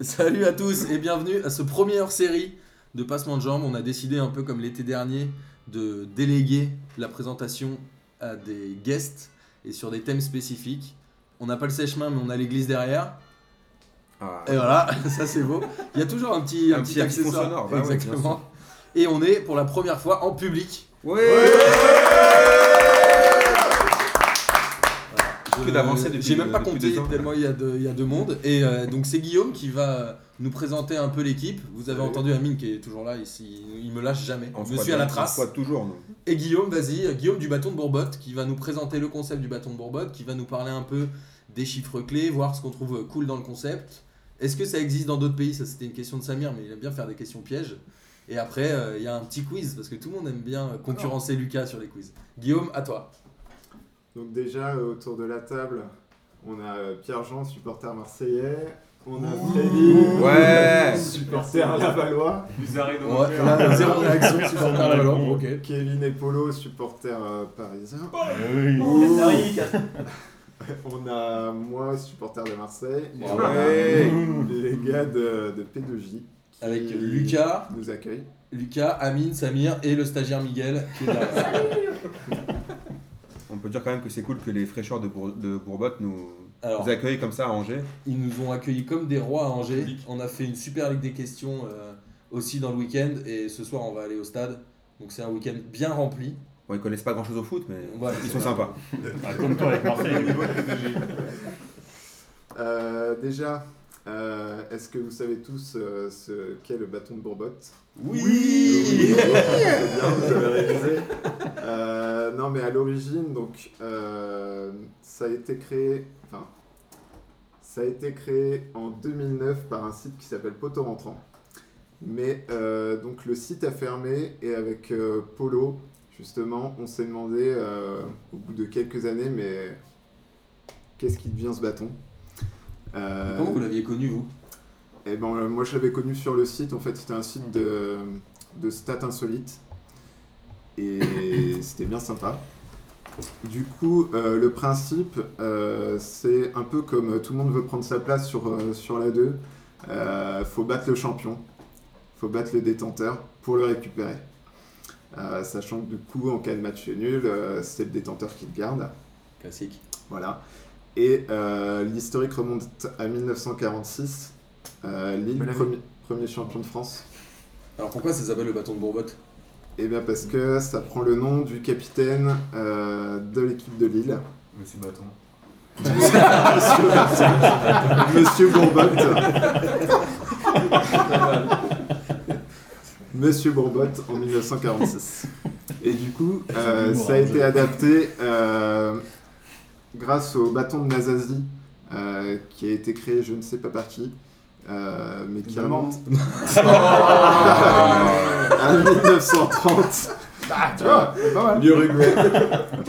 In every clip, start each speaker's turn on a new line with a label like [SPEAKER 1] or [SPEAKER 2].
[SPEAKER 1] Salut à tous et bienvenue à ce premier hors-série de Passement de Jambes. On a décidé un peu comme l'été dernier de déléguer la présentation à des guests et sur des thèmes spécifiques. On n'a pas le sèche-main mais on a l'église derrière.
[SPEAKER 2] Ah,
[SPEAKER 1] Et voilà, ça c'est beau. Il y a toujours un petit,
[SPEAKER 2] Un petit accent
[SPEAKER 1] accessoire.
[SPEAKER 2] sonore, bah ouais, bien
[SPEAKER 1] Exactement. et on est pour la première fois en public.
[SPEAKER 2] Ouais,
[SPEAKER 1] Je-
[SPEAKER 2] Que d'avancer depuis-
[SPEAKER 1] Euh, J'ai même pas
[SPEAKER 2] depuis
[SPEAKER 1] compté
[SPEAKER 2] deux ans.
[SPEAKER 1] tellement il y a de, il y a de monde. Et euh, donc c'est Guillaume qui va nous présenter un peu l'équipe. Vous avez
[SPEAKER 2] Salut.
[SPEAKER 1] entendu Amine qui est toujours là ici. Il me lâche jamais.
[SPEAKER 2] On
[SPEAKER 1] Je
[SPEAKER 2] se
[SPEAKER 1] me
[SPEAKER 2] croit
[SPEAKER 1] suis à
[SPEAKER 2] bien-
[SPEAKER 1] la
[SPEAKER 2] On se
[SPEAKER 1] trace.
[SPEAKER 2] croit toujours, nous.
[SPEAKER 1] Et Guillaume, vas-y, euh, Guillaume du bâton de Bourbotte qui va nous présenter le concept du bâton de Bourbotte, qui va nous parler un peu des chiffres clés, voir ce qu'on trouve euh, cool dans le concept. Est-ce que ça existe dans d'autres pays Ça, c'était une question de Samir, mais il aime bien faire des questions pièges. Et après, euh, il y a un petit quiz parce que tout le monde aime bien euh, concurrencer Lucas sur les quiz. Guillaume, à toi.
[SPEAKER 3] Donc déjà euh, autour de la table, on a euh, Pierre-Jean, supporter marseillais. On a Freddy,
[SPEAKER 2] Ouais.
[SPEAKER 3] supporter lavallois.
[SPEAKER 1] là, zéro réaction, tu vas faire la langue, ok.
[SPEAKER 3] Kevin et Polo, supporter euh, parisien. On a moi, supporter de Marseille. Et on a
[SPEAKER 2] Ah Ouais.
[SPEAKER 3] les gars de, de P2J. qui
[SPEAKER 1] Avec Lucas,
[SPEAKER 3] Nous accueillent.
[SPEAKER 1] Lucas, Amine, Samir et le stagiaire Miguel qui est derrière.
[SPEAKER 2] On peut dire quand même que c'est cool que les fraîcheurs de, Bour- de Bourbotte nous,
[SPEAKER 1] Alors,
[SPEAKER 2] nous accueillent comme ça à Angers.
[SPEAKER 1] Ils nous ont accueillis comme des rois à Angers. On a fait une super ligue des questions euh, aussi dans le week-end. Et ce soir, on va aller au stade. Donc c'est un week-end bien rempli.
[SPEAKER 2] Bon, ils connaissent pas grand chose au foot, mais
[SPEAKER 1] Ouais,
[SPEAKER 2] ils sont sympas.
[SPEAKER 4] Ah, comme toi avec Marseille.
[SPEAKER 3] Euh, déjà, euh, est-ce que vous savez tous euh, ce qu'est le bâton de Bourbotte
[SPEAKER 1] Oui Euh,
[SPEAKER 3] Bien, vous avez révisé. Euh, non, mais à l'origine, donc, euh, ça a été créé. Enfin, ça a été créé en 2009 par un site qui s'appelle Poteau Rentrant. Mais euh, donc le site a fermé et avec euh, Polo, justement, on s'est demandé euh, au bout de quelques années, mais qu'est-ce qui devient ce bâton Euh,
[SPEAKER 1] Comment vous l'aviez connu, vous
[SPEAKER 3] eh ben, euh, moi je l'avais connu sur le site, en fait c'était un site de, de stats insolites. Et c'était bien sympa. Du coup, euh, le principe, euh, c'est un peu comme euh, tout le monde veut prendre sa place sur, euh, sur la 2. Euh, faut battre le champion, faut battre le détenteur pour le récupérer. Euh, sachant que du coup, en cas de match nul, euh, c'est le détenteur qui le garde.
[SPEAKER 1] Classique.
[SPEAKER 3] Voilà. Et euh, l'historique remonte à 1946. Euh, Lille,
[SPEAKER 4] Bonne année.
[SPEAKER 3] premi- premier champion de France.
[SPEAKER 1] Alors pourquoi ça s'appelle le bâton de Bourbotte
[SPEAKER 3] Et bien parce que ça prend le nom du capitaine euh, de l'équipe de Lille,
[SPEAKER 4] Monsieur Bâton.
[SPEAKER 3] Monsieur Bourbotte. Monsieur Bourbotte en 1946. Et du coup, euh, ça a été adapté euh, grâce au bâton de Nazazi, euh, qui a été créé, je ne sais pas par qui, euh, mais qui
[SPEAKER 4] Maman.
[SPEAKER 3] remonte à 1930. Ah, tu vois, pas mal. L'Uruguay.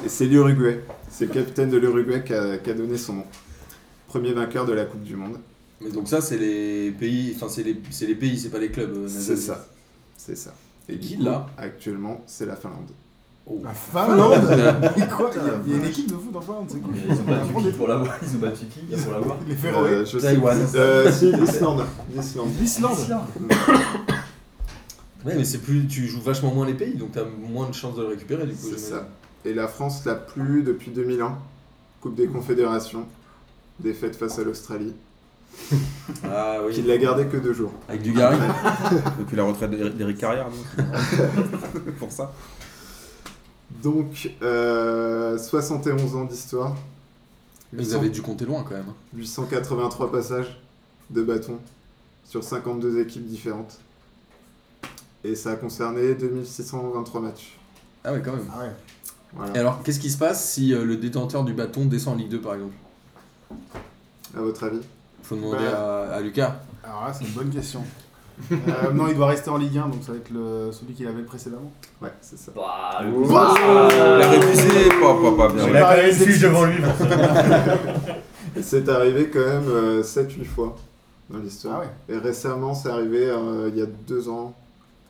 [SPEAKER 3] Et c'est l'Uruguay. C'est le capitaine de l'Uruguay qui a, qui a donné son nom. Premier vainqueur de la Coupe du Monde.
[SPEAKER 1] Mais donc ça, c'est les pays, enfin c'est les, c'est les pays, c'est pas les clubs. euh,
[SPEAKER 3] C'est
[SPEAKER 1] Nazaire.
[SPEAKER 3] ça. C'est ça.
[SPEAKER 1] Et
[SPEAKER 3] du
[SPEAKER 1] qui
[SPEAKER 3] coup,
[SPEAKER 4] Ah,
[SPEAKER 1] l'a
[SPEAKER 3] Actuellement, c'est la Finlande. Euh,
[SPEAKER 1] Oh.
[SPEAKER 5] Finlande Mais quoi Il y a- il y, a une équipe de foot en Finlande, c'est cool.
[SPEAKER 4] Ils ont battu qui pour l'avoir Ils ont battu qui pour l'avoir
[SPEAKER 5] Les Féroé.
[SPEAKER 3] Euh, je sais
[SPEAKER 1] Taïwan.
[SPEAKER 3] plus. Euh, si, l'Islande. L'Islande.
[SPEAKER 5] L'Islande.
[SPEAKER 1] Ouais, mais c'est plus, tu joues vachement moins les pays, donc t'as moins de chances de le récupérer du coup.
[SPEAKER 3] C'est
[SPEAKER 1] j'imagine.
[SPEAKER 3] ça. Et la France l'a plus depuis 2001. Coupe des Confédérations. Défaite face à l'Australie.
[SPEAKER 1] Ah
[SPEAKER 3] Qui
[SPEAKER 1] oui.
[SPEAKER 3] ne l'a gardé que deux jours.
[SPEAKER 1] Avec du Gary.
[SPEAKER 2] Depuis la retraite d'Eric d'Eric Carrière, nous. pour ça.
[SPEAKER 3] Donc, euh, 71 ans d'histoire.
[SPEAKER 1] Vous avez dû compter loin quand même. hein.
[SPEAKER 3] 883 passages de bâton sur 52 équipes différentes. Et ça a concerné 2623 matchs.
[SPEAKER 1] Ah ouais, quand même.
[SPEAKER 5] Ah ouais.
[SPEAKER 3] Voilà.
[SPEAKER 1] Et alors, qu'est-ce qui se passe si euh, le détenteur du bâton descend en Ligue 2 par exemple
[SPEAKER 3] À votre avis
[SPEAKER 1] Faut demander
[SPEAKER 3] Bah.
[SPEAKER 1] à, à Lucas.
[SPEAKER 5] Alors là, c'est une bonne question. Euh, non, il doit rester en Ligue 1, donc ça va être le- celui qu'il avait précédemment.
[SPEAKER 3] Ouais, c'est ça.
[SPEAKER 4] Bah,
[SPEAKER 3] Oh.
[SPEAKER 2] Il a révisé. Pas, pas, pas, bien.
[SPEAKER 5] J'ai
[SPEAKER 4] Il
[SPEAKER 2] Ouais.
[SPEAKER 4] a
[SPEAKER 5] pas
[SPEAKER 4] pas une
[SPEAKER 5] réalisé
[SPEAKER 4] fiche
[SPEAKER 5] le
[SPEAKER 4] devant lui. forcément.
[SPEAKER 3] Et c'est arrivé quand même 7-8 fois dans l'histoire.
[SPEAKER 5] Ah ouais.
[SPEAKER 3] Et récemment, c'est arrivé euh, il y a deux ans.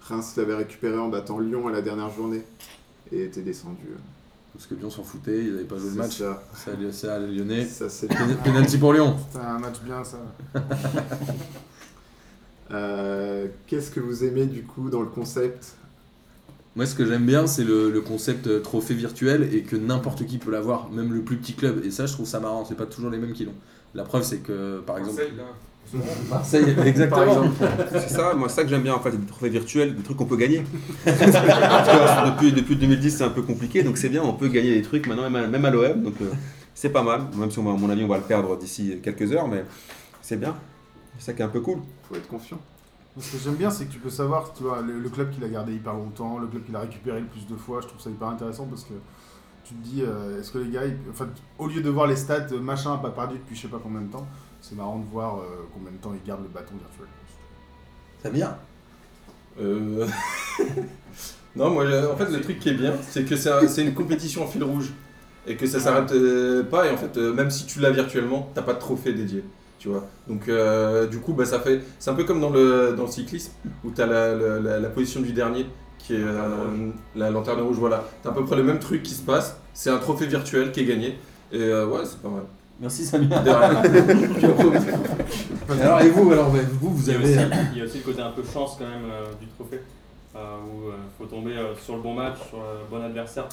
[SPEAKER 3] Reims l'avait récupéré en battant Lyon à la dernière journée et était descendu.
[SPEAKER 1] Parce que Lyon s'en foutait, ils n'avaient pas joué le
[SPEAKER 3] C'est
[SPEAKER 1] match.
[SPEAKER 3] Ça,
[SPEAKER 1] C'est à- C'est à Lyonnais.
[SPEAKER 3] ça c'est
[SPEAKER 1] Pén- Penalty pour Lyon.
[SPEAKER 5] C'est un match bien, ça.
[SPEAKER 3] Euh, Qu'est-ce que vous aimez du coup dans le concept
[SPEAKER 1] Moi, ce que j'aime bien, c'est le, le concept euh, trophée virtuel et que n'importe qui peut l'avoir, même le plus petit club. Et ça, je trouve ça marrant. C'est pas toujours les mêmes qui l'ont. La preuve, c'est que, par exemple,
[SPEAKER 4] Marseille, là.
[SPEAKER 1] Marseille, exactement.
[SPEAKER 6] C'est ça, moi, c'est ça que j'aime bien en fait, des trophées virtuels, des trucs qu'on peut gagner. Tu vois, depuis, depuis 2010, c'est un peu compliqué, donc c'est bien, on peut gagner des trucs maintenant, même à, même à l'OM, donc euh, c'est pas mal. Même si, on va- à mon avis, on va le perdre d'ici quelques heures, mais c'est bien. C'est ça qui est un peu cool.
[SPEAKER 3] Faut être confiant.
[SPEAKER 5] Ce que j'aime bien, c'est que tu peux savoir, tu vois, le, le club qu'il a gardé hyper longtemps, le club qu'il a récupéré le plus de fois. Je trouve ça hyper intéressant parce que tu te dis, euh, est-ce que les gars, ils- enfin, au lieu de voir les stats, euh, machin a pas perdu depuis je sais pas combien de temps, c'est marrant de voir euh, combien de temps ils gardent le bâton virtuel.
[SPEAKER 1] Ça vient.
[SPEAKER 2] Euh... non, moi, j'ai- en fait, le truc qui est bien, c'est que c'est un- c'est une compétition en fil rouge. Et que
[SPEAKER 6] Ah.
[SPEAKER 2] ça s'arrête euh, pas. Et en fait, euh, même si tu l'as virtuellement, t'as pas de trophée dédié. Tu vois. Donc, euh, du coup, bah, ça fait. C'est un peu comme dans le, dans le cyclisme, où t'as la, la, la- la position du dernier, qui est euh, la lanterne rouge. Voilà. T'as à peu près le même truc qui se passe. C'est un trophée virtuel qui est gagné. Et euh, ouais, c'est pas mal.
[SPEAKER 1] Merci, Samia.
[SPEAKER 2] De rien.
[SPEAKER 1] Alors, et vous, alors, vous, vous
[SPEAKER 4] Il y, a aussi,
[SPEAKER 1] avez.
[SPEAKER 4] il y a aussi le côté un peu chance quand même euh, du trophée, euh, où il faut tomber euh, sur le bon match, sur le bon adversaire.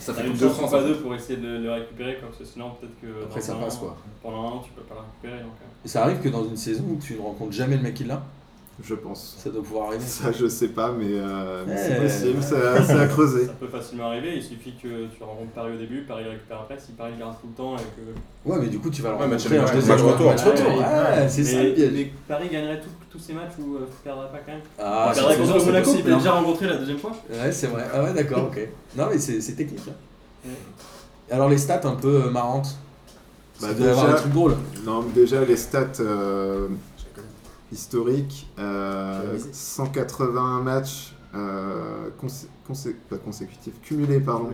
[SPEAKER 2] ça
[SPEAKER 4] T'as
[SPEAKER 2] fait
[SPEAKER 4] une
[SPEAKER 2] une deux
[SPEAKER 4] chance ou
[SPEAKER 2] France.
[SPEAKER 4] pas deux pour essayer de le récupérer, quoi, parce que sinon peut-être que
[SPEAKER 1] Après,
[SPEAKER 4] dans
[SPEAKER 1] ça
[SPEAKER 4] un
[SPEAKER 1] passe
[SPEAKER 4] an,
[SPEAKER 1] quoi.
[SPEAKER 4] pendant un an tu peux pas le récupérer. Donc, euh,
[SPEAKER 1] euh, Et ça arrive que dans une saison où tu ne rencontres jamais le mec qui l'a,
[SPEAKER 3] Je pense.
[SPEAKER 1] ça doit pouvoir arriver.
[SPEAKER 3] Ça, je sais pas, mais euh, mais c'est
[SPEAKER 1] Eh.
[SPEAKER 3] possible, ça- c'est à creuser.
[SPEAKER 4] ça peut facilement arriver, il suffit que tu rencontres Paris au début, Paris le récupère après, si Paris le garde tout le temps et que
[SPEAKER 1] Ouais, mais du coup, tu vas le
[SPEAKER 2] Ouais,
[SPEAKER 1] rencontrer
[SPEAKER 2] match-
[SPEAKER 1] un
[SPEAKER 2] match retour.
[SPEAKER 1] Match retour. Ah, c'est
[SPEAKER 4] Mais-
[SPEAKER 1] ça le piège.
[SPEAKER 4] mais Paris gagnerait tous- tous ces matchs où euh, perdrait pas quand même.
[SPEAKER 1] Ah,
[SPEAKER 4] Perdrait
[SPEAKER 1] c'est-
[SPEAKER 4] contre
[SPEAKER 2] c'est
[SPEAKER 4] Monaco,
[SPEAKER 2] possible,
[SPEAKER 4] t'as
[SPEAKER 2] hein.
[SPEAKER 4] déjà rencontré la deuxième fois
[SPEAKER 1] Ouais, c'est vrai. Ah ouais, d'accord, ok. Non, mais c'est c'est technique. hein.
[SPEAKER 4] Ouais.
[SPEAKER 1] Alors, les stats un peu euh, marrantes.
[SPEAKER 3] Bah,
[SPEAKER 1] Ça doit y avoir
[SPEAKER 3] déjà-
[SPEAKER 1] un truc drôle.
[SPEAKER 3] Non, mais déjà les stats euh, historiques euh,
[SPEAKER 5] Réalisé.
[SPEAKER 3] 181 matchs euh, consé- consé- pas consécutifs, cumulés pardon,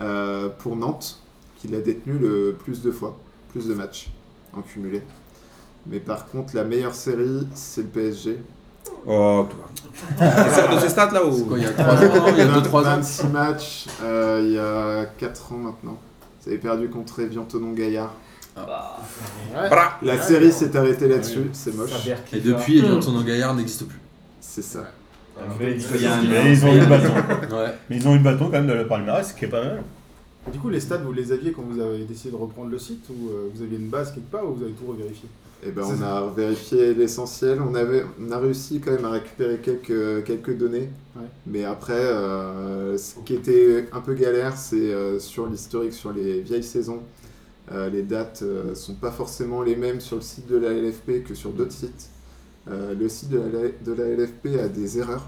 [SPEAKER 3] euh, pour Nantes, qu'il a détenu le plus de fois, plus de matchs en cumulé. Mais par contre, la meilleure série, c'est le PSG.
[SPEAKER 6] Oh, toi. C'est ça, de ces stats
[SPEAKER 2] Oh.
[SPEAKER 6] là
[SPEAKER 1] C'est
[SPEAKER 6] ou...
[SPEAKER 1] quoi, Ah, il y a 3 ans, il y a 2-3 ans
[SPEAKER 3] 26 matchs, euh, il y a 4 ans maintenant. Vous avez perdu contre Evian Tonon Gaillard.
[SPEAKER 1] Ah.
[SPEAKER 3] La série s'est arrêtée là-dessus, c'est moche.
[SPEAKER 1] Et depuis, Evian Tonon Gaillard n'existe plus.
[SPEAKER 3] C'est ça.
[SPEAKER 7] Mais
[SPEAKER 8] Mais ils ont eu le bâton.
[SPEAKER 1] Ouais.
[SPEAKER 8] Mais ils ont eu le bâton quand même de la palmarès, ce qui est pas mal.
[SPEAKER 5] Et Du coup, les stats, vous les aviez quand vous avez décidé de reprendre le site ou euh, vous aviez une base quelque part ou vous avez tout revérifié
[SPEAKER 3] Eh ben,
[SPEAKER 5] C'est
[SPEAKER 3] on a vérifié l'essentiel. On, avait, on a réussi quand même à récupérer quelques, quelques données.
[SPEAKER 5] Ouais.
[SPEAKER 3] Mais après, euh, ce qui était un peu galère, c'est euh, sur l'historique, sur les vieilles saisons. Euh, les dates euh, sont pas forcément les mêmes sur le site de la LFP que sur d'autres sites. Euh, le site de la, de la LFP a des erreurs,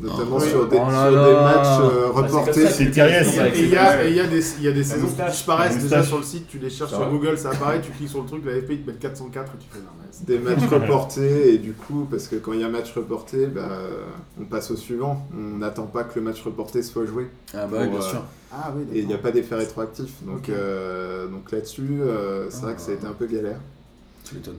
[SPEAKER 3] notamment
[SPEAKER 1] Oh,
[SPEAKER 3] sur,
[SPEAKER 1] oui.
[SPEAKER 3] des,
[SPEAKER 1] Oh là
[SPEAKER 3] sur des
[SPEAKER 1] là.
[SPEAKER 3] matchs euh,
[SPEAKER 4] Bah, c'est comme
[SPEAKER 3] reportés.
[SPEAKER 4] ça que
[SPEAKER 8] C'est
[SPEAKER 4] tu-
[SPEAKER 8] Thierry,
[SPEAKER 3] Bah,
[SPEAKER 4] tu-
[SPEAKER 5] Et il y a, et il y a des, il y a des saisons qui
[SPEAKER 8] moustache.
[SPEAKER 5] disparaissent
[SPEAKER 8] La
[SPEAKER 5] déjà
[SPEAKER 8] moustache.
[SPEAKER 5] sur le site, tu les cherches
[SPEAKER 2] Ça
[SPEAKER 5] sur
[SPEAKER 2] va.
[SPEAKER 5] Google, ça apparaît, tu cliques sur le truc, la FP ils te mettent 404 et tu fais non, mais c'est-
[SPEAKER 3] des matchs reportés et du coup parce que quand il y a match reporté bah, on passe au suivant on n'attend pas que le match reporté soit joué
[SPEAKER 1] Ah, bah oui, bien
[SPEAKER 3] Pour, euh,
[SPEAKER 1] sûr.
[SPEAKER 5] Ah oui,
[SPEAKER 3] et il n'y a pas
[SPEAKER 5] d'accord.
[SPEAKER 3] d'effet rétroactif donc,
[SPEAKER 5] Ok. Ah.
[SPEAKER 3] euh, donc là-dessus euh, c'est vrai que ça a été un peu galère
[SPEAKER 1] Tu m'étonnes.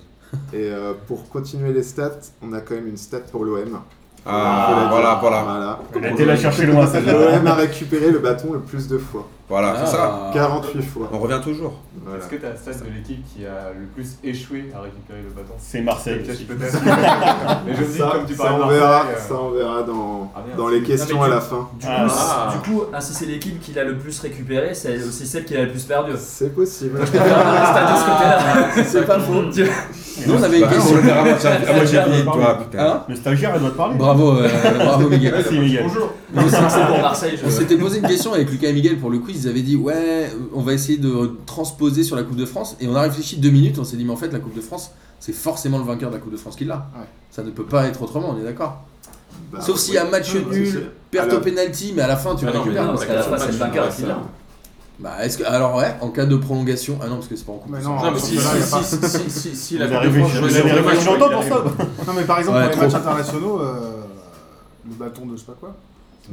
[SPEAKER 3] et euh, pour continuer les stats on a quand même une stat pour l'OM
[SPEAKER 6] Ah, voilà, voilà,
[SPEAKER 3] voilà
[SPEAKER 8] On a été la chercher loin celle-là.
[SPEAKER 3] l'OM a récupéré le bâton le plus de fois
[SPEAKER 6] voilà, c'est ça.
[SPEAKER 1] Ah.
[SPEAKER 3] 48 fois
[SPEAKER 6] On revient toujours.
[SPEAKER 3] Voilà.
[SPEAKER 4] Est-ce que t'as la stat de l'équipe qui a le plus échoué à récupérer le bâton
[SPEAKER 8] C'est Marseille.
[SPEAKER 4] Peut-être,
[SPEAKER 8] aussi.
[SPEAKER 4] peut-être. Mais je me dis,
[SPEAKER 3] ça,
[SPEAKER 4] comme tu
[SPEAKER 3] ça,
[SPEAKER 4] parlais de
[SPEAKER 3] on
[SPEAKER 4] Marseille,
[SPEAKER 3] verra,
[SPEAKER 4] euh,
[SPEAKER 3] ça on verra dans,
[SPEAKER 4] Ah, merde.
[SPEAKER 3] dans les questions à
[SPEAKER 9] tu-
[SPEAKER 3] la fin
[SPEAKER 9] Du coup,
[SPEAKER 8] Ah.
[SPEAKER 2] Ah.
[SPEAKER 9] du coup, ainsi c'est l'équipe qui l'a le plus récupéré, c'est aussi celle qui a le plus perdu.
[SPEAKER 3] c'est possible
[SPEAKER 9] C'est pas faux.
[SPEAKER 1] Nous, on avait une
[SPEAKER 6] Bah, on
[SPEAKER 1] question.
[SPEAKER 6] le verra à moitié-
[SPEAKER 2] Ah,
[SPEAKER 6] à moitié payé, toi, putain.
[SPEAKER 1] Hein
[SPEAKER 8] Le stagiaire, elle doit te parler.
[SPEAKER 1] Bravo, euh, bravo, Miguel.
[SPEAKER 8] Merci, Miguel.
[SPEAKER 1] Mais on s'est-
[SPEAKER 9] C'est pour Marseille,
[SPEAKER 1] On
[SPEAKER 9] je
[SPEAKER 1] s'était posé une question avec Lucas et Miguel pour le quiz. Ils avaient dit ouais, on va essayer de transposer sur la Coupe de France. Et on a réfléchi deux minutes. On s'est dit mais en fait la Coupe de France, c'est forcément le vainqueur de la Coupe de France qui l'a.
[SPEAKER 5] Ouais.
[SPEAKER 1] Ça ne peut pas être autrement. On est d'accord.
[SPEAKER 3] Bah,
[SPEAKER 1] Sauf s'il y a match
[SPEAKER 3] oui.
[SPEAKER 1] nul,
[SPEAKER 3] C'est-
[SPEAKER 1] perte
[SPEAKER 3] Alors-
[SPEAKER 1] au penalty, mais à la fin tu
[SPEAKER 2] Ah non, mais
[SPEAKER 1] récupères.
[SPEAKER 9] Non, parce qu'à la fin, c'est le vainqueur qui l'a.
[SPEAKER 1] Bah est-ce que alors ouais, en cas de prolongation, ah non parce que c'est pas en Coupe.
[SPEAKER 5] Mais
[SPEAKER 1] de
[SPEAKER 5] non,
[SPEAKER 1] France.
[SPEAKER 2] Non, mais si,
[SPEAKER 5] en championnat, il y a pas-
[SPEAKER 2] si, si, si, si, si, si,
[SPEAKER 8] Vous
[SPEAKER 2] la
[SPEAKER 8] avez
[SPEAKER 2] Coupe de France,
[SPEAKER 8] réfléchi
[SPEAKER 2] je me suis
[SPEAKER 8] vous avez
[SPEAKER 2] vraiment
[SPEAKER 8] réfléchi
[SPEAKER 2] joué,
[SPEAKER 8] longtemps
[SPEAKER 2] il
[SPEAKER 8] pour
[SPEAKER 2] arrive.
[SPEAKER 8] ça.
[SPEAKER 5] Non, mais par exemple,
[SPEAKER 1] Ouais,
[SPEAKER 5] pour
[SPEAKER 1] trop.
[SPEAKER 5] les matchs internationaux, euh, le bâton de je sais pas quoi,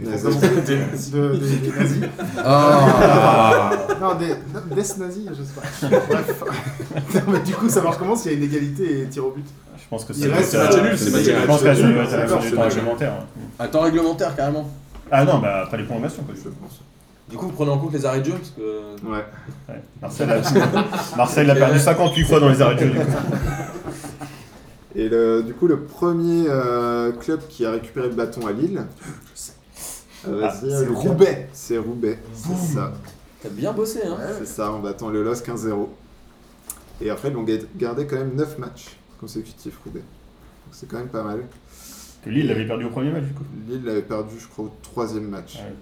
[SPEAKER 5] de, des, des nazis.
[SPEAKER 1] Ah.
[SPEAKER 5] Non, des, non, des nazis, je sais pas. Bref. Non, mais du coup, ça marche comment s'il y a une égalité et tir au but
[SPEAKER 8] Je pense que
[SPEAKER 5] Il
[SPEAKER 8] c'est
[SPEAKER 5] reste
[SPEAKER 8] c'est-
[SPEAKER 5] match
[SPEAKER 2] nul, c'est match
[SPEAKER 8] Je
[SPEAKER 2] nul.
[SPEAKER 8] pense que
[SPEAKER 5] Match nul,
[SPEAKER 8] c'est- c'est
[SPEAKER 5] d'accord,
[SPEAKER 8] match
[SPEAKER 5] c'est
[SPEAKER 8] nul
[SPEAKER 5] pas
[SPEAKER 8] réglementaire.
[SPEAKER 1] À temps réglementaire carrément.
[SPEAKER 8] Ah non, bah après les prolongations quoi.
[SPEAKER 1] Du coup vous prenez en compte les arrêts de jeu parce que.
[SPEAKER 3] Ouais.
[SPEAKER 8] Ouais. Marseille a Marseille l'a perdu 58 fois dans les arrêts de jeu. du coup.
[SPEAKER 3] Et le- du coup, le premier euh, club qui a récupéré le bâton à Lille. Euh,
[SPEAKER 8] Ah,
[SPEAKER 3] vas-y,
[SPEAKER 5] C'est
[SPEAKER 3] Lucas.
[SPEAKER 5] Roubaix.
[SPEAKER 3] C'est Roubaix, c'est ça.
[SPEAKER 1] T'as bien bossé, hein
[SPEAKER 3] C'est ça, en battant le LOSC 1-0. Et après, ils l'ont ga- gardé quand même 9 matchs consécutifs, Roubaix. Donc c'est quand même pas mal.
[SPEAKER 8] Que Lille l'avait perdu au premier match, du coup.
[SPEAKER 3] Lille l'avait perdu, je crois, au troisième match.
[SPEAKER 8] Ouais.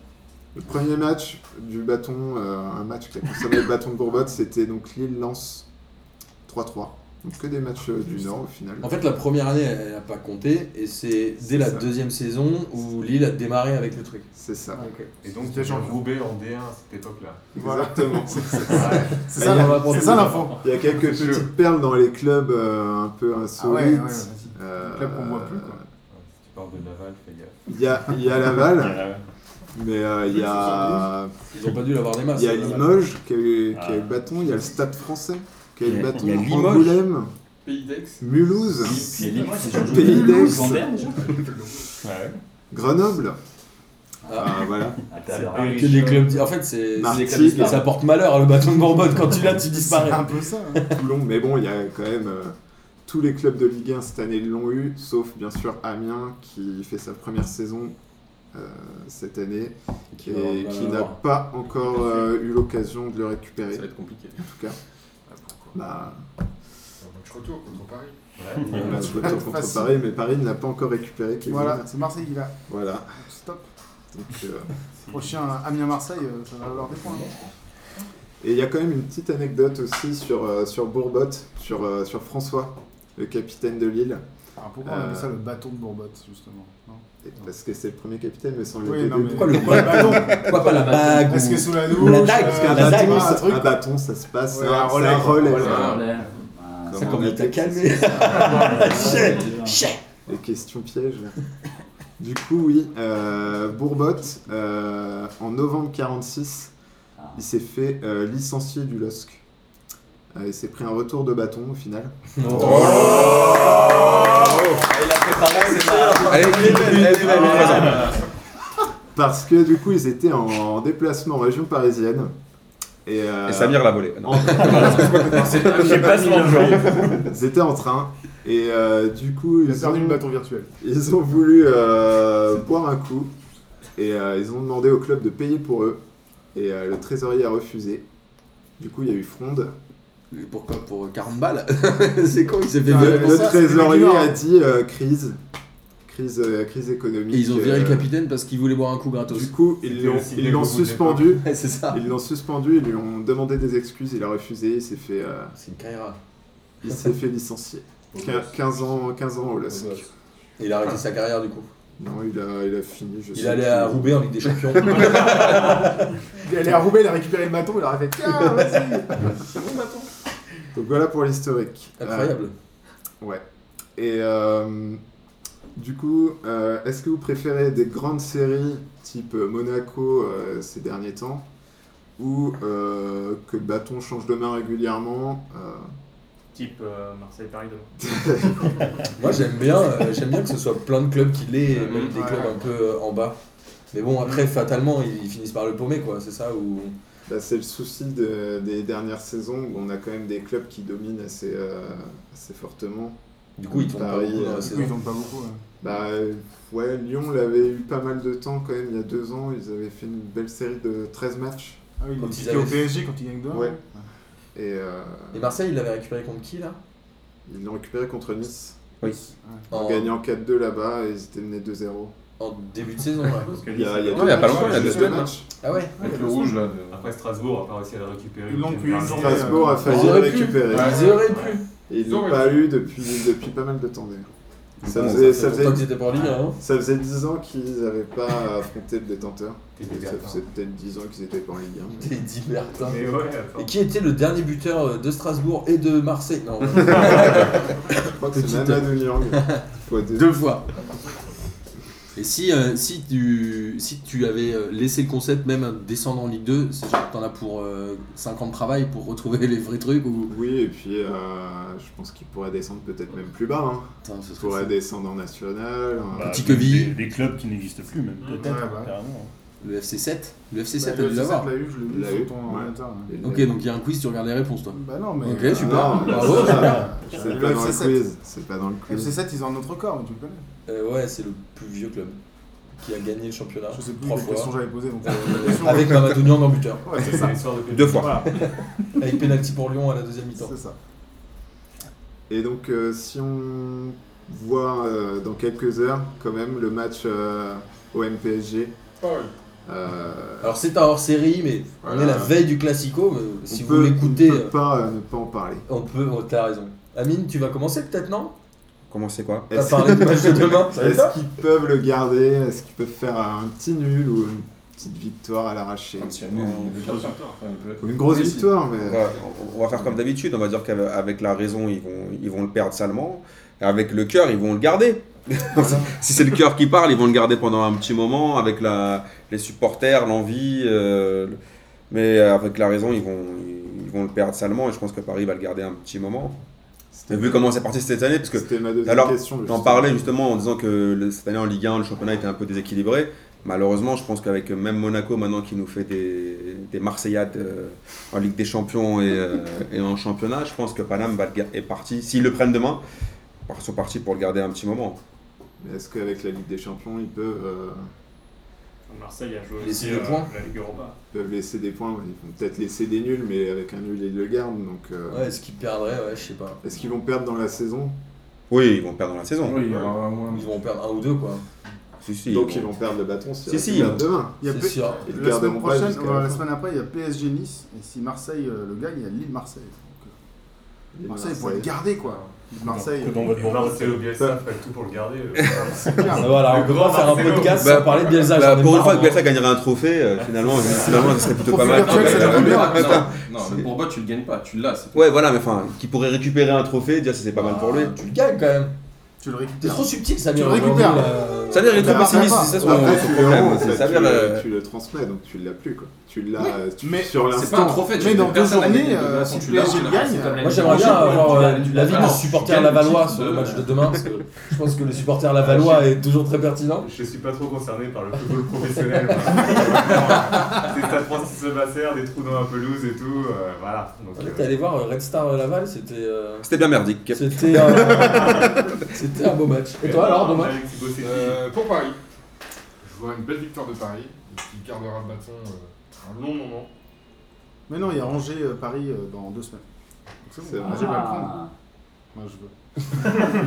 [SPEAKER 3] Le premier match du bâton, euh, un match qui a concerné le bâton de Bourbotte, c'était donc Lille-Lens 3-3. Donc que des matchs euh, du Nord au final.
[SPEAKER 1] En fait, la première année, elle n'a pas compté, et c'est dès
[SPEAKER 3] C'est
[SPEAKER 1] la
[SPEAKER 3] ça.
[SPEAKER 1] deuxième saison où Lille a démarré avec le truc.
[SPEAKER 3] C'est ça.
[SPEAKER 10] Et donc, c'était genre Roubaix en D1 à cette époque-là.
[SPEAKER 3] Exactement. C'est ça.
[SPEAKER 5] C'est
[SPEAKER 1] Bah,
[SPEAKER 5] ça
[SPEAKER 1] il y en a
[SPEAKER 5] la-
[SPEAKER 1] pour
[SPEAKER 5] c'est
[SPEAKER 1] tout
[SPEAKER 5] ça
[SPEAKER 1] le
[SPEAKER 5] l'info.
[SPEAKER 3] Il y a quelques petites perles dans les clubs euh, un peu
[SPEAKER 5] Ah ouais, ouais,
[SPEAKER 3] insolites.
[SPEAKER 5] ouais, vas-y.
[SPEAKER 3] Euh,
[SPEAKER 5] Club qu'on voit plus, quoi.
[SPEAKER 10] Si tu parles de Laval, fais gaffe.
[SPEAKER 3] Il y a, il y a Laval, mais euh, il y a,
[SPEAKER 1] Ils n'ont pas dû l'avoir des masses. hein,
[SPEAKER 3] il y a
[SPEAKER 1] là-bas.
[SPEAKER 3] Limoges qui a, eu, qui a eu le
[SPEAKER 8] Ah.
[SPEAKER 3] bâton, il y a le Stade français qui a eu
[SPEAKER 2] Il y
[SPEAKER 3] le
[SPEAKER 2] a-
[SPEAKER 3] bâton,
[SPEAKER 2] il y a Limoges.
[SPEAKER 3] Angoulême,
[SPEAKER 4] Pays d'Aix.
[SPEAKER 3] Mulhouse,
[SPEAKER 11] C'est Lille, c'est Jean-Jacques
[SPEAKER 3] Pays
[SPEAKER 11] Lille,
[SPEAKER 3] d'Aix.
[SPEAKER 11] Vandamme, déjà
[SPEAKER 8] Ouais.
[SPEAKER 3] Grenoble.
[SPEAKER 1] Ah.
[SPEAKER 3] Ah, voilà.
[SPEAKER 11] Ah, t'as l'air
[SPEAKER 1] Que
[SPEAKER 11] riche.
[SPEAKER 1] des clubs. di- En fait, c'est.
[SPEAKER 3] Martigues.
[SPEAKER 1] c'est des clubs- Ça porte malheur, le bâton de Bourbotte. Quand tu l'as, tu disparais.
[SPEAKER 5] C'est un peu ça. hein.
[SPEAKER 3] Toulon, mais bon, il y a quand même euh, tous les clubs de Ligue 1 cette année l'ont eu, sauf bien sûr Amiens qui fait sa première saison euh, cette année et qui n'a pas encore euh, eu l'occasion de le récupérer.
[SPEAKER 12] Ça va être compliqué.
[SPEAKER 3] En tout cas, bah,
[SPEAKER 10] match retour contre Paris.
[SPEAKER 3] il y a un match
[SPEAKER 5] Ouais.
[SPEAKER 3] retour contre
[SPEAKER 5] Facile.
[SPEAKER 3] Paris, mais Paris ne l'a pas encore récupéré. Kevin.
[SPEAKER 5] Voilà, c'est Marseille qui va.
[SPEAKER 3] Voilà.
[SPEAKER 5] Stop.
[SPEAKER 3] Donc, euh,
[SPEAKER 5] Prochain Amiens-Marseille, euh, ça va valoir des points. hein.
[SPEAKER 3] Et il y a quand même une petite anecdote aussi sur, euh, sur Bourbotte, sur, euh, sur François, le capitaine de Lille.
[SPEAKER 5] Alors Ah, pourquoi on
[SPEAKER 3] Euh,
[SPEAKER 5] appelle ça le bâton de Bourbotte, justement non
[SPEAKER 3] Et parce que c'est le premier capitaine, mais sans le
[SPEAKER 5] Oui,
[SPEAKER 3] DD.
[SPEAKER 5] non, mais.
[SPEAKER 1] Pourquoi le
[SPEAKER 5] bâton
[SPEAKER 1] Pourquoi pas la bague
[SPEAKER 5] Est-ce
[SPEAKER 1] ou-
[SPEAKER 5] que sous la
[SPEAKER 1] la
[SPEAKER 5] douche
[SPEAKER 1] dague,
[SPEAKER 5] euh,
[SPEAKER 1] parce
[SPEAKER 3] Parce qu'un
[SPEAKER 1] La dague,
[SPEAKER 3] bâton,
[SPEAKER 5] un
[SPEAKER 3] ça-
[SPEAKER 5] truc
[SPEAKER 3] un bâton, ça se passe.
[SPEAKER 5] Ouais,
[SPEAKER 3] c'est un
[SPEAKER 5] un relais.
[SPEAKER 3] relais.
[SPEAKER 5] Voilà.
[SPEAKER 11] Voilà.
[SPEAKER 3] Comme
[SPEAKER 1] Ça,
[SPEAKER 3] on
[SPEAKER 1] comme
[SPEAKER 3] a
[SPEAKER 1] il t'a
[SPEAKER 3] dit,
[SPEAKER 1] calmé. Ah, Chais, chais.
[SPEAKER 3] Les questions pièges. du coup, oui, euh, Bourbotte, euh, en novembre 46,
[SPEAKER 1] Ah.
[SPEAKER 3] il s'est fait euh, licencier du LOSC. Euh, il s'est pris un retour de bâton au final.
[SPEAKER 2] Allez, une, une, une, une, une.
[SPEAKER 3] Parce que du coup, ils étaient en, en déplacement en région parisienne. Et, euh,
[SPEAKER 2] Et Samir l'a volé. Non.
[SPEAKER 3] en-
[SPEAKER 8] J'ai pas ce nom de genre.
[SPEAKER 3] ils étaient en train. Et euh, du coup,
[SPEAKER 5] Il a
[SPEAKER 3] ils
[SPEAKER 5] perdu le
[SPEAKER 3] ont,
[SPEAKER 5] bâton virtuel.
[SPEAKER 3] ils ont voulu euh, boire un coup. Et euh, ils ont demandé au club de payer pour eux. Et euh, le trésorier a refusé. Du coup, il y a eu fronde.
[SPEAKER 1] Mais Pourquoi Pour 40 balles C'est con, il s'est fait
[SPEAKER 5] Ah,
[SPEAKER 3] Le,
[SPEAKER 1] virer.
[SPEAKER 5] mais
[SPEAKER 3] le
[SPEAKER 5] ça, c'est
[SPEAKER 3] trésorier
[SPEAKER 5] régulier,
[SPEAKER 3] a
[SPEAKER 5] hein.
[SPEAKER 3] dit euh, crise. Crise, euh, crise économique.
[SPEAKER 1] Et ils ont viré le
[SPEAKER 3] euh,
[SPEAKER 1] capitaine parce qu'il voulait boire un coup gratos.
[SPEAKER 3] Du coup, ils
[SPEAKER 10] C'était
[SPEAKER 3] l'ont-
[SPEAKER 10] aussi
[SPEAKER 3] ils
[SPEAKER 10] des
[SPEAKER 3] l'ont
[SPEAKER 10] gros bouts de
[SPEAKER 3] suspendu.
[SPEAKER 1] Ouais, c'est ça.
[SPEAKER 3] Ils l'ont suspendu, ils lui ont demandé des excuses, il a refusé, il s'est fait, euh,
[SPEAKER 1] C'est une carrière.
[SPEAKER 3] il s'est fait licencier. Quin- 15 ans, 15 ans au LOSC.
[SPEAKER 1] Et il a arrêté sa carrière du coup.
[SPEAKER 3] Non, il a, il a fini, je
[SPEAKER 1] Il
[SPEAKER 3] sais
[SPEAKER 1] allait
[SPEAKER 3] plus.
[SPEAKER 1] à Roubaix en Ligue des Champions.
[SPEAKER 5] Il est allé à Roubaix, il a récupéré le bâton, il a fait Tiens, vas-y
[SPEAKER 3] Donc voilà pour l'historique.
[SPEAKER 1] Incroyable.
[SPEAKER 3] Euh, ouais. Et euh, du coup, euh, est-ce que vous préférez des grandes séries type euh, Monaco euh, ces derniers temps ou euh, que le bâton change de main régulièrement euh,
[SPEAKER 4] Type euh, Marseille-Paris demain.
[SPEAKER 1] Moi j'aime bien, euh, j'aime bien que ce soit plein de clubs qui l'aient, et même des
[SPEAKER 5] Ouais.
[SPEAKER 1] clubs un peu euh, en bas. Mais bon, après, fatalement, ils ils finissent par le paumer, quoi, c'est ça ou...
[SPEAKER 3] Bah, c'est le souci de- des dernières saisons où on a quand même des clubs qui dominent assez, euh, assez fortement.
[SPEAKER 1] Du coup, ils tombent pas
[SPEAKER 3] Paris,
[SPEAKER 1] beaucoup dans
[SPEAKER 3] euh,
[SPEAKER 1] la
[SPEAKER 5] Du coup, ils
[SPEAKER 1] saison.
[SPEAKER 5] vendent pas beaucoup. hein.
[SPEAKER 3] Bah euh, ouais, Lyon l'avait eu pas mal de temps quand même, il y a deux ans, ils avaient fait une belle série de 13 matchs.
[SPEAKER 5] Ah oui,
[SPEAKER 1] Quand
[SPEAKER 5] il est
[SPEAKER 1] ils
[SPEAKER 5] piqué au
[SPEAKER 1] avaient-
[SPEAKER 5] PSG quand il gagne 2
[SPEAKER 3] Ouais. Et euh,
[SPEAKER 1] Et Marseille, il l'avait récupéré contre qui, là
[SPEAKER 3] ils l'ont récupéré contre Nice, en
[SPEAKER 1] en,
[SPEAKER 3] gagnant 4-2 là-bas et ils étaient menés 2-0.
[SPEAKER 1] en début de saison, ouais.
[SPEAKER 4] Parce que
[SPEAKER 3] Il y a,
[SPEAKER 4] Nice,
[SPEAKER 3] il y a
[SPEAKER 4] euh,
[SPEAKER 3] deux
[SPEAKER 12] il y a pas
[SPEAKER 3] matchs,
[SPEAKER 12] longtemps, il y a deux
[SPEAKER 3] juste
[SPEAKER 12] semaines,
[SPEAKER 3] matchs.
[SPEAKER 1] Ah ouais
[SPEAKER 12] Avec le rouge là. de-
[SPEAKER 10] Après Strasbourg, a pas réussi à le récupérer.
[SPEAKER 5] Ils l'ont
[SPEAKER 10] Donc,
[SPEAKER 5] depuis une
[SPEAKER 10] dernier.
[SPEAKER 5] journée.
[SPEAKER 3] Strasbourg
[SPEAKER 12] euh,
[SPEAKER 3] a failli
[SPEAKER 1] Ils
[SPEAKER 3] le
[SPEAKER 1] auraient pu.
[SPEAKER 3] récupérer.
[SPEAKER 1] Ils y auraient pu.
[SPEAKER 3] Et ils l'ont pas eu depuis, depuis pas mal de temps d'ailleurs. Ça
[SPEAKER 2] Bon,
[SPEAKER 3] faisait,
[SPEAKER 1] C'est
[SPEAKER 3] ça,
[SPEAKER 1] longtemps qu'ils
[SPEAKER 3] faisait,
[SPEAKER 1] étaient pas en Ligue 1, hein.
[SPEAKER 3] ça faisait 10 ans qu'ils n'avaient pas affronté le détenteur.
[SPEAKER 10] T'es
[SPEAKER 3] Ça
[SPEAKER 10] dégueulasse.
[SPEAKER 12] hein.
[SPEAKER 3] faisait peut-être 10 ans qu'ils étaient pas en Ligue 1.
[SPEAKER 1] T'es dit, Bertin.
[SPEAKER 10] Mais ouais, enfin,
[SPEAKER 1] hein. Et qui était le dernier buteur euh, de Strasbourg et de Marseille Non,
[SPEAKER 3] Je crois que c'est
[SPEAKER 1] Petite-
[SPEAKER 3] Mamadou Niang. Fois deux.
[SPEAKER 1] deux fois. Et si, euh, si, tu, si tu avais euh, laissé le concept, même descendre en Ligue 2, c'est genre que t'en as pour 5 ans de travail pour retrouver les vrais trucs ou.
[SPEAKER 3] Oui, et puis euh, je pense qu'il pourrait descendre peut-être même plus bas. Hein.
[SPEAKER 1] Putain, ce
[SPEAKER 3] Il
[SPEAKER 1] serait
[SPEAKER 3] pourrait
[SPEAKER 1] ça.
[SPEAKER 3] descendre en national. hein.
[SPEAKER 1] Petit
[SPEAKER 8] Bah,
[SPEAKER 1] queville.
[SPEAKER 8] Des, des clubs qui n'existent plus, même peut-être.
[SPEAKER 5] Ouais, bah.
[SPEAKER 8] carrément.
[SPEAKER 13] Le FC7 Le FC7
[SPEAKER 5] Bah,
[SPEAKER 13] a dû
[SPEAKER 5] le
[SPEAKER 13] l'avoir.
[SPEAKER 5] FC7 l'a eu, je l'ai
[SPEAKER 3] L'a
[SPEAKER 5] mis
[SPEAKER 3] eu,
[SPEAKER 5] sur ton
[SPEAKER 3] ouais.
[SPEAKER 5] ordinateur. ouais.
[SPEAKER 13] Ok, donc il y a un quiz, tu regardes les réponses, toi.
[SPEAKER 5] Bah non, mais.
[SPEAKER 13] Ok,
[SPEAKER 5] euh,
[SPEAKER 13] super.
[SPEAKER 5] non,
[SPEAKER 13] Bravo.
[SPEAKER 5] c'est pas-
[SPEAKER 3] C'est
[SPEAKER 5] le
[SPEAKER 3] pas dans le
[SPEAKER 5] FC7.
[SPEAKER 3] quiz. C'est pas dans le quiz.
[SPEAKER 5] FC7, ils ont un autre corps, mais tu le connais.
[SPEAKER 1] Euh, ouais, c'est le plus vieux club qui a gagné le championnat.
[SPEAKER 5] Je sais plus
[SPEAKER 1] Ah, trois
[SPEAKER 5] quelle
[SPEAKER 1] fois.
[SPEAKER 5] question j'avais posée. Donc,
[SPEAKER 1] Euh, avec Ramatonian en buteur.
[SPEAKER 5] ouais, c'est ça.
[SPEAKER 2] Deux fois.
[SPEAKER 5] Voilà,
[SPEAKER 1] Avec pénalty pour Lyon à la deuxième mi-temps.
[SPEAKER 5] c'est ça.
[SPEAKER 3] Et donc, euh, si on voit euh, dans quelques heures, quand même, le match euh, OM-PSG.
[SPEAKER 2] Ah
[SPEAKER 3] euh,
[SPEAKER 1] Alors c'est un hors-série, mais on est la
[SPEAKER 3] voilà.
[SPEAKER 1] veille du Classico. mais euh, si
[SPEAKER 3] on
[SPEAKER 1] vous
[SPEAKER 3] peut,
[SPEAKER 1] l'écoutez,
[SPEAKER 3] on ne
[SPEAKER 1] euh,
[SPEAKER 3] peut pas euh, ne pas en parler.
[SPEAKER 1] on peut. oh, T'as raison. Amine, tu vas commencer peut-être, non
[SPEAKER 2] Comment c'est quoi
[SPEAKER 1] T'as parlé du match de demain.
[SPEAKER 3] Est-ce qu'ils peuvent le garder Est-ce qu'ils peuvent faire un petit nul ou une petite victoire à l'arraché Ou une grosse
[SPEAKER 14] Oui, si.
[SPEAKER 3] victoire, mais
[SPEAKER 2] Ouais, on- on va faire comme d'habitude, on va dire qu'avec la raison, ils vont, ils vont le perdre salement. Et avec le cœur, ils vont le garder. si c'est le cœur qui parle, ils vont le garder pendant un petit moment avec la, les supporters, l'envie. euh, le- mais avec la raison, ils vont, ils vont le perdre salement. Et je pense que Paris va le garder un petit moment. Et
[SPEAKER 3] c'était
[SPEAKER 2] vu comment c'est parti cette année, parce que
[SPEAKER 3] c'était ma deuxième
[SPEAKER 2] alors,
[SPEAKER 3] question.
[SPEAKER 2] J'en
[SPEAKER 3] justement.
[SPEAKER 2] parlais justement en disant que le- cette année en Ligue 1, le championnat était un peu déséquilibré. Malheureusement, je pense qu'avec euh, même Monaco maintenant qui nous fait des, des Marseillades euh, en Ligue des Champions et, euh, et en championnat, je pense que Paname va le gar- est parti. S'ils le prennent demain, ils sont partis pour le garder un petit moment.
[SPEAKER 3] Mais Est-ce qu'avec la Ligue des Champions, ils peuvent, euh,
[SPEAKER 4] Marseille a joué
[SPEAKER 1] Laissez
[SPEAKER 4] aussi
[SPEAKER 1] le
[SPEAKER 4] euh,
[SPEAKER 1] point.
[SPEAKER 4] la Ligue Europa.
[SPEAKER 3] peuvent laisser des points ouais, Ils vont peut-être laisser des nuls, mais avec un nul, ils le gardent. Donc, euh,
[SPEAKER 1] Ouais, est-ce qu'il perdrait Ouais, je sais pas.
[SPEAKER 3] Est-ce qu'ils vont perdre dans la saison
[SPEAKER 2] Oui, ils vont perdre dans la saison.
[SPEAKER 14] Oui, il y aura moins.
[SPEAKER 1] Ils vont perdre un ou deux, quoi.
[SPEAKER 2] Si, si,
[SPEAKER 3] Donc
[SPEAKER 2] ils
[SPEAKER 3] ils
[SPEAKER 2] vont-
[SPEAKER 3] vont perdre le bâton si,
[SPEAKER 2] Si, si, ils vont-
[SPEAKER 3] demain.
[SPEAKER 5] Il y a
[SPEAKER 1] C'est
[SPEAKER 5] peu-
[SPEAKER 1] sûr.
[SPEAKER 3] Ils le
[SPEAKER 5] La semaine
[SPEAKER 3] garderont pas
[SPEAKER 5] prochaine,
[SPEAKER 3] jusqu'à
[SPEAKER 5] voilà,
[SPEAKER 3] la
[SPEAKER 5] la
[SPEAKER 3] fin.
[SPEAKER 5] semaine après, il y a PSG Nice. Et si Marseille euh, le gagne, il y a Lille Marseille. Donc, euh,
[SPEAKER 3] Lille,
[SPEAKER 5] Marseille, il faut
[SPEAKER 3] Marseille.
[SPEAKER 5] le garder quoi. Marseille.
[SPEAKER 11] Que dans votre
[SPEAKER 10] On va
[SPEAKER 11] banc.
[SPEAKER 10] rester au Bielsa, fait tout pour le garder. euh.
[SPEAKER 5] c'est clair.
[SPEAKER 1] Voilà, on
[SPEAKER 10] Le
[SPEAKER 1] pourra
[SPEAKER 10] grand
[SPEAKER 1] faire un
[SPEAKER 10] Marcelo.
[SPEAKER 1] podcast
[SPEAKER 2] Bah,
[SPEAKER 1] sans parler de Bielsa.
[SPEAKER 2] Bah,
[SPEAKER 1] j'en ai
[SPEAKER 2] pour une
[SPEAKER 1] marre, hein.
[SPEAKER 2] fois que
[SPEAKER 1] moi.
[SPEAKER 2] Bielsa gagnera un trophée, euh, finalement, finalement, ce serait plutôt pas mal.
[SPEAKER 5] Trophée virtuel, ça devrait bien.
[SPEAKER 2] Attends.
[SPEAKER 14] Non, mais pour moi, tu le gagnes pas, tu l'as. c'est tout.
[SPEAKER 2] Ouais, voilà, mais enfin, qui pourrait récupérer un trophée, déjà, c'est pas mal pour lui.
[SPEAKER 1] Ah, Tu le gagnes quand même.
[SPEAKER 5] Tu le
[SPEAKER 1] T'es
[SPEAKER 5] récupères.
[SPEAKER 1] trop subtil, Samir.
[SPEAKER 5] Tu le récupères.
[SPEAKER 1] aujourd'hui, là.
[SPEAKER 2] Ça veut dire, Euh, il est trop
[SPEAKER 5] Bah,
[SPEAKER 2] pessimiste,
[SPEAKER 5] après,
[SPEAKER 2] c'est ça son
[SPEAKER 3] Après,
[SPEAKER 2] son
[SPEAKER 3] tu le
[SPEAKER 2] problème.
[SPEAKER 3] rends,
[SPEAKER 2] C'est
[SPEAKER 3] en fait,
[SPEAKER 2] ça,
[SPEAKER 3] tu,
[SPEAKER 2] veut dire,
[SPEAKER 3] le,
[SPEAKER 2] euh,
[SPEAKER 3] tu le transmets, donc tu l'as plus quoi. Tu l'as
[SPEAKER 5] Oui,
[SPEAKER 3] euh, tu-
[SPEAKER 5] mais
[SPEAKER 3] sur
[SPEAKER 14] C'est pas un
[SPEAKER 3] l'instant.
[SPEAKER 14] trophée, tu
[SPEAKER 5] Mais
[SPEAKER 14] le
[SPEAKER 5] dans deux
[SPEAKER 14] personne à gagner
[SPEAKER 5] journées,
[SPEAKER 14] dedans,
[SPEAKER 5] euh,
[SPEAKER 14] si
[SPEAKER 5] si
[SPEAKER 14] tu l'as,
[SPEAKER 5] PSG
[SPEAKER 14] tu l'as.
[SPEAKER 5] gagne,
[SPEAKER 15] C'est comme la
[SPEAKER 1] Moi
[SPEAKER 15] Ligue
[SPEAKER 1] j'aimerais bien
[SPEAKER 15] Europa,
[SPEAKER 1] avoir
[SPEAKER 15] tu
[SPEAKER 1] euh,
[SPEAKER 15] l'as- tu l'as
[SPEAKER 1] l'avis
[SPEAKER 15] pas.
[SPEAKER 1] des supporters
[SPEAKER 14] gagnes le
[SPEAKER 1] lavallois
[SPEAKER 14] titre
[SPEAKER 1] sur
[SPEAKER 14] de-
[SPEAKER 1] le match de demain, parce que je pense que le supporter lavallois est toujours très pertinent.
[SPEAKER 10] Je suis pas trop concerné par le football professionnel. moi. C'est Stade Francis Sebasser, des trous dans la pelouse et tout. euh, voilà. Donc,
[SPEAKER 1] En fait,
[SPEAKER 10] euh,
[SPEAKER 1] t'es allé voir euh, Red Star euh, Laval, c'était. euh,
[SPEAKER 2] C'était bien merdique.
[SPEAKER 1] C'était un... c'était un beau match. Et toi alors demain
[SPEAKER 10] Alexis Bossetti,
[SPEAKER 11] Euh, pour Paris, je vois une belle victoire de Paris qui gardera le bâton euh, un long moment.
[SPEAKER 5] Mais non, il y a Angers euh, Paris euh, dans deux semaines. Donc,
[SPEAKER 3] C'est
[SPEAKER 5] C'est bon,
[SPEAKER 3] vrai.
[SPEAKER 5] Angers va le prendre.
[SPEAKER 4] Ah.
[SPEAKER 5] Moi je veux.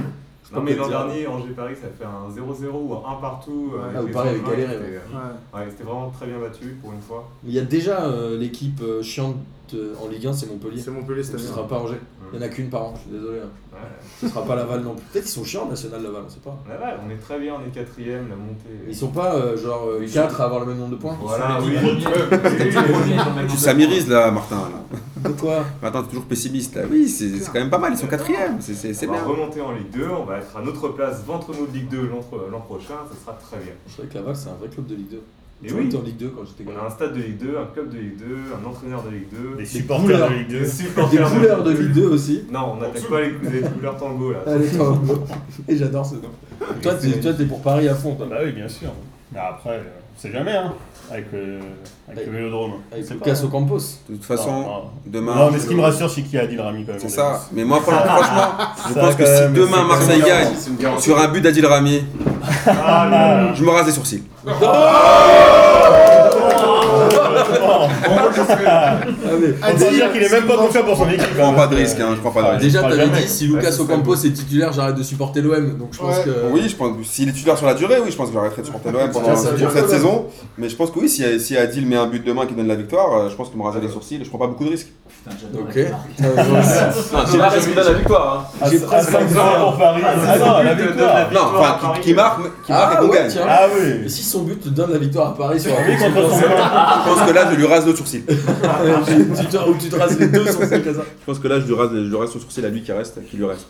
[SPEAKER 10] Non mais l'an dernier, Angers-Paris, ça fait un 0-0 ou un 1 partout. euh,
[SPEAKER 1] Ah,
[SPEAKER 10] avec
[SPEAKER 1] Paris avait
[SPEAKER 10] les
[SPEAKER 1] galéré, ouais.
[SPEAKER 10] Angevins, c'était- euh,
[SPEAKER 5] Ouais.
[SPEAKER 10] Ouais, c'était vraiment très bien battu pour une fois.
[SPEAKER 1] Il y a déjà euh, l'équipe euh, chiante euh, en Ligue 1, c'est Montpellier.
[SPEAKER 5] C'est Montpellier cette
[SPEAKER 1] Ce
[SPEAKER 5] année.
[SPEAKER 1] sera pas Angers. Il y en a qu'une par an, je suis désolé. hein.
[SPEAKER 10] Ouais.
[SPEAKER 1] Ce sera pas Laval non plus. Peut-être qu'ils sont chiants National Laval, on sait pas.
[SPEAKER 10] Laval, on est très bien, on est quatrième, la montée.
[SPEAKER 1] Ils sont pas euh, genre 4 à avoir le même nombre de points.
[SPEAKER 10] Voilà,
[SPEAKER 15] Ils
[SPEAKER 10] oui.
[SPEAKER 15] sont les dix
[SPEAKER 2] Tu samirise là, Martin. Là.
[SPEAKER 1] De quoi
[SPEAKER 2] Martin, t'es toujours pessimiste là. Oui, c'est c'est quand même pas mal, ils sont quatrième, c'est- c'est c'est
[SPEAKER 10] On va
[SPEAKER 2] bien.
[SPEAKER 10] remonter en Ligue 2, on va être à notre place ventre mou de Ligue 2 l'an l'an prochain, ça sera très bien.
[SPEAKER 1] Je savais que Laval c'est un vrai club de Ligue 2.
[SPEAKER 10] Et
[SPEAKER 1] J'aurais
[SPEAKER 10] oui,
[SPEAKER 1] été en Ligue 2 quand j'étais
[SPEAKER 10] on
[SPEAKER 1] gamin.
[SPEAKER 10] a un stade de Ligue 2, un club de Ligue 2, un entraîneur de Ligue 2,
[SPEAKER 11] Les
[SPEAKER 1] couleurs.
[SPEAKER 11] supporters de Ligue 2.
[SPEAKER 10] des
[SPEAKER 1] Des
[SPEAKER 10] supporters
[SPEAKER 1] couleurs de Ligue 2 aussi.
[SPEAKER 10] Non, on n'attaque pas les, les couleurs tango là.
[SPEAKER 1] Allez, toi. Et j'adore ce nom. Toi, t'es toi, t'es pour Paris à fond, toi.
[SPEAKER 11] Bah oui, bien sûr. Mais après, euh, on sait jamais, hein, avec le, avec le vélodrome.
[SPEAKER 1] Avec
[SPEAKER 11] C'est
[SPEAKER 1] Lucas
[SPEAKER 11] pas- hein.
[SPEAKER 1] Ocampos.
[SPEAKER 2] De toute
[SPEAKER 11] Non,
[SPEAKER 2] façon,
[SPEAKER 11] non.
[SPEAKER 2] demain.
[SPEAKER 11] Non, mais ce qui me rassure, c'est qu'il y a Adil Rami quand même.
[SPEAKER 2] C'est
[SPEAKER 11] on a
[SPEAKER 2] ça.
[SPEAKER 11] vu.
[SPEAKER 2] Mais moi, franchement, franchement, je
[SPEAKER 11] Ça,
[SPEAKER 2] pense que
[SPEAKER 11] quand
[SPEAKER 2] si
[SPEAKER 11] même,
[SPEAKER 2] demain
[SPEAKER 11] c'est
[SPEAKER 2] Marseille
[SPEAKER 11] quand même
[SPEAKER 2] gagne
[SPEAKER 14] C'est une garantie.
[SPEAKER 2] sur un but d'Adil Rami,
[SPEAKER 11] Ah là là.
[SPEAKER 2] je me rase les sourcils.
[SPEAKER 1] Ah, mais-
[SPEAKER 11] On peut dire qu'il est même pas confiant pour son équipe.
[SPEAKER 2] Je prends pas de risque, hein, je prends pas de risque.
[SPEAKER 1] Déjà,
[SPEAKER 11] crois
[SPEAKER 1] t'avais
[SPEAKER 11] Ah, jamais. Ah,
[SPEAKER 1] dit si
[SPEAKER 10] Ouais,
[SPEAKER 1] Lucas
[SPEAKER 10] c'est
[SPEAKER 1] Ocampos est titulaire, j'arrête de supporter l'OM. Donc je pense
[SPEAKER 5] Ouais.
[SPEAKER 1] que.
[SPEAKER 2] Oui, je pense que s'il est titulaire sur la durée, oui, je pense que j'arrêterai de supporter l'OM pendant
[SPEAKER 1] Ça, ça veut dire
[SPEAKER 2] pour cette
[SPEAKER 1] quoi,
[SPEAKER 2] saison. Mais je pense que oui, si, si Adil met un but demain qui donne la victoire, euh, je pense qu'il me raser les sourcils. Je prends pas beaucoup de risques.
[SPEAKER 15] Putain, j'adore
[SPEAKER 1] Ok. Euh,
[SPEAKER 15] les marques. C'est la raison de la victoire.
[SPEAKER 11] À
[SPEAKER 1] J'ai
[SPEAKER 11] à 5 points pour Paris. Ah non, la victoire.
[SPEAKER 1] Bah,
[SPEAKER 2] Non, enfin, qui, qui
[SPEAKER 1] euh,
[SPEAKER 2] marque, qui marque et qu'on gagne.
[SPEAKER 11] Ah
[SPEAKER 1] Et
[SPEAKER 11] oui.
[SPEAKER 1] si son but te donne la victoire à Paris sur un
[SPEAKER 11] Oui, contre son
[SPEAKER 2] Je pense que là, je lui rase le sourcil.
[SPEAKER 1] tu te, ou tu te rases les deux sur ce cas
[SPEAKER 2] Je pense que là, je lui rase, je lui rase le sourcil à lui qui reste, qui lui reste.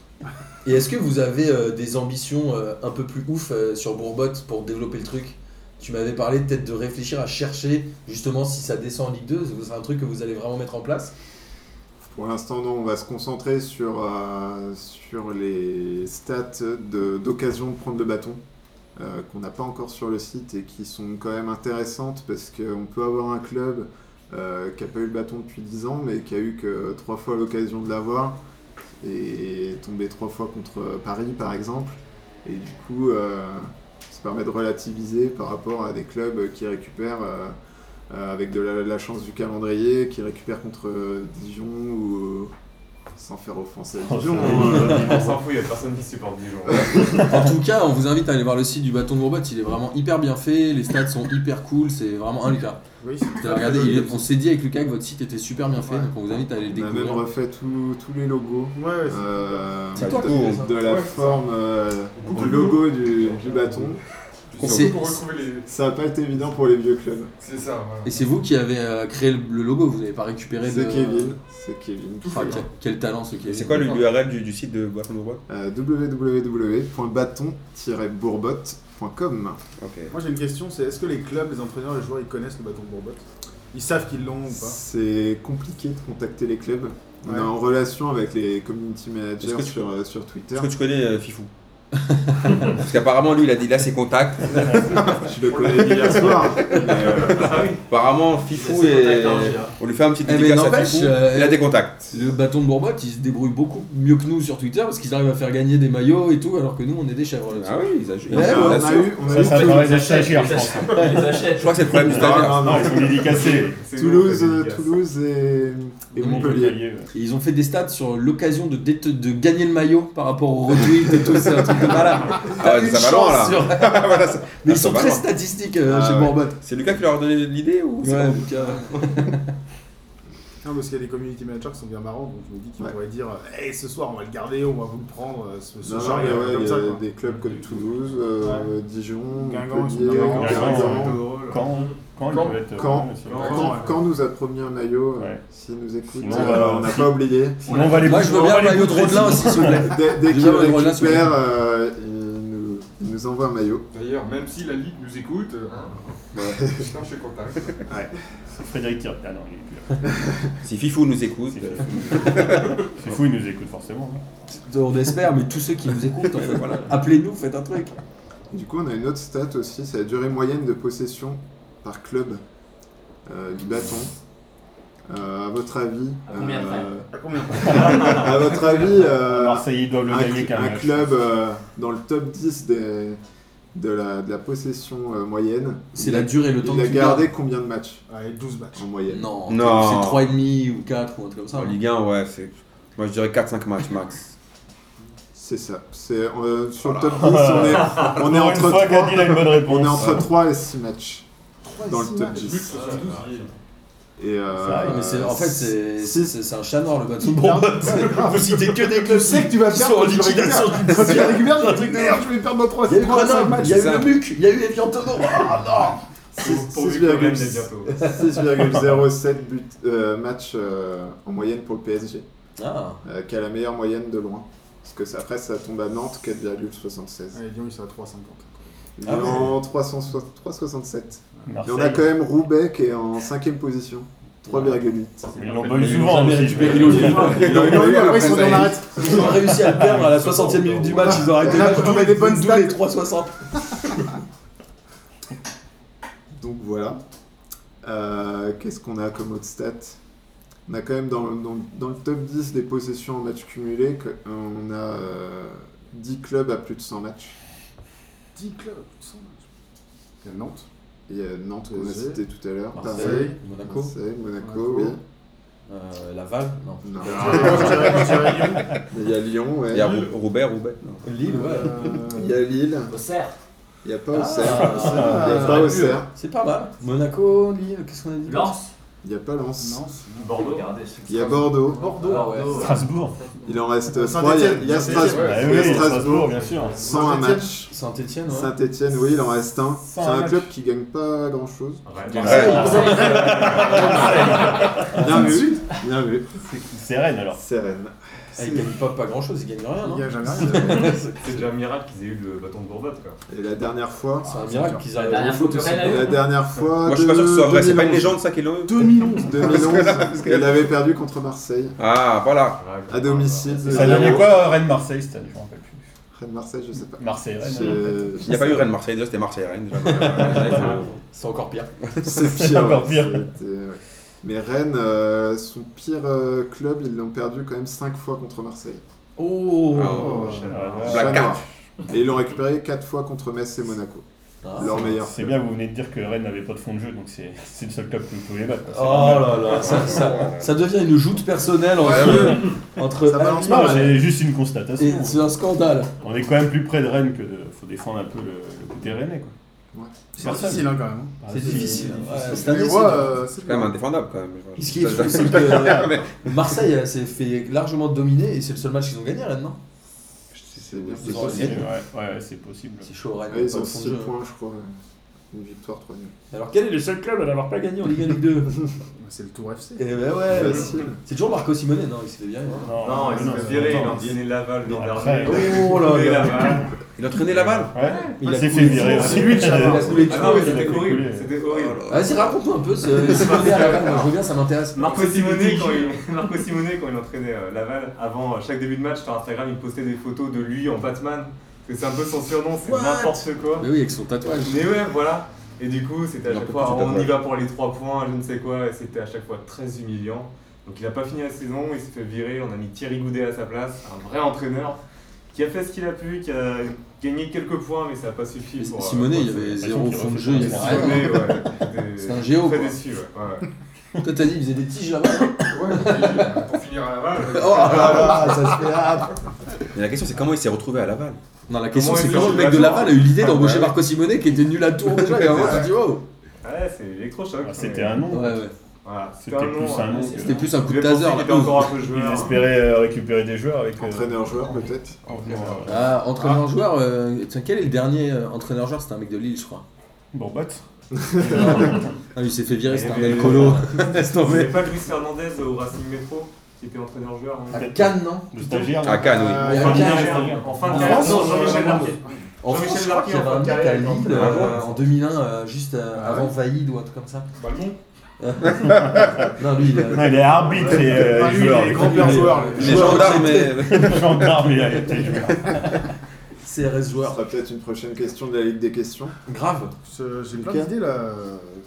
[SPEAKER 1] Et est-ce que vous avez euh, des ambitions euh, un peu plus ouf euh, sur Bourbotte pour développer le truc Tu m'avais parlé peut-être de réfléchir à chercher justement si ça descend en Ligue 2, c'est un truc que vous allez vraiment mettre en place.
[SPEAKER 3] Pour l'instant, non, on va se concentrer sur, euh, sur les stats de- d'occasion de prendre le bâton. euh, qu'on n'a pas encore sur le site et qui sont quand même intéressantes parce qu'on peut avoir un club euh, qui n'a pas eu le bâton depuis 10 ans mais qui a eu que trois fois l'occasion de l'avoir et, et tomber trois fois contre Paris par exemple. Et du coup, euh, ça permet de relativiser par rapport à des clubs qui récupèrent euh, euh, avec de la, la chance du calendrier, qui récupèrent contre euh, Dijon ou sans faire offenser à Dijon. hein.
[SPEAKER 10] Euh, On s'en fout, il y a personne qui supporte Dijon.
[SPEAKER 1] En tout cas, on vous invite à aller voir le site du bâton de Bourbotte, il est vraiment hyper bien fait, les stats sont hyper cool, c'est vraiment un Lucas.
[SPEAKER 5] Oui,
[SPEAKER 1] T'as regardé, il est- on s'est dit avec Lucas que votre site était super bien fait, donc on vous invite à aller le
[SPEAKER 3] On a même
[SPEAKER 1] découvrir.
[SPEAKER 3] refait tous tous les logos.
[SPEAKER 5] Ouais, ouais, c'est-
[SPEAKER 3] Euh,
[SPEAKER 1] C'est
[SPEAKER 3] de-
[SPEAKER 1] toi qui
[SPEAKER 3] de-
[SPEAKER 1] fais ça.
[SPEAKER 3] de la
[SPEAKER 5] Ouais.
[SPEAKER 3] forme euh,
[SPEAKER 11] Coucou,
[SPEAKER 3] du logo du, du bâton.
[SPEAKER 1] C'est-
[SPEAKER 11] pour retrouver les.
[SPEAKER 3] Ça n'a pas été évident pour les vieux clubs.
[SPEAKER 11] C'est ça, voilà.
[SPEAKER 1] Et c'est vous qui avez euh, créé le, le logo, vous n'avez pas récupéré de...
[SPEAKER 3] C'est Kevin. C'est Kevin.
[SPEAKER 1] Ah, quel, quel talent ce Kevin.
[SPEAKER 2] Et c'est quoi l'URL du, du site de Boisson de Bois
[SPEAKER 3] Euh, www.bâton-bourbotte.com
[SPEAKER 2] Ok.
[SPEAKER 5] Moi j'ai une question, c'est est-ce que les clubs, les entraîneurs, les joueurs, ils connaissent le bâton de Bourbotte Ils savent qu'ils l'ont ou pas
[SPEAKER 3] C'est compliqué de contacter les clubs. On
[SPEAKER 5] Ouais.
[SPEAKER 3] est en relation avec les community
[SPEAKER 2] Est-ce
[SPEAKER 3] managers
[SPEAKER 2] que tu-
[SPEAKER 3] sur, euh, sur Twitter.
[SPEAKER 2] Est-ce que tu connais euh, Fifou Parce qu'apparemment, lui, il a, dit là ses contacts.
[SPEAKER 3] Je le connais hier soir.
[SPEAKER 2] Apparemment, Fifou, est... on lui fait un petit
[SPEAKER 1] Eh, mais
[SPEAKER 2] dédicace à
[SPEAKER 1] n'empêche,
[SPEAKER 2] Fifou.
[SPEAKER 1] euh,
[SPEAKER 2] Il a des contacts.
[SPEAKER 1] Le bâton de Bourbotte, il se débrouille beaucoup mieux que nous sur Twitter parce qu'ils arrivent à faire gagner des maillots et tout, alors que nous on est des chèvres là-dessus.
[SPEAKER 2] Ah oui, ils achètent.
[SPEAKER 5] Eh
[SPEAKER 1] Ouais,
[SPEAKER 3] on
[SPEAKER 2] Bien
[SPEAKER 3] a
[SPEAKER 2] sûr.
[SPEAKER 3] eu, on a
[SPEAKER 16] Ça,
[SPEAKER 3] eu
[SPEAKER 16] ça
[SPEAKER 3] Toulouse-
[SPEAKER 16] devrait les acheter à Gire, je
[SPEAKER 11] Ah,
[SPEAKER 16] pense.
[SPEAKER 4] Ils achètent.
[SPEAKER 2] Je crois que c'est
[SPEAKER 1] Ah,
[SPEAKER 2] le problème du stagiaire.
[SPEAKER 3] Non, non,
[SPEAKER 10] Non, il faut les dédicacer.
[SPEAKER 3] Toulouse, euh, Toulouse et, et Montpellier.
[SPEAKER 1] Et Ils ont fait des stats sur l'occasion de, déte- de gagner le maillot par rapport au retweet et tout, c'est un truc de malade.
[SPEAKER 2] Ah
[SPEAKER 1] T'as
[SPEAKER 2] ouais,
[SPEAKER 1] une
[SPEAKER 2] ça va
[SPEAKER 1] chance
[SPEAKER 2] loin, là.
[SPEAKER 1] sur-
[SPEAKER 2] Voilà, ça-
[SPEAKER 1] Mais ils
[SPEAKER 2] Ah, ça
[SPEAKER 1] sont
[SPEAKER 2] va
[SPEAKER 1] très
[SPEAKER 2] loin.
[SPEAKER 1] statistiques euh,
[SPEAKER 3] Ah
[SPEAKER 1] chez
[SPEAKER 3] ouais.
[SPEAKER 1] Bourbotte.
[SPEAKER 2] C'est Lucas qui leur a donné l'idée ou c'est
[SPEAKER 1] Ouais,
[SPEAKER 2] pas-
[SPEAKER 1] donc, euh,
[SPEAKER 5] Non, parce qu'il y a des community managers qui sont bien marrants, donc je me dis qu'ils
[SPEAKER 3] Ouais.
[SPEAKER 5] pourraient dire Hey, ce soir on va le garder, on va vous le prendre, euh, ce, ce
[SPEAKER 3] Non,
[SPEAKER 5] genre
[SPEAKER 3] mais
[SPEAKER 5] euh,
[SPEAKER 3] ouais,
[SPEAKER 5] comme
[SPEAKER 3] il y
[SPEAKER 5] ça.
[SPEAKER 3] a
[SPEAKER 5] Quoi.
[SPEAKER 3] des clubs comme Toulouse, euh, Dijon,
[SPEAKER 5] Guingamp, ils sont
[SPEAKER 3] Montpellier,
[SPEAKER 5] bien marrants.
[SPEAKER 3] Guingamp.
[SPEAKER 11] Quand
[SPEAKER 3] Quand,
[SPEAKER 8] euh,
[SPEAKER 3] quand, quand-
[SPEAKER 5] Ouais.
[SPEAKER 3] quand nous a promis un maillot, euh,
[SPEAKER 11] Ouais.
[SPEAKER 3] s'il nous écoute,
[SPEAKER 11] Sinon,
[SPEAKER 3] euh,
[SPEAKER 11] bah,
[SPEAKER 3] on n'a
[SPEAKER 11] si.
[SPEAKER 3] pas oublié.
[SPEAKER 11] on va les
[SPEAKER 1] Moi je veux bien le maillot de Rodelin aussi, s'il vous plaît.
[SPEAKER 3] Dès, dès
[SPEAKER 1] Déjà,
[SPEAKER 3] qu'il
[SPEAKER 1] on est relation.
[SPEAKER 3] récupère, euh, il, nous, il nous envoie un maillot.
[SPEAKER 11] D'ailleurs, même si la Ligue nous écoute, euh, hein, putain, je suis content.
[SPEAKER 8] Frédéric Thierry. Ah non, il est plus là.
[SPEAKER 2] Si Fifou nous écoute.
[SPEAKER 8] C'est
[SPEAKER 2] euh,
[SPEAKER 8] fou. C'est fou, il nous écoute forcément.
[SPEAKER 1] On espère, mais tous ceux qui nous écoutent, en fait, appelez-nous, faites un truc.
[SPEAKER 3] Du coup, on a une autre stat aussi, c'est la durée moyenne de possession par club euh, du bâton. Euh, à votre avis,
[SPEAKER 4] À combien de
[SPEAKER 3] euh,
[SPEAKER 5] À combien
[SPEAKER 3] à votre avis, euh,
[SPEAKER 8] Marseille, ils doivent le
[SPEAKER 3] un,
[SPEAKER 8] gagner quand
[SPEAKER 3] un
[SPEAKER 8] même.
[SPEAKER 3] club euh, dans le top 10 des- de, la, de la possession euh, moyenne,
[SPEAKER 1] C'est la durée, le temps
[SPEAKER 3] il
[SPEAKER 1] de
[SPEAKER 3] a gardé combien de matchs
[SPEAKER 5] Allez, 12 matchs.
[SPEAKER 3] en moyenne
[SPEAKER 1] Non,
[SPEAKER 2] Non.
[SPEAKER 1] c'est 3,5 ou 4 ou un truc comme ça.
[SPEAKER 2] En Ligue 1, ouais, c'est. Moi, je dirais 4-5 matchs max.
[SPEAKER 3] C'est ça. C'est, euh, sur
[SPEAKER 8] Oh
[SPEAKER 3] le top 10, on est, on est
[SPEAKER 8] Pour une
[SPEAKER 3] entre
[SPEAKER 8] fois,
[SPEAKER 3] 3,
[SPEAKER 8] Gadil a une bonne réponse.
[SPEAKER 3] on est entre 3 et 6 matchs dans le top 10. Et
[SPEAKER 1] Ah, mais c'est-
[SPEAKER 3] euh,
[SPEAKER 1] en fait, c'est
[SPEAKER 3] si-
[SPEAKER 1] c'est- c'est un chat noir le bâton de Bourbotte. Ah, Vous citez que des clubs
[SPEAKER 5] sais que tu vas
[SPEAKER 1] qui
[SPEAKER 5] perdre
[SPEAKER 1] sont en
[SPEAKER 5] quand tu le
[SPEAKER 1] liquidation
[SPEAKER 5] Quand tu la
[SPEAKER 1] judiciaire.
[SPEAKER 5] récupères, tu vas te dire, Merde, je vais perdre dans 3
[SPEAKER 1] Il y a eu
[SPEAKER 5] 3, 5
[SPEAKER 1] Grenoble,
[SPEAKER 5] matchs.
[SPEAKER 1] Ah, il y a eu
[SPEAKER 2] c'est
[SPEAKER 1] le
[SPEAKER 2] ça.
[SPEAKER 1] MUC, il y a eu les Viantonneaux. Ah
[SPEAKER 3] six-
[SPEAKER 10] Pourvu qu'on gagne les
[SPEAKER 3] 6,7
[SPEAKER 10] bientôt.
[SPEAKER 3] 6,07 buts, euh, matchs euh, en moyenne pour le PSG,
[SPEAKER 1] non Ah,
[SPEAKER 3] euh, qui a la meilleure moyenne de loin. Parce que ça- après, ça tombe à Nantes, 4,76.
[SPEAKER 5] Allez, Lyon, ils sont à 3,50.
[SPEAKER 3] Lyon, 360 3,67. Et
[SPEAKER 8] Marseille.
[SPEAKER 3] on a quand même Roubaix qui est en 5ème position, 3,8.
[SPEAKER 8] Ils l'ont pas eu souvent. hein, aussi, je
[SPEAKER 1] récupéré l'eau.
[SPEAKER 8] peux-
[SPEAKER 3] Ils ont eu,
[SPEAKER 5] Après,
[SPEAKER 3] après,
[SPEAKER 5] ils
[SPEAKER 3] ça y
[SPEAKER 5] sont dans
[SPEAKER 3] est.
[SPEAKER 5] l'arrêt.
[SPEAKER 1] Ils ont réussi à le perdre à la 60e minute du match, ils ont arrêté
[SPEAKER 5] On a-
[SPEAKER 1] le match,
[SPEAKER 5] on a des
[SPEAKER 1] d'où-
[SPEAKER 5] bonnes
[SPEAKER 1] d'où
[SPEAKER 5] stats.
[SPEAKER 1] les 3,60.
[SPEAKER 3] Donc voilà. Euh, Qu'est-ce qu'on a comme autre stat On a quand même dans, dans- dans le top 10 des possessions en match cumulé, que- on a euh, 10 clubs à plus de 100 matchs.
[SPEAKER 5] 10 clubs, 100 matchs. Il y a Nantes,
[SPEAKER 3] Il y a Nantes qu'on a
[SPEAKER 5] Marseille.
[SPEAKER 3] cité tout à l'heure, Paris,
[SPEAKER 1] Marseille, Monaco,
[SPEAKER 3] Marseille, Monaco,
[SPEAKER 5] Monaco.
[SPEAKER 3] oui.
[SPEAKER 1] euh, Laval, non.
[SPEAKER 3] Non.
[SPEAKER 5] Euh,
[SPEAKER 3] Mais Il y a Lyon, ouais.
[SPEAKER 2] Il y a Rou- Roubaix, Roubaix. non.
[SPEAKER 1] Lille, ouais.
[SPEAKER 3] Il y
[SPEAKER 5] Euh,
[SPEAKER 3] a Lille,
[SPEAKER 4] Auxerre.
[SPEAKER 3] il n'y a pas
[SPEAKER 1] Ah,
[SPEAKER 3] Auxerre.
[SPEAKER 1] ah,
[SPEAKER 3] Il n'y a pas Auxerre,
[SPEAKER 1] C'est pas mal. Monaco, Lille, qu'est-ce qu'on a dit
[SPEAKER 4] Lens.
[SPEAKER 3] il n'y a pas Lens.
[SPEAKER 5] Lens,
[SPEAKER 10] Bordeaux.
[SPEAKER 3] Il y a Bordeaux,
[SPEAKER 5] Bordeaux.
[SPEAKER 1] Ah ouais.
[SPEAKER 8] Strasbourg.
[SPEAKER 3] il en reste 3,
[SPEAKER 5] Saint-Étienne.
[SPEAKER 3] il y a, il y a
[SPEAKER 5] Saint-Étienne.
[SPEAKER 3] Strasbourg,
[SPEAKER 8] Ah
[SPEAKER 3] il
[SPEAKER 8] oui,
[SPEAKER 3] y a
[SPEAKER 8] Strasbourg,
[SPEAKER 3] Strasbourg,
[SPEAKER 8] bien sûr.
[SPEAKER 3] 101
[SPEAKER 5] Saint-Étienne.
[SPEAKER 3] matchs.
[SPEAKER 1] Saint-Etienne, ouais.
[SPEAKER 3] Saint-Etienne, oui, il en reste un. C'est un
[SPEAKER 8] matchs.
[SPEAKER 3] club qui gagne pas grand-chose.
[SPEAKER 2] Ouais.
[SPEAKER 3] Bien vu, bien vu.
[SPEAKER 8] C'est Rennes alors.
[SPEAKER 3] C'est Rennes.
[SPEAKER 1] Eh, Ils gagnent pas, pas grand chose, ils gagnent rien.
[SPEAKER 5] Il
[SPEAKER 1] non
[SPEAKER 5] n'y a jamais rien.
[SPEAKER 10] C'est déjà un miracle qu'ils aient eu le bâton de Bourbotte. quoi.
[SPEAKER 3] Et la dernière fois,
[SPEAKER 1] C'est un miracle qu'ils arrivent
[SPEAKER 4] La
[SPEAKER 1] à
[SPEAKER 4] dernière
[SPEAKER 1] foot
[SPEAKER 4] fois que
[SPEAKER 1] aussi.
[SPEAKER 4] Rennes a eu.
[SPEAKER 3] la dernière fois.
[SPEAKER 2] Moi, je suis pas sûr que ce soit vrai. C'est pas une
[SPEAKER 3] 2011.
[SPEAKER 2] légende, ça, qu'ils l'ont eu
[SPEAKER 5] 2011.
[SPEAKER 3] 2011, il avait perdu contre Marseille
[SPEAKER 2] Ah, voilà.
[SPEAKER 10] Miracle.
[SPEAKER 3] à domicile.
[SPEAKER 8] Ça
[SPEAKER 3] zéro.
[SPEAKER 8] donnait quoi Rennes-Marseille cette année Je me rappelle plus. hein.
[SPEAKER 3] Rennes-Marseille, je sais pas.
[SPEAKER 8] Marseille-Rennes,
[SPEAKER 3] Je-
[SPEAKER 2] Il n'y a pas eu Rennes-Marseille, déjà, c'était Ah, Marseille-Rennes. déjà.
[SPEAKER 1] C'est encore pire.
[SPEAKER 3] C'est pire.
[SPEAKER 8] Encore pire.
[SPEAKER 3] C'était- ouais. Mais Rennes, euh, son pire euh, club, ils l'ont perdu quand même 5 fois contre Marseille.
[SPEAKER 1] Oh,
[SPEAKER 8] Oh,
[SPEAKER 3] Chat
[SPEAKER 2] Black
[SPEAKER 3] noir.
[SPEAKER 2] card.
[SPEAKER 3] Et ils l'ont récupéré 4 fois contre Metz et Monaco.
[SPEAKER 1] Ah,
[SPEAKER 3] Leur
[SPEAKER 8] C'est-
[SPEAKER 3] meilleur.
[SPEAKER 8] C'est bien, vous venez de dire que Rennes n'avait pas de fond de jeu, donc c'est c'est le seul club que vous pouvez battre.
[SPEAKER 1] Oh là là, ça, ça- ça devient une joute personnelle entre. entre
[SPEAKER 3] Ça balance
[SPEAKER 8] Non,
[SPEAKER 3] pas mal.
[SPEAKER 8] j'ai juste une
[SPEAKER 1] et
[SPEAKER 8] constatation.
[SPEAKER 1] c'est un scandale.
[SPEAKER 8] On est quand même plus près de Rennes que de. Faut défendre un peu le, le côté rennais, quoi.
[SPEAKER 5] C'est difficile hein, quand même. hein.
[SPEAKER 8] Ah,
[SPEAKER 1] C'est difficile. Ouais, c'est
[SPEAKER 3] Mais
[SPEAKER 1] indécis.
[SPEAKER 3] moi, euh, c'est
[SPEAKER 2] C'est quand même indéfendable, quand même.
[SPEAKER 1] Ce qui est fou, c'est que euh, Marseille euh, s'est fait largement dominer et c'est le seul match qu'ils ont gagné Rennes, non
[SPEAKER 3] c'est bien.
[SPEAKER 8] C'est possible. Ouais, ouais, c'est possible.
[SPEAKER 1] C'est chaud Rennes.
[SPEAKER 3] Ouais, ils
[SPEAKER 1] pas
[SPEAKER 3] ont
[SPEAKER 1] de fond de
[SPEAKER 3] 6
[SPEAKER 1] jeu.
[SPEAKER 3] points, je crois. Une victoire, 3 nuls.
[SPEAKER 1] Alors quel est le seul club à n'avoir pas gagné en Ligue 1 Ligue 2
[SPEAKER 5] C'est le Tour FC.
[SPEAKER 1] Eh ben ouais, bah, c'est-
[SPEAKER 3] Facile.
[SPEAKER 1] c'est toujours Marco Simonet, non Il s'est fait bien. hein.
[SPEAKER 10] Non, il s'est fait virer, hein. il a entraîné Laval l'an
[SPEAKER 8] Après,
[SPEAKER 10] dernier.
[SPEAKER 1] Oh là
[SPEAKER 10] Il a
[SPEAKER 1] là.
[SPEAKER 10] entraîné Laval. Ah
[SPEAKER 2] Il a entraîné Laval
[SPEAKER 8] Ouais,
[SPEAKER 1] Il a
[SPEAKER 8] il s'est
[SPEAKER 1] coulé
[SPEAKER 8] fait
[SPEAKER 1] tout.
[SPEAKER 8] virer.
[SPEAKER 1] C'est lui le
[SPEAKER 8] chat.
[SPEAKER 1] hein. Il a coulé tout.
[SPEAKER 10] Ah non, mais
[SPEAKER 8] Il a
[SPEAKER 10] c'était
[SPEAKER 8] coulé.
[SPEAKER 10] horrible, c'était
[SPEAKER 3] Oh
[SPEAKER 10] horrible.
[SPEAKER 1] Vas-y, raconte-nous un peu ce Simonet à Laval, moi je veux bien, ça m'intéresse.
[SPEAKER 10] Marco Simonet, quand il, Marco Simonet, quand il entraînait euh, Laval, avant euh, chaque début de match sur Instagram, il postait des photos de lui en Batman. Parce que c'est un peu son surnom, c'est
[SPEAKER 1] What
[SPEAKER 10] n'importe quoi.
[SPEAKER 1] Mais oui, avec son tatouage.
[SPEAKER 10] Mais ouais, voilà. Et du coup, c'était à
[SPEAKER 2] Il en
[SPEAKER 10] chaque
[SPEAKER 2] peut
[SPEAKER 10] fois,
[SPEAKER 2] plus,
[SPEAKER 10] on
[SPEAKER 2] ce tatouage.
[SPEAKER 10] y va pour les 3 points, je ne sais quoi, et c'était à chaque fois très humiliant. Donc il n'a pas fini la saison, il s'est fait virer, on a mis Thierry Goudet à sa place, un vrai entraîneur, qui a fait ce qu'il a pu, qui a gagné quelques points, mais ça n'a pas suffi pour... euh,
[SPEAKER 1] Simonet, il y
[SPEAKER 10] pour-
[SPEAKER 1] avait
[SPEAKER 8] l'impression
[SPEAKER 1] zéro
[SPEAKER 8] qu'il
[SPEAKER 1] fond de
[SPEAKER 8] refait
[SPEAKER 1] jeu,
[SPEAKER 8] pas
[SPEAKER 1] il
[SPEAKER 8] ses
[SPEAKER 1] avait
[SPEAKER 8] arrêts.
[SPEAKER 1] rien.
[SPEAKER 10] Simonet, ouais. j'étais
[SPEAKER 1] C'est un géo,
[SPEAKER 10] Très
[SPEAKER 1] quoi.
[SPEAKER 10] déçu, ouais. ouais.
[SPEAKER 1] Toi t'as dit, il faisait des tiges là-bas.
[SPEAKER 11] Ouais, euh, pour finir à Laval.
[SPEAKER 1] Oh là là, ça se fait hâte.
[SPEAKER 2] Mais la question, c'est comment il s'est retrouvé à Laval
[SPEAKER 1] Non, la question
[SPEAKER 10] Comment
[SPEAKER 1] c'est
[SPEAKER 10] il
[SPEAKER 1] comment
[SPEAKER 10] fait
[SPEAKER 1] le mec de
[SPEAKER 10] Laval
[SPEAKER 1] Laval a eu l'idée
[SPEAKER 2] Ah,
[SPEAKER 1] d'embaucher
[SPEAKER 2] ouais.
[SPEAKER 1] Marco Simonet qui était nul à tour déjà, et vraiment tu te dis wow.
[SPEAKER 10] Ouais, c'est électrochoc.
[SPEAKER 8] Ah,
[SPEAKER 10] mais-
[SPEAKER 8] C'était un nom.
[SPEAKER 1] Ouais, ouais.
[SPEAKER 10] Voilà,
[SPEAKER 8] C'était plus
[SPEAKER 10] hein.
[SPEAKER 8] un nom. que-
[SPEAKER 1] C'était plus un coup
[SPEAKER 10] Il
[SPEAKER 1] de
[SPEAKER 10] est
[SPEAKER 1] taser.
[SPEAKER 10] pensé qu'il était encore un peu
[SPEAKER 8] Ils
[SPEAKER 10] joueur.
[SPEAKER 8] espéraient euh, récupérer des joueurs avec. euh,
[SPEAKER 3] Entraîneur-joueur, peut-être.
[SPEAKER 8] entraîneur.
[SPEAKER 1] Ah, entraîneur-joueur, euh, tiens, quel est le dernier euh, entraîneur-joueur C'était un mec de Lille, je crois.
[SPEAKER 8] Bon, botte.
[SPEAKER 1] Ah, il s'est fait virer, c'était un
[SPEAKER 10] Et-
[SPEAKER 1] bel colo. Laisse
[SPEAKER 10] C'est
[SPEAKER 1] tomber.
[SPEAKER 10] pas Luis Fernandez au Racing Métro qui était entraîneur-joueur
[SPEAKER 11] Ah,
[SPEAKER 10] hein.
[SPEAKER 1] À Cannes, non
[SPEAKER 8] Le stagiaire.
[SPEAKER 2] À Cannes, oui.
[SPEAKER 5] Euh,
[SPEAKER 1] Mais
[SPEAKER 10] En fin de
[SPEAKER 1] Cannes,
[SPEAKER 10] carrière, En fin
[SPEAKER 1] En
[SPEAKER 10] de carrière,
[SPEAKER 1] France,
[SPEAKER 10] Ah, non, Jean-Michel
[SPEAKER 1] euh,
[SPEAKER 10] Larquet.
[SPEAKER 1] En
[SPEAKER 10] Jean-Michel
[SPEAKER 1] France, je crois
[SPEAKER 10] Larquet,
[SPEAKER 1] qu'il y avait un
[SPEAKER 10] en
[SPEAKER 1] mec
[SPEAKER 10] fin de
[SPEAKER 1] à
[SPEAKER 10] carrière,
[SPEAKER 1] Lille
[SPEAKER 10] il est en
[SPEAKER 1] euh,
[SPEAKER 10] France.
[SPEAKER 1] en 2001, euh, juste euh,
[SPEAKER 5] Ah ouais.
[SPEAKER 1] avant Vaïd ou un truc comme ça.
[SPEAKER 11] Balmont.
[SPEAKER 1] Non, lui, il
[SPEAKER 8] Non,
[SPEAKER 1] a-
[SPEAKER 8] il est arbitre et euh,
[SPEAKER 5] lui, il
[SPEAKER 8] joueur.
[SPEAKER 5] est
[SPEAKER 8] il
[SPEAKER 5] grand
[SPEAKER 1] il est-
[SPEAKER 5] père joueur. lui.
[SPEAKER 2] Les gendarmes, mais.
[SPEAKER 8] est Gendarme, il a été joueur.
[SPEAKER 1] CRS
[SPEAKER 3] Ce
[SPEAKER 1] joueur.
[SPEAKER 3] sera peut-être une prochaine question de la Ligue des questions.
[SPEAKER 1] Grave.
[SPEAKER 5] Je- J'ai plein d'idées là.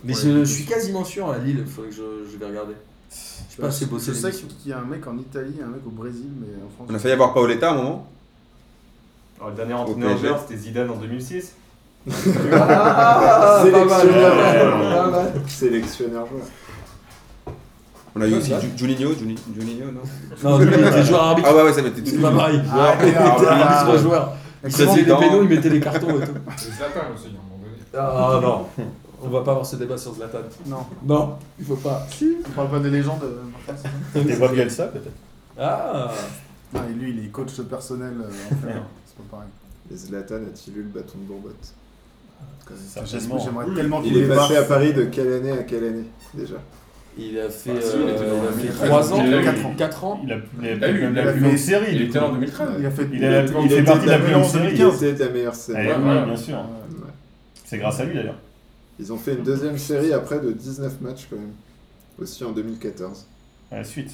[SPEAKER 1] Mais
[SPEAKER 5] pour
[SPEAKER 1] je,
[SPEAKER 5] les-
[SPEAKER 1] je suis quasiment sûr à Lille, il faudrait que je, je vais regarder. Je sais pas si c'est bossé
[SPEAKER 5] Je sais
[SPEAKER 1] l'émission.
[SPEAKER 5] qu'il y a un mec en Italie, un mec au Brésil, mais en
[SPEAKER 2] On a
[SPEAKER 5] France.
[SPEAKER 2] failli avoir Paoletta à un moment.
[SPEAKER 10] Alors, Oh, le dernier
[SPEAKER 2] PSG.
[SPEAKER 10] entraîneur-joueur, c'était Zidane en 2006.
[SPEAKER 1] Ah, pas mal,
[SPEAKER 3] Sélectionneur.
[SPEAKER 1] pas mal, pas mal.
[SPEAKER 3] Sélectionneur-joueur.
[SPEAKER 2] On a eu aussi
[SPEAKER 1] Ouais.
[SPEAKER 2] Ju- Juninho, Juni- Juninho, non
[SPEAKER 1] Non, lui, il était joueur arbitre.
[SPEAKER 2] Ah ouais, ouais, ça m'était tout
[SPEAKER 1] C'est pas pareil.
[SPEAKER 5] Ah,
[SPEAKER 1] Il était
[SPEAKER 5] ah, ah,
[SPEAKER 1] arbitre joueur. Il
[SPEAKER 2] Président.
[SPEAKER 1] faisait des pénaux, il mettait les cartons et tout.
[SPEAKER 11] Et Zlatan aussi, à un moment donné.
[SPEAKER 1] Ah non, on va pas avoir ce débat sur Zlatan.
[SPEAKER 5] Non,
[SPEAKER 1] Non, il faut pas.
[SPEAKER 5] on parle pas des légendes. euh, Martin, c'est ça
[SPEAKER 8] Des Bob Galsa, peut-être.
[SPEAKER 1] Ah
[SPEAKER 5] Non, et lui, il est coach personnel. euh, en fait, hein. c'est pas pareil.
[SPEAKER 3] Et Zlatan a-t-il eu le bâton de Bourbotte
[SPEAKER 5] J'espère-
[SPEAKER 8] Certainement.
[SPEAKER 5] J'aimerais tellement qu'il
[SPEAKER 3] Il est
[SPEAKER 5] ait
[SPEAKER 3] passé
[SPEAKER 5] passé
[SPEAKER 3] à Paris de quelle année à quelle année déjà
[SPEAKER 1] Il a fait,
[SPEAKER 11] Ah, si, il était
[SPEAKER 1] euh, il
[SPEAKER 11] dans la
[SPEAKER 1] a fait
[SPEAKER 11] même
[SPEAKER 1] 3
[SPEAKER 11] classe.
[SPEAKER 1] ans,
[SPEAKER 11] Il a eu-
[SPEAKER 1] 4 ans. 4 ans
[SPEAKER 8] Il a plus- il a
[SPEAKER 11] Il a eu-
[SPEAKER 5] a
[SPEAKER 8] plus la
[SPEAKER 11] il
[SPEAKER 8] plus
[SPEAKER 5] fait-
[SPEAKER 8] longue série.
[SPEAKER 11] Il
[SPEAKER 8] lui.
[SPEAKER 11] était là en 2013.
[SPEAKER 5] Il a fait.
[SPEAKER 8] Il a la- il
[SPEAKER 5] était
[SPEAKER 8] fait partie de la
[SPEAKER 5] était
[SPEAKER 8] plus longue série.
[SPEAKER 5] série.
[SPEAKER 3] C'était la meilleure série.
[SPEAKER 8] Eh
[SPEAKER 11] Ouais,
[SPEAKER 8] oui,
[SPEAKER 11] ouais.
[SPEAKER 8] bien sûr.
[SPEAKER 3] Ouais.
[SPEAKER 8] C'est grâce à lui d'ailleurs.
[SPEAKER 3] Ils ont fait une deuxième série après de 19 matchs quand même. Aussi en 2014.
[SPEAKER 8] À la suite.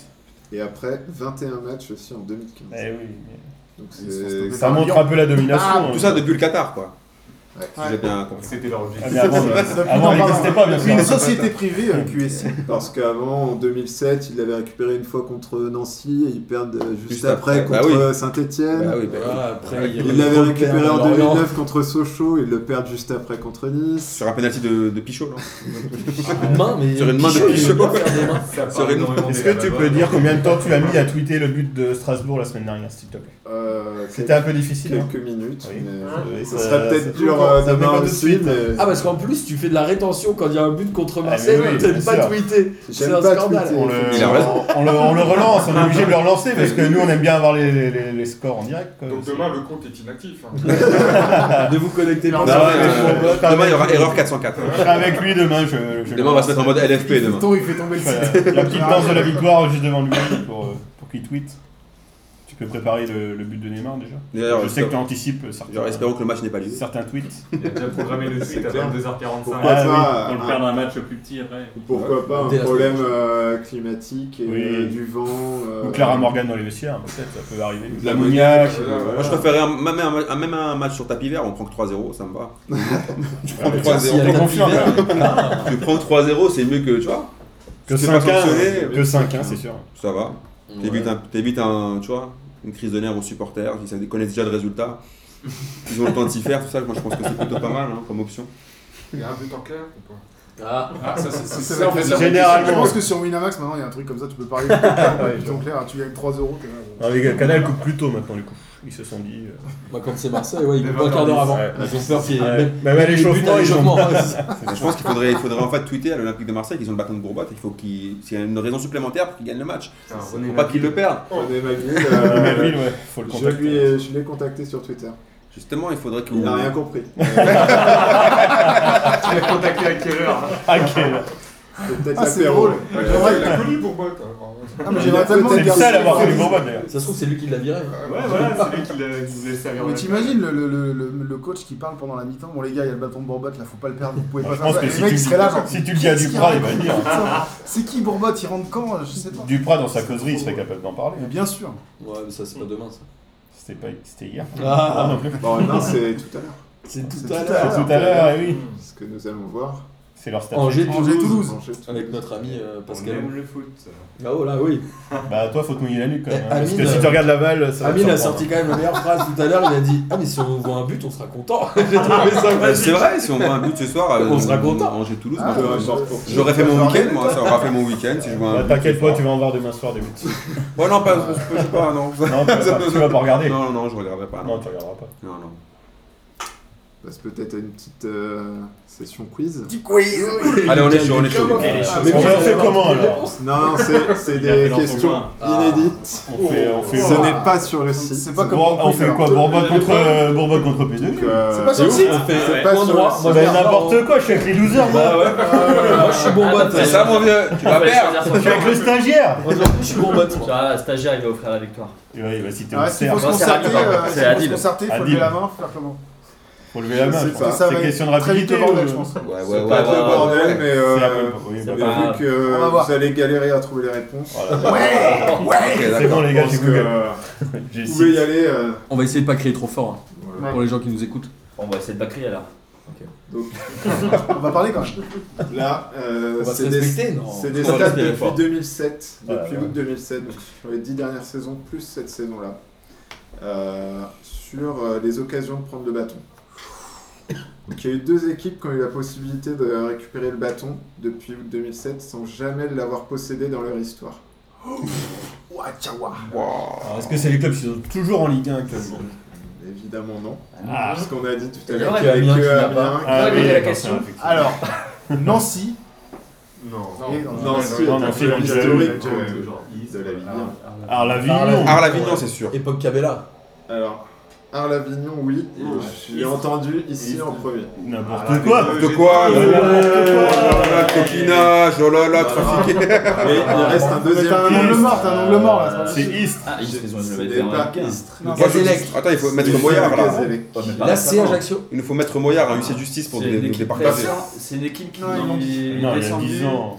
[SPEAKER 3] Et après 21 matchs aussi en 2015.
[SPEAKER 8] Eh oui.
[SPEAKER 3] Donc
[SPEAKER 5] Ils sont
[SPEAKER 3] c'est.
[SPEAKER 5] tombés
[SPEAKER 8] Ça montre un peu la domination.
[SPEAKER 3] Ah,
[SPEAKER 8] hein.
[SPEAKER 2] Tout ça depuis le Qatar, quoi.
[SPEAKER 3] Ouais.
[SPEAKER 2] Si j'ai bien compris.
[SPEAKER 10] C'était leur
[SPEAKER 8] Ah,
[SPEAKER 10] objectif.
[SPEAKER 8] mais avant,
[SPEAKER 5] Depuis-
[SPEAKER 8] avant, il
[SPEAKER 5] non,
[SPEAKER 8] n'existait pas, bien
[SPEAKER 5] C'est une
[SPEAKER 8] sûr. hein.
[SPEAKER 5] société privée, euh, QSC.
[SPEAKER 3] Parce qu'avant, en 2007, ils l'avaient récupéré une fois contre Nancy et ils perdent euh, juste,
[SPEAKER 2] Juste
[SPEAKER 3] après,
[SPEAKER 2] après, bah
[SPEAKER 3] contre
[SPEAKER 2] oui.
[SPEAKER 3] euh, Saint-Etienne.
[SPEAKER 2] Bah oui, bah,
[SPEAKER 1] Voilà, après, il y avait
[SPEAKER 3] Ils l'avaient
[SPEAKER 1] Robert
[SPEAKER 3] récupéré
[SPEAKER 1] de
[SPEAKER 3] en
[SPEAKER 1] Lorient.
[SPEAKER 3] 2009 contre Sochaux, ils le perdent juste après contre Nice.
[SPEAKER 2] Sur un penalty de, de Pichot, non
[SPEAKER 1] Une main, mais
[SPEAKER 2] Sur une main de
[SPEAKER 1] Pichot, il
[SPEAKER 2] Pichot.
[SPEAKER 1] veut pas faire des mains.
[SPEAKER 10] Ça
[SPEAKER 2] Sur
[SPEAKER 10] parle
[SPEAKER 2] une-
[SPEAKER 10] énormément
[SPEAKER 8] Est-ce
[SPEAKER 10] des
[SPEAKER 8] que tu
[SPEAKER 10] Lavabas.
[SPEAKER 8] peux dire combien de temps tu as mis à tweeter le but de Strasbourg la semaine dernière, s'il te plaît
[SPEAKER 3] Euh,
[SPEAKER 8] C'était un peu difficile. hein
[SPEAKER 3] quelques minutes,
[SPEAKER 8] Oui.
[SPEAKER 3] mais
[SPEAKER 8] Ouais,
[SPEAKER 3] ça,
[SPEAKER 8] ça-
[SPEAKER 3] sera
[SPEAKER 8] ça-
[SPEAKER 3] peut-être dur euh,
[SPEAKER 8] ça venait
[SPEAKER 3] demain
[SPEAKER 8] pas tout de
[SPEAKER 3] aussi,
[SPEAKER 8] suite.
[SPEAKER 3] mais
[SPEAKER 1] Ah, parce qu'en plus, tu fais de la rétention quand il y a un but contre Marseille,
[SPEAKER 8] oui,
[SPEAKER 1] t'aimes
[SPEAKER 8] bien
[SPEAKER 1] pas
[SPEAKER 8] sûr.
[SPEAKER 1] tweeter. C'est
[SPEAKER 3] j'aime
[SPEAKER 1] un
[SPEAKER 3] pas
[SPEAKER 1] scandale.
[SPEAKER 3] tweeter.
[SPEAKER 8] on le,
[SPEAKER 2] Il a raison.
[SPEAKER 8] on, le, on le relance, on est obligé de le relancer parce que nous on aime bien avoir les, les- les- les scores en direct. quoi.
[SPEAKER 11] Donc
[SPEAKER 8] C'est-
[SPEAKER 11] demain, le compte est inactif. hein.
[SPEAKER 1] De vous connecter
[SPEAKER 5] Non,
[SPEAKER 1] par
[SPEAKER 8] Non,
[SPEAKER 1] ça.
[SPEAKER 8] mais
[SPEAKER 2] euh,
[SPEAKER 8] je- je-
[SPEAKER 2] Demain, il y aura erreur 404.
[SPEAKER 8] Je serai avec lui demain. Je, je-
[SPEAKER 2] Demain, on va se mettre en mode LFP demain.
[SPEAKER 5] Ton, il fait tomber
[SPEAKER 8] Je
[SPEAKER 5] le
[SPEAKER 8] ferai
[SPEAKER 3] Ah,
[SPEAKER 5] site.
[SPEAKER 8] la, la petite danse de la victoire juste devant lui pour, euh, pour qu'il tweet.
[SPEAKER 5] Parce
[SPEAKER 8] Tu peux préparer le, le but de Neymar déjà
[SPEAKER 2] D'ailleurs,
[SPEAKER 8] Je sais
[SPEAKER 2] j'espère-
[SPEAKER 8] que tu anticipes certains.
[SPEAKER 2] D'ailleurs, espérons que le match n'ait pas lieu.
[SPEAKER 8] Certains tweets.
[SPEAKER 10] Il a déjà programmé le tweet à 22h45.
[SPEAKER 8] Pourquoi
[SPEAKER 4] Ah,
[SPEAKER 8] pas,
[SPEAKER 4] oui, on le
[SPEAKER 8] un-
[SPEAKER 4] perd dans un match plus petit après.
[SPEAKER 3] hein Pourquoi pas
[SPEAKER 8] Dès
[SPEAKER 3] un
[SPEAKER 8] la
[SPEAKER 3] problème
[SPEAKER 8] semaine
[SPEAKER 3] euh, climatique, et,
[SPEAKER 8] Oui.
[SPEAKER 3] euh, du vent. euh,
[SPEAKER 8] Ou Clara Morgan dans les vestiaires, peut-être, ça peut arriver.
[SPEAKER 2] De
[SPEAKER 8] De l'ammoniac.
[SPEAKER 2] euh,
[SPEAKER 8] euh,
[SPEAKER 2] Moi, je préférerais un- même un, un- même un match sur tapis vert, on prend que 3-0, ça me va. tu
[SPEAKER 1] Ah,
[SPEAKER 2] prends
[SPEAKER 8] Ouais, Ah, mais
[SPEAKER 2] 3-0,
[SPEAKER 8] si, avec
[SPEAKER 2] on
[SPEAKER 8] tapis
[SPEAKER 2] confirme.
[SPEAKER 8] vert.
[SPEAKER 2] tu prends 3-0, c'est mieux que, tu vois.
[SPEAKER 8] Que
[SPEAKER 2] tu te fais pas
[SPEAKER 8] 5-1,
[SPEAKER 2] sanctionner.
[SPEAKER 8] que 5-1, c'est sûr.
[SPEAKER 2] Ça va. T'évites un, t'évites un- tu vois, une crise de nerfs aux supporters, ils savent- ils connaissent déjà le résultat. Ils ont le temps de s'y faire, tout ça. Moi, je pense que c'est plutôt pas mal hein, comme option.
[SPEAKER 11] Il y a un but en clair ou pas
[SPEAKER 15] Ah,
[SPEAKER 11] ça c'est
[SPEAKER 5] Ça,
[SPEAKER 11] c'est
[SPEAKER 5] ça va
[SPEAKER 11] ça en
[SPEAKER 5] être
[SPEAKER 11] fait.
[SPEAKER 5] la-
[SPEAKER 11] la-
[SPEAKER 8] Généralement.
[SPEAKER 5] Je pense que sur Winamax, maintenant, il y a un truc comme ça, tu peux parier. Tu en clair, tu gagnes 3 euros. t'es là, bon.
[SPEAKER 8] Non, les gars, Ah, Canal coupe plus tôt maintenant, du coup. Ils se sont dit. euh,
[SPEAKER 1] Moi, quand c'est Marseille, ouais, ils
[SPEAKER 5] Mais
[SPEAKER 1] coupent un quart d'heure avant.
[SPEAKER 8] ouais.
[SPEAKER 1] Ils ont peur qu'il y ait.
[SPEAKER 8] Ouais.
[SPEAKER 1] même-
[SPEAKER 8] Bah,
[SPEAKER 1] même
[SPEAKER 8] bah,
[SPEAKER 1] les buts à
[SPEAKER 8] l'échauffement, ils ont-
[SPEAKER 2] Je pense qu'il faudrait, il faudrait en fait tweeter à l'Olympique de Marseille qu'ils ont le bâton de Bourbat. Il faut qu'il, c'est une raison supplémentaire pour qu'ils gagnent le match.
[SPEAKER 10] Ah,
[SPEAKER 2] Faut
[SPEAKER 10] René
[SPEAKER 2] pas
[SPEAKER 10] Magritte.
[SPEAKER 2] qu'ils le perdent.
[SPEAKER 3] René Magritte,
[SPEAKER 8] René
[SPEAKER 3] euh,
[SPEAKER 8] Magritte, ouais, faut le
[SPEAKER 3] je
[SPEAKER 8] contacter.
[SPEAKER 3] lui
[SPEAKER 5] euh,
[SPEAKER 3] ai- je l'ai contacté sur Twitter.
[SPEAKER 2] Justement, il faudrait que.
[SPEAKER 3] Il n'a rien compris.
[SPEAKER 10] Tu l'as contacté à quelle heure
[SPEAKER 8] Ah, quel.
[SPEAKER 3] C'est peut-être
[SPEAKER 5] Ah, c'est
[SPEAKER 3] l'apéro,
[SPEAKER 5] drôle.
[SPEAKER 3] là.
[SPEAKER 11] Ouais, ouais, il a connu hein. pour moi.
[SPEAKER 5] Ah, mais j'aimerais tellement
[SPEAKER 8] C'est le
[SPEAKER 5] regarder
[SPEAKER 8] seul à
[SPEAKER 5] ça.
[SPEAKER 8] avoir fait les Bourbons, d'ailleurs.
[SPEAKER 1] Ça se trouve, c'est lui qui l'a viré.
[SPEAKER 10] Ouais, voilà, c'est lui qui l'a qui voulait servir.
[SPEAKER 5] Mais
[SPEAKER 10] la-
[SPEAKER 5] t'imagines le, le, le, le- le coach qui parle pendant la mi-temps Bon, les gars, il y a le bâton de Bourbotte, là, faut pas le perdre, vous pouvez
[SPEAKER 8] Moi,
[SPEAKER 5] pas
[SPEAKER 8] Ah,
[SPEAKER 5] faire
[SPEAKER 8] je pense
[SPEAKER 5] ça.
[SPEAKER 8] que
[SPEAKER 5] Le
[SPEAKER 8] si
[SPEAKER 5] mec
[SPEAKER 8] tu-
[SPEAKER 5] serait là, genre.
[SPEAKER 8] si tu le dis à
[SPEAKER 5] qu'est-ce qu'il
[SPEAKER 8] Duprat, il va
[SPEAKER 5] raconte,
[SPEAKER 8] dire.
[SPEAKER 5] putain C'est qui Bourbotte Il rentre quand Je sais pas.
[SPEAKER 8] Duprat, dans sa causerie, il serait capable d'en parler. hein.
[SPEAKER 5] Mais bien sûr.
[SPEAKER 8] Euh,
[SPEAKER 1] Ouais, mais ça, c'est pas demain, ça.
[SPEAKER 8] C'était pas... c'était hier.
[SPEAKER 1] Ah.
[SPEAKER 8] non plus.
[SPEAKER 3] Bon, non, c'est tout à l'heure.
[SPEAKER 1] C'est
[SPEAKER 5] C'est
[SPEAKER 1] tout
[SPEAKER 5] tout
[SPEAKER 1] à
[SPEAKER 5] à
[SPEAKER 1] l'heure.
[SPEAKER 8] C'est tout à l'heure, et oui.
[SPEAKER 3] Ce que nous allons voir.
[SPEAKER 8] C'est leur statut.
[SPEAKER 1] Angers-Toulouse.
[SPEAKER 3] Angers-Toulouse.
[SPEAKER 1] Avec notre ami euh,
[SPEAKER 10] On
[SPEAKER 1] Pascal.
[SPEAKER 10] aime le foot.
[SPEAKER 1] Ah, oh là, oui.
[SPEAKER 8] Bah, toi, faut te mouiller la nuque quand même.
[SPEAKER 1] Eh,
[SPEAKER 8] hein, parce
[SPEAKER 1] Amine,
[SPEAKER 8] que si
[SPEAKER 1] euh,
[SPEAKER 8] tu regardes la balle, ça va. te
[SPEAKER 1] Amine a
[SPEAKER 8] surprendre.
[SPEAKER 1] sorti quand même la meilleure phrase tout à l'heure. Il a dit Ah, mais si on voit un but, on sera content. J'ai trouvé ça
[SPEAKER 2] Bah, c'est
[SPEAKER 1] magique.
[SPEAKER 2] vrai, si on voit un but ce soir, euh,
[SPEAKER 1] On sera content.
[SPEAKER 2] Angers-Toulouse,
[SPEAKER 5] Ah,
[SPEAKER 2] moi,
[SPEAKER 5] ouais,
[SPEAKER 2] je-
[SPEAKER 5] ouais.
[SPEAKER 2] j'aurais fait mon week-end, moi, ça aura fait mon week-end si je vois un
[SPEAKER 8] Bah,
[SPEAKER 2] but
[SPEAKER 8] T'inquiète
[SPEAKER 2] ce
[SPEAKER 8] pas,
[SPEAKER 2] soir.
[SPEAKER 8] tu vas en voir demain soir des buts. non,
[SPEAKER 2] Ouais, non, pas, je sais pas, non.
[SPEAKER 8] tu vas pas, tu vas pas regarder.
[SPEAKER 2] Non, non, je regarderai pas.
[SPEAKER 8] Non,
[SPEAKER 2] Non,
[SPEAKER 8] tu regarderas pas.
[SPEAKER 2] non. non.
[SPEAKER 3] On passe peut-être à une petite euh, session quiz.
[SPEAKER 2] Allez, on est chaud, on est chaud.
[SPEAKER 15] Elle est chaude.
[SPEAKER 8] on fait comment alors
[SPEAKER 3] Non, c'est c'est
[SPEAKER 4] Il a fait
[SPEAKER 3] des
[SPEAKER 4] dans son
[SPEAKER 3] questions
[SPEAKER 4] coin.
[SPEAKER 3] inédites.
[SPEAKER 8] On fait, on fait,
[SPEAKER 3] Ce
[SPEAKER 8] on-
[SPEAKER 3] n'est pas sur le site.
[SPEAKER 5] C'est pas comme
[SPEAKER 8] on fait quoi Bourbon contre, euh, Bourbon contre
[SPEAKER 3] Donc,
[SPEAKER 8] P2
[SPEAKER 3] euh,
[SPEAKER 5] C'est pas sur
[SPEAKER 1] C'est
[SPEAKER 5] le
[SPEAKER 1] ouf,
[SPEAKER 5] site
[SPEAKER 1] on fait
[SPEAKER 3] C'est pas
[SPEAKER 1] point
[SPEAKER 3] sur
[SPEAKER 1] droit.
[SPEAKER 3] le
[SPEAKER 1] Moi, je
[SPEAKER 8] Bah,
[SPEAKER 1] vais avoir-
[SPEAKER 8] n'importe quoi, je suis avec les losers, moi.
[SPEAKER 1] Moi, je suis bon
[SPEAKER 15] Ah,
[SPEAKER 1] botte.
[SPEAKER 15] bah,
[SPEAKER 2] C'est ça, mon vieux, tu
[SPEAKER 4] Ah
[SPEAKER 2] vas perdre.
[SPEAKER 8] Je suis avec le stagiaire
[SPEAKER 1] Aujourd'hui, je suis bon botte. moi.
[SPEAKER 15] Ah, stagiaire, il va offrir la victoire.
[SPEAKER 8] Et ouais, bah, si t'es
[SPEAKER 5] Ah,
[SPEAKER 8] au
[SPEAKER 5] s'il faut
[SPEAKER 8] cerf,
[SPEAKER 5] se
[SPEAKER 15] Non, c'est
[SPEAKER 5] concerter,
[SPEAKER 15] Adil,
[SPEAKER 5] euh,
[SPEAKER 15] c'est
[SPEAKER 5] s'il faut
[SPEAKER 15] Adil.
[SPEAKER 5] se concerter, faut
[SPEAKER 8] Adil.
[SPEAKER 5] lever la main, faire comment
[SPEAKER 8] faut lever la main.
[SPEAKER 3] Je sais
[SPEAKER 8] je
[SPEAKER 3] pas.
[SPEAKER 8] pense. C'est question de rapidité.
[SPEAKER 5] Très vite
[SPEAKER 8] ou-
[SPEAKER 5] le bordel, je pense.
[SPEAKER 2] Ouais, ouais,
[SPEAKER 15] C'est
[SPEAKER 2] ouais.
[SPEAKER 15] pas
[SPEAKER 2] ouais,
[SPEAKER 3] le
[SPEAKER 15] grave.
[SPEAKER 2] ouais.
[SPEAKER 3] bordel, mais
[SPEAKER 8] C'est la
[SPEAKER 3] euh,
[SPEAKER 8] bonne- oui,
[SPEAKER 15] C'est
[SPEAKER 8] bah,
[SPEAKER 3] mais
[SPEAKER 15] pas grave.
[SPEAKER 3] vu que
[SPEAKER 5] On va voir.
[SPEAKER 3] vous allez galérer à trouver les réponses,
[SPEAKER 8] voilà.
[SPEAKER 2] Ok,
[SPEAKER 8] C'est bon
[SPEAKER 2] d'accord.
[SPEAKER 8] les
[SPEAKER 3] je
[SPEAKER 8] gars, j'ai
[SPEAKER 3] pense que
[SPEAKER 8] Google.
[SPEAKER 3] euh,
[SPEAKER 8] J'ai
[SPEAKER 3] vous pouvez
[SPEAKER 8] six.
[SPEAKER 3] y aller. euh,
[SPEAKER 1] On va essayer de pas crier trop fort hein,
[SPEAKER 3] voilà.
[SPEAKER 1] pour les gens qui nous écoutent.
[SPEAKER 15] On va essayer de pas crier alors.
[SPEAKER 3] Donc
[SPEAKER 5] On va parler quand même.
[SPEAKER 3] là, euh,
[SPEAKER 1] On va se
[SPEAKER 3] c'est des
[SPEAKER 1] respecter, non
[SPEAKER 3] C'est des
[SPEAKER 2] On va
[SPEAKER 3] stats
[SPEAKER 2] respirer
[SPEAKER 3] depuis
[SPEAKER 2] fort.
[SPEAKER 3] 2007,
[SPEAKER 8] Voilà,
[SPEAKER 3] depuis
[SPEAKER 8] voilà.
[SPEAKER 3] août 2007, donc sur les 10 dernières saisons, plus cette saison-là, euh, sur euh, les occasions de prendre le bâton. Donc il y a eu deux équipes qui ont eu la possibilité de récupérer le bâton depuis août 2007 sans jamais l'avoir possédé dans leur histoire.
[SPEAKER 5] Ouah, tchawa.
[SPEAKER 8] Alors, Est-ce que c'est les clubs qui sont toujours en Ligue 1 actuellement
[SPEAKER 3] Évidemment non,
[SPEAKER 8] Ah,
[SPEAKER 3] parce qu'on a dit tout à
[SPEAKER 15] Et
[SPEAKER 3] l'heure
[SPEAKER 15] ouais,
[SPEAKER 3] qu'il y avait
[SPEAKER 1] Amiens
[SPEAKER 3] que
[SPEAKER 1] qui l'a
[SPEAKER 3] Amiens.
[SPEAKER 8] ah
[SPEAKER 15] poser
[SPEAKER 8] oui,
[SPEAKER 15] la
[SPEAKER 8] d'accord,
[SPEAKER 15] question.
[SPEAKER 8] c'est un fixe.
[SPEAKER 5] Alors, Nancy,
[SPEAKER 10] Non.
[SPEAKER 5] Et-
[SPEAKER 10] Non,
[SPEAKER 3] Non,
[SPEAKER 10] non,
[SPEAKER 3] si,
[SPEAKER 8] non,
[SPEAKER 3] t'as fait
[SPEAKER 8] non, c'est
[SPEAKER 3] l'historique,
[SPEAKER 8] l'historique,
[SPEAKER 3] euh,
[SPEAKER 10] genre, il-
[SPEAKER 3] de la vie.
[SPEAKER 8] Alors la vie, non.
[SPEAKER 2] Arlavignon, c'est sûr.
[SPEAKER 1] Époque Cabella.
[SPEAKER 3] Alors, Arlavignon, oui, et j'ai entendu ici en premier.
[SPEAKER 5] Ah,
[SPEAKER 8] N'importe quoi.
[SPEAKER 2] De quoi
[SPEAKER 8] Ouais,
[SPEAKER 2] mais-
[SPEAKER 8] ouais, ouais,
[SPEAKER 2] Oh là là,
[SPEAKER 8] ouais.
[SPEAKER 2] Coquinage, oh là là, trafiqué.
[SPEAKER 3] Mais il reste un
[SPEAKER 5] Mais
[SPEAKER 3] deuxième
[SPEAKER 5] t'as un
[SPEAKER 3] quiz.
[SPEAKER 5] angle mort, t'as un angle mort là. c'est pas
[SPEAKER 8] C'est
[SPEAKER 5] possible.
[SPEAKER 8] East.
[SPEAKER 15] Ah, ils ils ont
[SPEAKER 3] Ce
[SPEAKER 15] une
[SPEAKER 3] n'est
[SPEAKER 15] levée de
[SPEAKER 3] pas
[SPEAKER 15] terrain.
[SPEAKER 3] Istres.
[SPEAKER 5] Non,
[SPEAKER 2] Moi, je-
[SPEAKER 1] Gazélec.
[SPEAKER 2] Attends, il faut mettre
[SPEAKER 3] C'est
[SPEAKER 2] Moyard là.
[SPEAKER 3] Gazélec.
[SPEAKER 1] Là, c'est Ajaccio.
[SPEAKER 2] Il nous faut mettre Moyard à UC Justice pour
[SPEAKER 15] C'est
[SPEAKER 2] nous
[SPEAKER 15] une
[SPEAKER 2] nous
[SPEAKER 15] équipe-
[SPEAKER 2] départager.
[SPEAKER 15] C'est une équipe qui
[SPEAKER 5] Non, ils l'ont
[SPEAKER 15] est
[SPEAKER 8] Non, il y a
[SPEAKER 15] descendue.
[SPEAKER 8] 10 ans.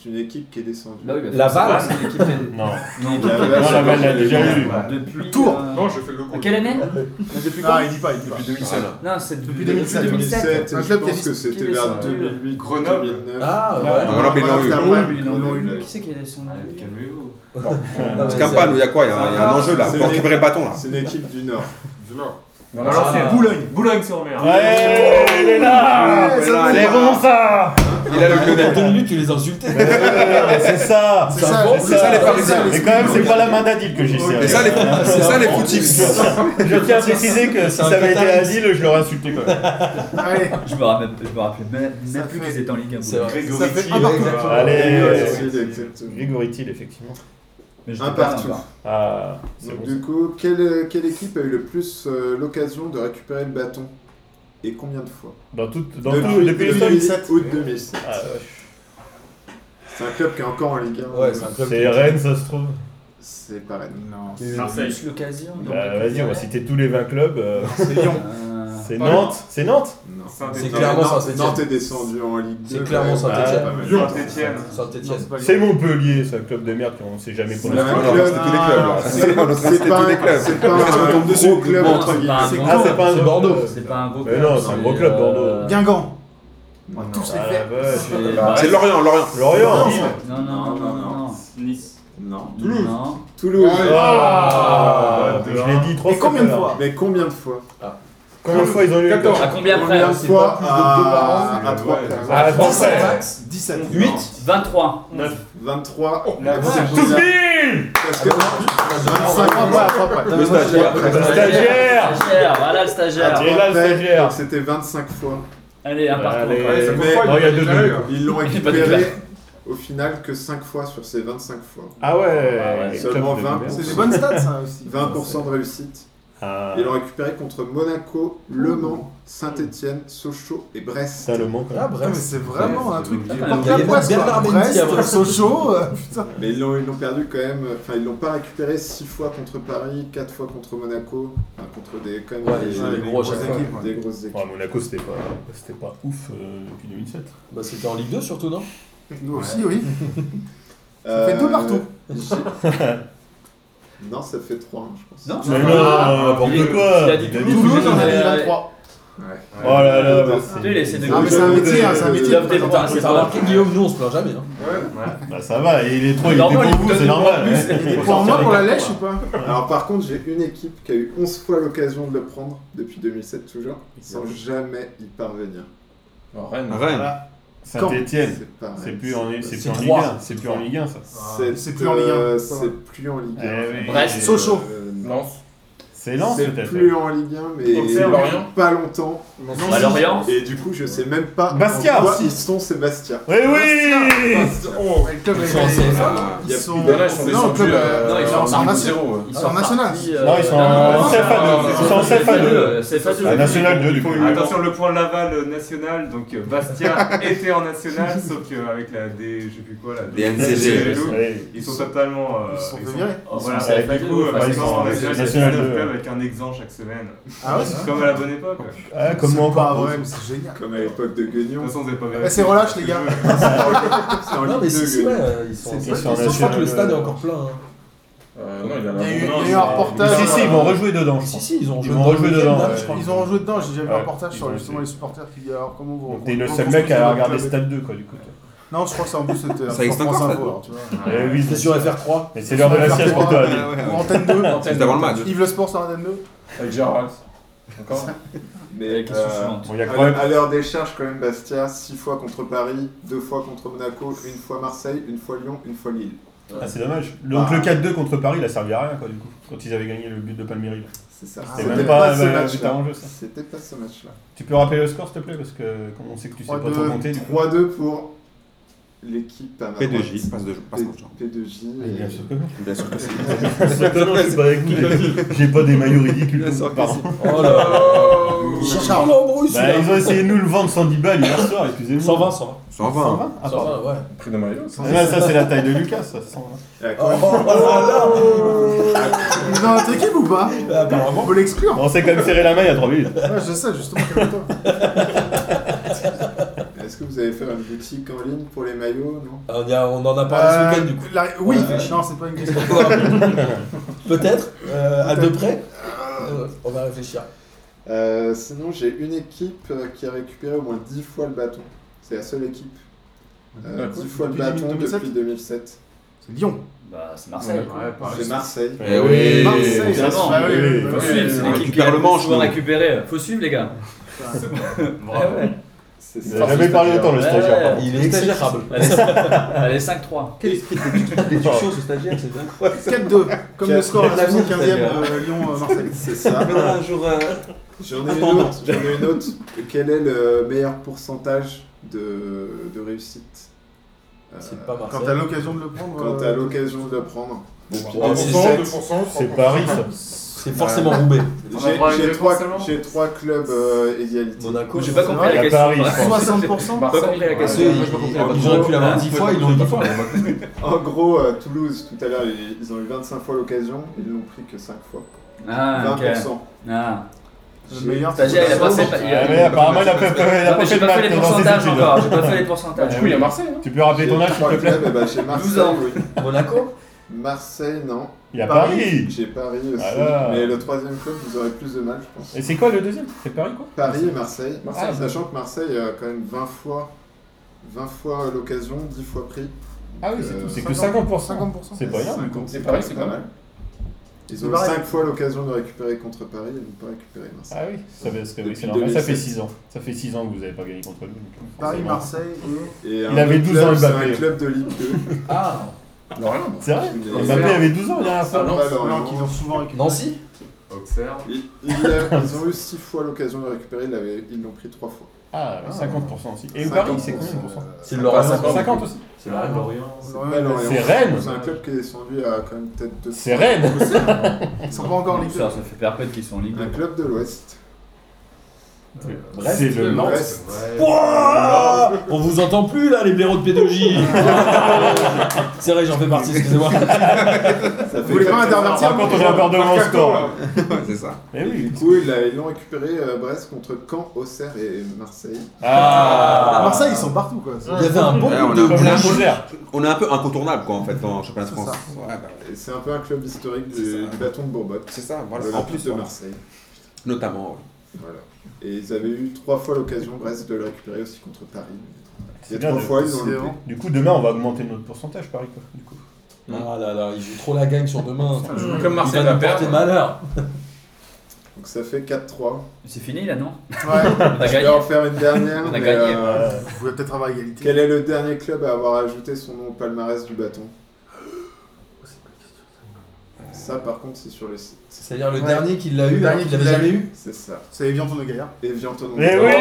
[SPEAKER 3] C'est une équipe qui est descendue.
[SPEAKER 15] Bah oui, bah,
[SPEAKER 1] Laval.
[SPEAKER 15] c'est une équipe qui est-
[SPEAKER 8] Non.
[SPEAKER 15] Non,
[SPEAKER 3] Laval,
[SPEAKER 8] Non, la balle l'a déjà eu.
[SPEAKER 15] depuis.
[SPEAKER 5] Tours.
[SPEAKER 15] euh,
[SPEAKER 11] Non, je fais le coup.
[SPEAKER 15] à Quelle année
[SPEAKER 5] Depuis quand il dit pas, il dit pas.
[SPEAKER 11] Depuis 2007.
[SPEAKER 15] Non, c'est depuis
[SPEAKER 5] 2007.
[SPEAKER 3] 2007,
[SPEAKER 5] Un
[SPEAKER 3] je
[SPEAKER 5] club qui
[SPEAKER 3] pense que
[SPEAKER 5] est-
[SPEAKER 15] qui est
[SPEAKER 3] c'était vers
[SPEAKER 15] descendu.
[SPEAKER 3] 2008,
[SPEAKER 10] Grenoble.
[SPEAKER 3] 2009.
[SPEAKER 1] Ah,
[SPEAKER 8] Ah,
[SPEAKER 1] ouais.
[SPEAKER 2] ouais. Grenoble, ils l'ont eu.
[SPEAKER 3] Grenoble,
[SPEAKER 5] Ils l'ont eu.
[SPEAKER 4] Euh,
[SPEAKER 3] Grenoble.
[SPEAKER 15] Qui c'est qui est descendu
[SPEAKER 10] Calmez-vous.
[SPEAKER 1] Non,
[SPEAKER 2] Parce
[SPEAKER 1] mais
[SPEAKER 2] qu'un
[SPEAKER 1] c'est-
[SPEAKER 2] panne, il y a quoi Il y a un- il y a un enjeu là.
[SPEAKER 3] C'est
[SPEAKER 2] Pour récupérer le bâton là.
[SPEAKER 3] C'est une équipe du Nord.
[SPEAKER 11] Du Nord.
[SPEAKER 15] Alors, c'est
[SPEAKER 5] Boulogne.
[SPEAKER 10] Boulogne-sur-Mer.
[SPEAKER 8] Ouais, il est là
[SPEAKER 5] Ouais, ça
[SPEAKER 8] C'est bon ça
[SPEAKER 2] Il a le
[SPEAKER 1] Pour deux
[SPEAKER 2] Lionel.
[SPEAKER 1] minutes, tu les insultais.
[SPEAKER 8] Ouais, C'est ça
[SPEAKER 5] C'est
[SPEAKER 1] Ça
[SPEAKER 5] ça,
[SPEAKER 1] avance,
[SPEAKER 5] c'est
[SPEAKER 2] c'est ça, les Parisiens.
[SPEAKER 5] c'est
[SPEAKER 8] Mais quand même, c'est pas la main d'Adil que j'ai
[SPEAKER 2] C'est ça les,
[SPEAKER 8] Ah,
[SPEAKER 2] c'est ça les footifs.
[SPEAKER 8] Je tiens à préciser que si
[SPEAKER 1] C'est un
[SPEAKER 8] ça avait été
[SPEAKER 1] cataracte.
[SPEAKER 8] Adil, je l'aurais insulté quand même.
[SPEAKER 5] Allez,
[SPEAKER 15] Je me rappelle, je me rappelle même,
[SPEAKER 5] Ça
[SPEAKER 15] même plus
[SPEAKER 5] fait-
[SPEAKER 15] qu'ils étaient en Ligue 1.
[SPEAKER 1] C'est vrai.
[SPEAKER 10] Grégory
[SPEAKER 5] ça fait
[SPEAKER 10] Thiel.
[SPEAKER 5] un partout.
[SPEAKER 8] Allez.
[SPEAKER 3] Ouais, c'est- exactement.
[SPEAKER 8] Grégory Thiel, effectivement.
[SPEAKER 15] Mais je
[SPEAKER 3] Un
[SPEAKER 15] te parle
[SPEAKER 3] partout.
[SPEAKER 15] encore.
[SPEAKER 8] Ah, c'est
[SPEAKER 3] Donc,
[SPEAKER 8] bon.
[SPEAKER 3] du coup, quelle, quelle équipe a eu le plus euh, l'occasion de récupérer le bâton Et combien de fois
[SPEAKER 8] Dans tout, dans tout, depuis le sol.
[SPEAKER 3] 2007. Août 2007.
[SPEAKER 8] Ah, ouais.
[SPEAKER 3] C'est un club qui est encore en Ligue 1.
[SPEAKER 5] Ah,
[SPEAKER 1] Ouais, c'est un club.
[SPEAKER 8] C'est Rennes, ça se trouve.
[SPEAKER 3] C'est pas Rennes.
[SPEAKER 5] Non,
[SPEAKER 8] c'est Marseille.
[SPEAKER 15] Plus le Casir non.
[SPEAKER 8] Bah, Vas-y, on va citer tous les 20 clubs. euh,
[SPEAKER 5] C'est Lyon.
[SPEAKER 8] C'est
[SPEAKER 5] Pas
[SPEAKER 8] Nantes. C'est Nantes
[SPEAKER 13] C'est clairement Saint-Étienne.
[SPEAKER 3] Nantes est descendu en Ligue 2.
[SPEAKER 13] C'est clairement Saint-Étienne.
[SPEAKER 10] Saint-Étienne.
[SPEAKER 13] Saint-Etienne.
[SPEAKER 8] C'est Montpellier, c'est un club de merde qu'on ne sait jamais
[SPEAKER 2] C'est la même chose, tous les clubs, là.
[SPEAKER 3] C'est c'est pas un
[SPEAKER 2] C'était tous les clubs.
[SPEAKER 3] c'est pas
[SPEAKER 2] Parce qu'on
[SPEAKER 3] un
[SPEAKER 2] tombe dessus.
[SPEAKER 3] gros club
[SPEAKER 15] Non,
[SPEAKER 3] entre
[SPEAKER 15] c'est
[SPEAKER 3] guillemets.
[SPEAKER 15] pas un gros
[SPEAKER 8] Ah,
[SPEAKER 15] club.
[SPEAKER 8] c'est pas un
[SPEAKER 15] C'est
[SPEAKER 8] gros
[SPEAKER 15] Bordeaux.
[SPEAKER 8] club.
[SPEAKER 15] C'est pas un gros
[SPEAKER 8] Mais
[SPEAKER 15] club.
[SPEAKER 8] non, c'est un gros club, Bordeaux.
[SPEAKER 5] Guingamp. On va tous les
[SPEAKER 8] Ah, la
[SPEAKER 5] faire.
[SPEAKER 8] vache.
[SPEAKER 15] C'est-
[SPEAKER 8] Bah,
[SPEAKER 2] C'est Lorient, Lorient.
[SPEAKER 8] Lorient
[SPEAKER 15] Non, non, non, non.
[SPEAKER 4] Nice.
[SPEAKER 2] Non.
[SPEAKER 3] Toulouse.
[SPEAKER 15] Non.
[SPEAKER 3] Toulouse.
[SPEAKER 8] Ah, Je l'ai dit trois
[SPEAKER 5] Et combien de
[SPEAKER 8] tout à l'heure.
[SPEAKER 5] fois
[SPEAKER 3] Mais combien de fois
[SPEAKER 8] Combien de fois ils ont eu
[SPEAKER 11] Quatorze.
[SPEAKER 15] À combien
[SPEAKER 3] Combien
[SPEAKER 15] après
[SPEAKER 3] de
[SPEAKER 15] c'est
[SPEAKER 3] fois
[SPEAKER 15] pas-
[SPEAKER 3] à, à 3
[SPEAKER 8] Ah, trois fois.
[SPEAKER 5] 17.
[SPEAKER 15] 8 23.
[SPEAKER 3] 23.
[SPEAKER 11] la
[SPEAKER 3] Parce que- Parce que 25
[SPEAKER 5] 3
[SPEAKER 3] fois.
[SPEAKER 5] fois, 3 fois.
[SPEAKER 2] Le stagiaire.
[SPEAKER 8] Le stagiaire
[SPEAKER 15] Stagiaire, voilà le stagiaire.
[SPEAKER 8] Et là, le
[SPEAKER 3] Après,
[SPEAKER 8] stagiaire.
[SPEAKER 3] donc C'était 25 fois.
[SPEAKER 15] Allez, un partout.
[SPEAKER 8] Allez.
[SPEAKER 15] encore.
[SPEAKER 11] Ouais, ça compte
[SPEAKER 3] Mais-
[SPEAKER 11] pas, il
[SPEAKER 8] Non, il y a deux
[SPEAKER 11] déjà
[SPEAKER 8] deux.
[SPEAKER 11] eu, hein.
[SPEAKER 3] Ils l'ont
[SPEAKER 15] pas de
[SPEAKER 3] récupéré au final que 5 fois sur ces 25 fois.
[SPEAKER 8] Ah
[SPEAKER 15] Ah
[SPEAKER 8] ouais
[SPEAKER 15] ouais,
[SPEAKER 3] seulement
[SPEAKER 8] Club de
[SPEAKER 3] 20.
[SPEAKER 8] merde.
[SPEAKER 5] C'est des bonnes stats, ça aussi.
[SPEAKER 3] 20% de réussite.
[SPEAKER 8] Ah,
[SPEAKER 3] Ils l'ont récupéré contre Monaco, Le Mans, Saint-Etienne, Sochaux et Brest.
[SPEAKER 8] ça le manque.
[SPEAKER 1] Ah,
[SPEAKER 5] Putain, mais
[SPEAKER 1] bref.
[SPEAKER 5] c'est vraiment un truc.
[SPEAKER 15] obligé.
[SPEAKER 5] Porte
[SPEAKER 1] Il y avait
[SPEAKER 5] la poisse,
[SPEAKER 1] Bernard
[SPEAKER 5] quoi.
[SPEAKER 1] Mendy avant.
[SPEAKER 5] Brest, Sochaux, euh, putain.
[SPEAKER 3] Mais ils l'ont ils l'ont perdu quand même. Enfin, ils l'ont pas récupéré 6 fois contre Paris, 4 fois contre Monaco. Enfin, contre des, quand même
[SPEAKER 1] Ouais,
[SPEAKER 3] des,
[SPEAKER 1] des
[SPEAKER 3] des
[SPEAKER 1] gros à
[SPEAKER 3] grosses
[SPEAKER 1] chaque
[SPEAKER 5] fois.
[SPEAKER 3] équipes. Des grosses équipes.
[SPEAKER 8] Ouais, Oh, Monaco, c'était pas, c'était pas ouf euh, depuis 2007.
[SPEAKER 1] Bah, c'était en Ligue 2 surtout, non
[SPEAKER 5] Nous aussi, oui.
[SPEAKER 3] Ça
[SPEAKER 5] fait deux partout.
[SPEAKER 3] Euh, non, ça fait 3, je pense.
[SPEAKER 15] Non,
[SPEAKER 8] Ah, Mais
[SPEAKER 15] non,
[SPEAKER 8] non, n'importe
[SPEAKER 15] il a dit Toulouse,
[SPEAKER 8] quoi. Il a dit
[SPEAKER 5] Toulouse,
[SPEAKER 1] hein.
[SPEAKER 5] on a mis
[SPEAKER 15] Euh,
[SPEAKER 5] 23.
[SPEAKER 8] Oh là là, bah, c'est-
[SPEAKER 15] Tu sais, il essaie de-
[SPEAKER 5] Ah, mais c'est un métier, hein, c'est un métier.
[SPEAKER 15] Il offre des points,
[SPEAKER 1] T'as
[SPEAKER 15] c'est
[SPEAKER 1] t'as
[SPEAKER 15] pas mal.
[SPEAKER 1] remarqué, Guillaume, nous on se plaint jamais. hein.
[SPEAKER 8] Bah, ça va, et les trois, il était
[SPEAKER 15] Normalement,
[SPEAKER 8] pour
[SPEAKER 15] il
[SPEAKER 8] vous,
[SPEAKER 15] donne
[SPEAKER 8] c'est
[SPEAKER 15] des
[SPEAKER 8] normal.
[SPEAKER 15] points en plus,
[SPEAKER 8] hein.
[SPEAKER 5] Et
[SPEAKER 8] Faut
[SPEAKER 5] pour
[SPEAKER 8] sortir
[SPEAKER 5] moi,
[SPEAKER 8] les
[SPEAKER 5] pour la
[SPEAKER 8] quatre,
[SPEAKER 5] lèche
[SPEAKER 8] quoi.
[SPEAKER 5] ou pas
[SPEAKER 3] Alors, par contre, j'ai une équipe qui a eu 11 fois l'occasion de le prendre depuis 2007, toujours, sans jamais y parvenir.
[SPEAKER 14] Rennes.
[SPEAKER 2] Rennes.
[SPEAKER 8] Saint-Etienne.
[SPEAKER 3] C'est pas
[SPEAKER 8] C'est
[SPEAKER 3] vrai.
[SPEAKER 8] plus en, c'est
[SPEAKER 1] C'est
[SPEAKER 8] plus en Ligue
[SPEAKER 1] trois.
[SPEAKER 8] 1. C'est plus en Ligue 1, ça.
[SPEAKER 3] C'est
[SPEAKER 5] Ah, C'est plus en Ligue 1.
[SPEAKER 3] euh,
[SPEAKER 5] Ça va.
[SPEAKER 3] C'est plus en Ligue 1.
[SPEAKER 8] Eh oui.
[SPEAKER 15] Brest,
[SPEAKER 5] Sochaux.
[SPEAKER 3] Euh,
[SPEAKER 14] Lens.
[SPEAKER 8] C'est Lens,
[SPEAKER 3] C'est
[SPEAKER 8] peut-être.
[SPEAKER 3] plus en Ligue 1, mais
[SPEAKER 14] Auxerre, Lorient.
[SPEAKER 3] pas longtemps.
[SPEAKER 15] Bah, Lorient.
[SPEAKER 3] Et du coup, je sais même pas
[SPEAKER 8] Bastia
[SPEAKER 3] en quoi
[SPEAKER 8] aussi.
[SPEAKER 3] ils sont, c'est Bastia.
[SPEAKER 8] Eh oui
[SPEAKER 5] Oh, le club
[SPEAKER 14] sont en
[SPEAKER 5] est-
[SPEAKER 14] CFA,
[SPEAKER 5] ils
[SPEAKER 3] Il y a
[SPEAKER 5] sont-
[SPEAKER 3] plus
[SPEAKER 14] Bah là, ils sont
[SPEAKER 5] Non, le
[SPEAKER 14] descendus.
[SPEAKER 5] club,
[SPEAKER 14] euh,
[SPEAKER 5] euh,
[SPEAKER 15] non, ils sont
[SPEAKER 14] en
[SPEAKER 5] en
[SPEAKER 14] Ligue
[SPEAKER 5] national.
[SPEAKER 14] 0, ouais.
[SPEAKER 15] Ils
[SPEAKER 5] sont en national.
[SPEAKER 15] partis, euh,
[SPEAKER 8] Non, ils sont en CFA2. Ils sont en
[SPEAKER 1] Ah,
[SPEAKER 14] Euh,
[SPEAKER 8] CFA2.
[SPEAKER 1] euh,
[SPEAKER 15] CFA2.
[SPEAKER 8] La nationale 2, du coup.
[SPEAKER 10] Attention, le point Laval euh, national, donc euh, Bastia était en national, sauf qu'avec la D, je sais plus quoi, la
[SPEAKER 2] DNCG.
[SPEAKER 10] DNCG.
[SPEAKER 8] Ouais.
[SPEAKER 10] Ils sont totalement. euh,
[SPEAKER 5] Ils se sont fait
[SPEAKER 10] ils sont-
[SPEAKER 5] virer.
[SPEAKER 10] Oh, Voilà,
[SPEAKER 8] sont
[SPEAKER 10] du coup, euh,
[SPEAKER 8] bah, ils
[SPEAKER 10] maintenant,
[SPEAKER 8] sont
[SPEAKER 10] on a déjà
[SPEAKER 8] en
[SPEAKER 10] des
[SPEAKER 8] national
[SPEAKER 10] clubs
[SPEAKER 8] deux.
[SPEAKER 10] avec un exempt chaque semaine.
[SPEAKER 5] Ah ouais
[SPEAKER 10] Comme à la bonne époque. De
[SPEAKER 8] Ah, comment
[SPEAKER 5] C'est pas
[SPEAKER 8] encore
[SPEAKER 5] vrai, mais c'est génial.
[SPEAKER 3] Comme à l'époque de Guignon.
[SPEAKER 10] toute façon, vous n'avez pas
[SPEAKER 5] Eh,
[SPEAKER 10] vérifié.
[SPEAKER 5] C'est relâche, les gars.
[SPEAKER 3] C'est en
[SPEAKER 1] Non,
[SPEAKER 3] Ligue
[SPEAKER 1] mais
[SPEAKER 3] 2,
[SPEAKER 1] si, si, ouais,
[SPEAKER 3] Guignon.
[SPEAKER 1] ils sont
[SPEAKER 8] C'est-
[SPEAKER 1] en
[SPEAKER 8] c'est-
[SPEAKER 1] Je crois que le
[SPEAKER 8] c'est-
[SPEAKER 1] stade est encore plein. hein.
[SPEAKER 14] Euh, non, il a
[SPEAKER 5] Il y a eu-
[SPEAKER 14] l'abandonné.
[SPEAKER 5] il y a eu un reportage.
[SPEAKER 8] Si, si, ils vont rejouer dedans, je
[SPEAKER 1] Si,
[SPEAKER 8] pense.
[SPEAKER 1] si, ils ont
[SPEAKER 8] Ils vont rejouer dedans,
[SPEAKER 1] Vietnam,
[SPEAKER 8] ouais.
[SPEAKER 1] je crois.
[SPEAKER 5] Ils ont rejoué dedans, j'ai déjà vu
[SPEAKER 8] Ouais,
[SPEAKER 5] un reportage
[SPEAKER 8] ils
[SPEAKER 5] sur
[SPEAKER 8] ont
[SPEAKER 5] justement
[SPEAKER 8] été-
[SPEAKER 5] les supporters qui disent alors comment vous
[SPEAKER 8] Donc, T'es
[SPEAKER 5] vous-
[SPEAKER 8] le
[SPEAKER 5] vous-
[SPEAKER 8] seul
[SPEAKER 5] vous-
[SPEAKER 8] mec
[SPEAKER 5] vous-
[SPEAKER 8] à
[SPEAKER 5] vous-
[SPEAKER 8] regarder
[SPEAKER 5] vous-
[SPEAKER 8] Stade 2, quoi, du coup.
[SPEAKER 5] Non, je crois que c'est en plus c'était
[SPEAKER 2] Ça
[SPEAKER 5] sur
[SPEAKER 2] existe
[SPEAKER 5] France
[SPEAKER 2] encore, ça,
[SPEAKER 5] Info,
[SPEAKER 2] non
[SPEAKER 5] alors, tu vois.
[SPEAKER 8] Eh oui,
[SPEAKER 1] C'est sur FR3.
[SPEAKER 8] Mais c'est l'heure de la sieste pour toi,
[SPEAKER 2] Ah
[SPEAKER 8] Adil.
[SPEAKER 5] Ou Antenne 2.
[SPEAKER 2] Juste avant le match.
[SPEAKER 5] Yves Le Sport sur Antenne 2.
[SPEAKER 14] Avec Gérard. Encore
[SPEAKER 3] Mais
[SPEAKER 15] question
[SPEAKER 3] euh,
[SPEAKER 15] suivante.
[SPEAKER 8] Bon, il y a
[SPEAKER 3] à
[SPEAKER 8] quand même.
[SPEAKER 3] l'heure- à l'heure des charges, quand même, Bastia, 6 fois contre Paris, 2 fois contre Monaco, 1 fois Marseille, 1 fois Lyon, 1 fois Lille.
[SPEAKER 8] Ah, c'est dommage. Donc
[SPEAKER 3] Ah.
[SPEAKER 8] le 4-2 contre Paris, il a servi à rien, quoi, du coup. Quand ils avaient gagné le but de Palmieri.
[SPEAKER 3] C'est ça.
[SPEAKER 5] Ah,
[SPEAKER 8] C'était
[SPEAKER 3] C'était
[SPEAKER 8] même pas
[SPEAKER 3] pas ce
[SPEAKER 8] un but à
[SPEAKER 3] match-là.
[SPEAKER 8] enjeu, ça.
[SPEAKER 3] C'était pas ce match-là.
[SPEAKER 8] Tu peux rappeler le score, s'il te plaît, parce que comme on sait que tu sais pas trop compter.
[SPEAKER 3] 3-2 3-2
[SPEAKER 8] du coup.
[SPEAKER 3] pour l'équipe à ma droite.
[SPEAKER 2] P2J. Passe de jeu. Passe
[SPEAKER 3] P-
[SPEAKER 2] mon genre.
[SPEAKER 3] P2J.
[SPEAKER 8] Eh Bien
[SPEAKER 3] et-
[SPEAKER 8] sûr que non.
[SPEAKER 2] Bien sûr que c'est.
[SPEAKER 8] Certainement, je suis pas avec vous. J'ai pas des maillots ridicules.
[SPEAKER 2] Bien sûr que
[SPEAKER 8] Pardon.
[SPEAKER 2] si.
[SPEAKER 1] Oh là là
[SPEAKER 5] Cherche
[SPEAKER 1] Il l'embrouille
[SPEAKER 8] Bah, ils
[SPEAKER 1] celui-là
[SPEAKER 8] ont essayé de nous le vendre 110 balles hier soir, excusez-moi.
[SPEAKER 15] 120, 120.
[SPEAKER 2] 120.
[SPEAKER 8] 120 Ah,
[SPEAKER 1] Ça
[SPEAKER 8] pardon.
[SPEAKER 1] va, ouais.
[SPEAKER 14] Prix de Mario.
[SPEAKER 8] Ah, non, ça, c'est la taille de Lucas, ça. 120.
[SPEAKER 3] et à quoi-
[SPEAKER 1] Oh là là
[SPEAKER 5] Il est dans notre équipe ou pas On peut l'exclure.
[SPEAKER 8] On s'est quand même serré la main il y a 3 minutes.
[SPEAKER 5] Ouais, je sais, justement, calme-toi.
[SPEAKER 3] Est-ce que vous allez faire une boutique en ligne pour les maillots non
[SPEAKER 1] On y a- on en a parlé ce week-end du coup.
[SPEAKER 5] Euh, la- Oui, non, c'est pas une question.
[SPEAKER 1] Peut-être, euh, à deux près. Euh, on va réfléchir.
[SPEAKER 3] Euh, Sinon, j'ai une équipe euh, qui a récupéré au moins 10 fois le bâton. C'est la seule équipe. Euh,
[SPEAKER 14] D'accord.
[SPEAKER 3] 10 fois le
[SPEAKER 5] Depuis
[SPEAKER 3] bâton
[SPEAKER 5] 2007?
[SPEAKER 3] depuis 2007.
[SPEAKER 5] C'est Lyon.
[SPEAKER 15] Bah, c'est Marseille. quoi.
[SPEAKER 10] Ouais, pareil.
[SPEAKER 3] C'est Marseille.
[SPEAKER 2] Eh oui.
[SPEAKER 5] Marseille,
[SPEAKER 15] évidemment.
[SPEAKER 5] c'est- bah oui, oui, oui.
[SPEAKER 15] Faut suivre, c'est
[SPEAKER 2] On
[SPEAKER 15] l'équipe qui
[SPEAKER 2] récupère
[SPEAKER 15] a
[SPEAKER 2] le
[SPEAKER 15] le
[SPEAKER 2] manche,
[SPEAKER 15] plus souvent
[SPEAKER 2] nous.
[SPEAKER 15] récupéré. Faut suivre, les gars.
[SPEAKER 10] Bravo.
[SPEAKER 15] Ouais, ouais.
[SPEAKER 3] C'est
[SPEAKER 8] Il a jamais parlé autant, le
[SPEAKER 15] Ouais,
[SPEAKER 8] stagiaire. pardon.
[SPEAKER 15] ouais.
[SPEAKER 1] Il est exécrable.
[SPEAKER 15] Allez, 5-3.
[SPEAKER 1] Quel esprit de déduction ce stagiaire, c'est dingue.
[SPEAKER 5] 4-2, comme le score à la
[SPEAKER 2] L'avenir,
[SPEAKER 5] 75e
[SPEAKER 2] c'est-à-dire.
[SPEAKER 5] euh, Lyon-Marseille.
[SPEAKER 3] C'est ça.
[SPEAKER 2] Un jour.
[SPEAKER 3] J'en ai une autre. J'en ai une autre. Quel est le meilleur pourcentage de, de réussite Euh,
[SPEAKER 1] C'est pas
[SPEAKER 5] Quand t'as
[SPEAKER 1] Marseille.
[SPEAKER 5] l'occasion de le prendre.
[SPEAKER 3] Quand
[SPEAKER 5] euh,
[SPEAKER 3] t'as l'occasion de le prendre.
[SPEAKER 2] Bon,
[SPEAKER 1] Ah,
[SPEAKER 11] 1%, 2%, 3%.
[SPEAKER 8] C'est Paris, ça.
[SPEAKER 1] C'est forcément Roubaix.
[SPEAKER 3] J'ai- J'ai trois, j'ai trois clubs euh, égalité.
[SPEAKER 15] Monaco, J'ai pas compris la question.
[SPEAKER 3] 60%
[SPEAKER 15] Pas compris la question.
[SPEAKER 3] Ouais,
[SPEAKER 15] Moi, j'ai pas compris la question.
[SPEAKER 3] en gros,
[SPEAKER 2] Ah,
[SPEAKER 15] Dix fois, ils l'ont dit fois.
[SPEAKER 3] En gros, euh, Toulouse, tout à l'heure, ils ils ont eu 25 fois l'occasion, ils l'ont pris que 5 fois.
[SPEAKER 17] Ah,
[SPEAKER 3] 20%.
[SPEAKER 17] ok. Ah.
[SPEAKER 3] J'ai-
[SPEAKER 17] Stagiaire, il a pas fait. il a-
[SPEAKER 8] Ah, mais apparemment, il a pas- il a
[SPEAKER 17] Non,
[SPEAKER 8] pas
[SPEAKER 17] mais j'ai
[SPEAKER 8] fait de
[SPEAKER 17] pas fait
[SPEAKER 8] maths
[SPEAKER 17] les
[SPEAKER 8] dans ses
[SPEAKER 17] pourcentages
[SPEAKER 8] études.
[SPEAKER 17] encore. J'ai pas fait les pourcentages.
[SPEAKER 8] Du coup, il y a Marseille, hein. Tu peux rappeler ton âge, s'il te plaît
[SPEAKER 3] eh ben, J'ai Marseille.
[SPEAKER 17] 12 ans.
[SPEAKER 3] oui.
[SPEAKER 1] Monaco
[SPEAKER 3] Marseille, non.
[SPEAKER 8] Il y a Paris. Ah
[SPEAKER 3] J'ai Paris aussi.
[SPEAKER 8] Voilà.
[SPEAKER 3] Mais le troisième club, vous aurez plus de mal, je pense.
[SPEAKER 8] Et c'est quoi le deuxième C'est Paris, quoi
[SPEAKER 3] Paris et Marseille.
[SPEAKER 8] Marseille.
[SPEAKER 3] Sachant que Marseille a quand même 20 fois, 20 fois l'occasion, 10 fois pris.
[SPEAKER 8] Ah oui, c'est
[SPEAKER 3] Euh,
[SPEAKER 8] tout, c'est que 50%. C'est pas rien, du coup.
[SPEAKER 3] 50%,
[SPEAKER 8] C'est Paris, c'est pas mal.
[SPEAKER 3] Ils
[SPEAKER 8] C'est
[SPEAKER 3] ont eu
[SPEAKER 8] pareil.
[SPEAKER 3] 5 fois l'occasion de récupérer contre Paris, ils n'ont pas récupéré Marseille.
[SPEAKER 8] Ah oui, ça, fait- parce que oui,
[SPEAKER 3] Depuis
[SPEAKER 8] c'est normal. ça fait
[SPEAKER 3] 2007.
[SPEAKER 8] 6 ans. Ça fait 6 ans que vous n'avez pas gagné contre nous. donc, euh,
[SPEAKER 5] Paris,
[SPEAKER 8] forcément.
[SPEAKER 5] Marseille et.
[SPEAKER 3] Et un
[SPEAKER 8] Il avait
[SPEAKER 3] autre
[SPEAKER 8] 12 ans,
[SPEAKER 3] club,
[SPEAKER 8] Mbappé.
[SPEAKER 3] C'est un club de Ligue 2.
[SPEAKER 1] Ah
[SPEAKER 8] C'est vrai
[SPEAKER 3] Et-
[SPEAKER 8] Mbappé avait 12 ans, il y a un
[SPEAKER 3] Ah,
[SPEAKER 8] an.
[SPEAKER 3] Lens, Lens.
[SPEAKER 5] qu'ils ont souvent récupéré.
[SPEAKER 1] Nancy
[SPEAKER 10] Auxerre.
[SPEAKER 3] Ils, ils l'a- ils ont eu 6 fois l'occasion de récupérer, ils l'avaient- ils l'ont pris 3 fois.
[SPEAKER 8] Ah, 50% aussi. Et Paris, c'est combien de pourcents
[SPEAKER 1] C'est
[SPEAKER 3] Ah,
[SPEAKER 1] le Lorrain 50.
[SPEAKER 8] 50 aussi.
[SPEAKER 10] C'est là, Lorient.
[SPEAKER 3] C'est pas Lorient.
[SPEAKER 8] C'est Rennes.
[SPEAKER 3] C'est un club qui est descendu à quand même peut-être 2
[SPEAKER 8] C'est Rennes.
[SPEAKER 5] Ils sont pas encore Ligue 2.
[SPEAKER 17] Ça, ça fait perpète qu'ils sont en Ligue
[SPEAKER 3] Un
[SPEAKER 17] 2.
[SPEAKER 3] club de l'Ouest.
[SPEAKER 8] Brest, C'est le Oh Lens.
[SPEAKER 3] Brest.
[SPEAKER 1] Ouah On vous entend plus là, les blaireaux de pédagogie C'est vrai, j'en fais partie, excusez-moi.
[SPEAKER 3] Ça
[SPEAKER 5] Vous voulez pas intervertir
[SPEAKER 8] Ah, quand on est encore devant le score.
[SPEAKER 2] c'est ça.
[SPEAKER 8] Eh
[SPEAKER 3] Et
[SPEAKER 8] oui.
[SPEAKER 3] Du coup, ils l'a- ils l'ont récupéré euh, Brest contre Caen, Auxerre et Marseille.
[SPEAKER 8] Ah
[SPEAKER 5] Marseille, ils sont partout quoi.
[SPEAKER 1] Il y avait un bon
[SPEAKER 2] Ouais,
[SPEAKER 1] groupe
[SPEAKER 2] on
[SPEAKER 1] de
[SPEAKER 2] a- on a-
[SPEAKER 1] bouches.
[SPEAKER 2] On est un peu incontournable, quoi, en fait, dans le championnat de
[SPEAKER 5] C'est
[SPEAKER 2] France.
[SPEAKER 5] ça.
[SPEAKER 2] Ouais, bah,
[SPEAKER 3] Et C'est un peu un club historique
[SPEAKER 2] C'est
[SPEAKER 3] du,
[SPEAKER 2] ça.
[SPEAKER 3] du bâton de Bourbotte.
[SPEAKER 2] C'est ça, voilà.
[SPEAKER 3] En plus hein. de
[SPEAKER 2] voilà.
[SPEAKER 3] Marseille.
[SPEAKER 2] Notamment. ouais.
[SPEAKER 3] Voilà. Et ils avaient eu 3 fois l'occasion, Brest, de le récupérer aussi contre Paris. Il y
[SPEAKER 8] C'est
[SPEAKER 3] a
[SPEAKER 8] bien
[SPEAKER 3] 3
[SPEAKER 8] de-
[SPEAKER 3] fois, ils ont
[SPEAKER 5] c'est
[SPEAKER 3] le
[SPEAKER 5] vrai.
[SPEAKER 8] Du coup, demain, on va augmenter notre pourcentage, Paris, quoi. Du coup.
[SPEAKER 1] Ah là là, il joue trop la gagne sur demain.
[SPEAKER 14] Comme Marseille
[SPEAKER 1] il
[SPEAKER 14] va
[SPEAKER 1] va nous porter
[SPEAKER 14] perdre.
[SPEAKER 1] malheur.
[SPEAKER 3] Donc ça fait 4-3.
[SPEAKER 17] C'est fini là, non
[SPEAKER 3] Ouais.
[SPEAKER 17] On a
[SPEAKER 3] Je vais
[SPEAKER 17] gagné.
[SPEAKER 3] en faire une dernière.
[SPEAKER 17] On a
[SPEAKER 3] mais,
[SPEAKER 17] gagné.
[SPEAKER 8] Ah,
[SPEAKER 3] euh,
[SPEAKER 5] Vous pouvez peut-être avoir égalité.
[SPEAKER 3] Quel est le dernier club à avoir ajouté son nom au palmarès du bâton Ça, par contre, c'est sur le site.
[SPEAKER 1] C'est-à-dire le
[SPEAKER 5] Ouais.
[SPEAKER 1] dernier qui l'a
[SPEAKER 5] Le
[SPEAKER 1] eu, alors
[SPEAKER 5] dernier
[SPEAKER 1] qu'il
[SPEAKER 5] qui
[SPEAKER 1] l'avait
[SPEAKER 5] l'a
[SPEAKER 1] jamais
[SPEAKER 5] eu.
[SPEAKER 1] eu.
[SPEAKER 3] C'est ça.
[SPEAKER 5] C'est Evian de Gaillard.
[SPEAKER 3] Et viens ton nom.
[SPEAKER 8] Eh oui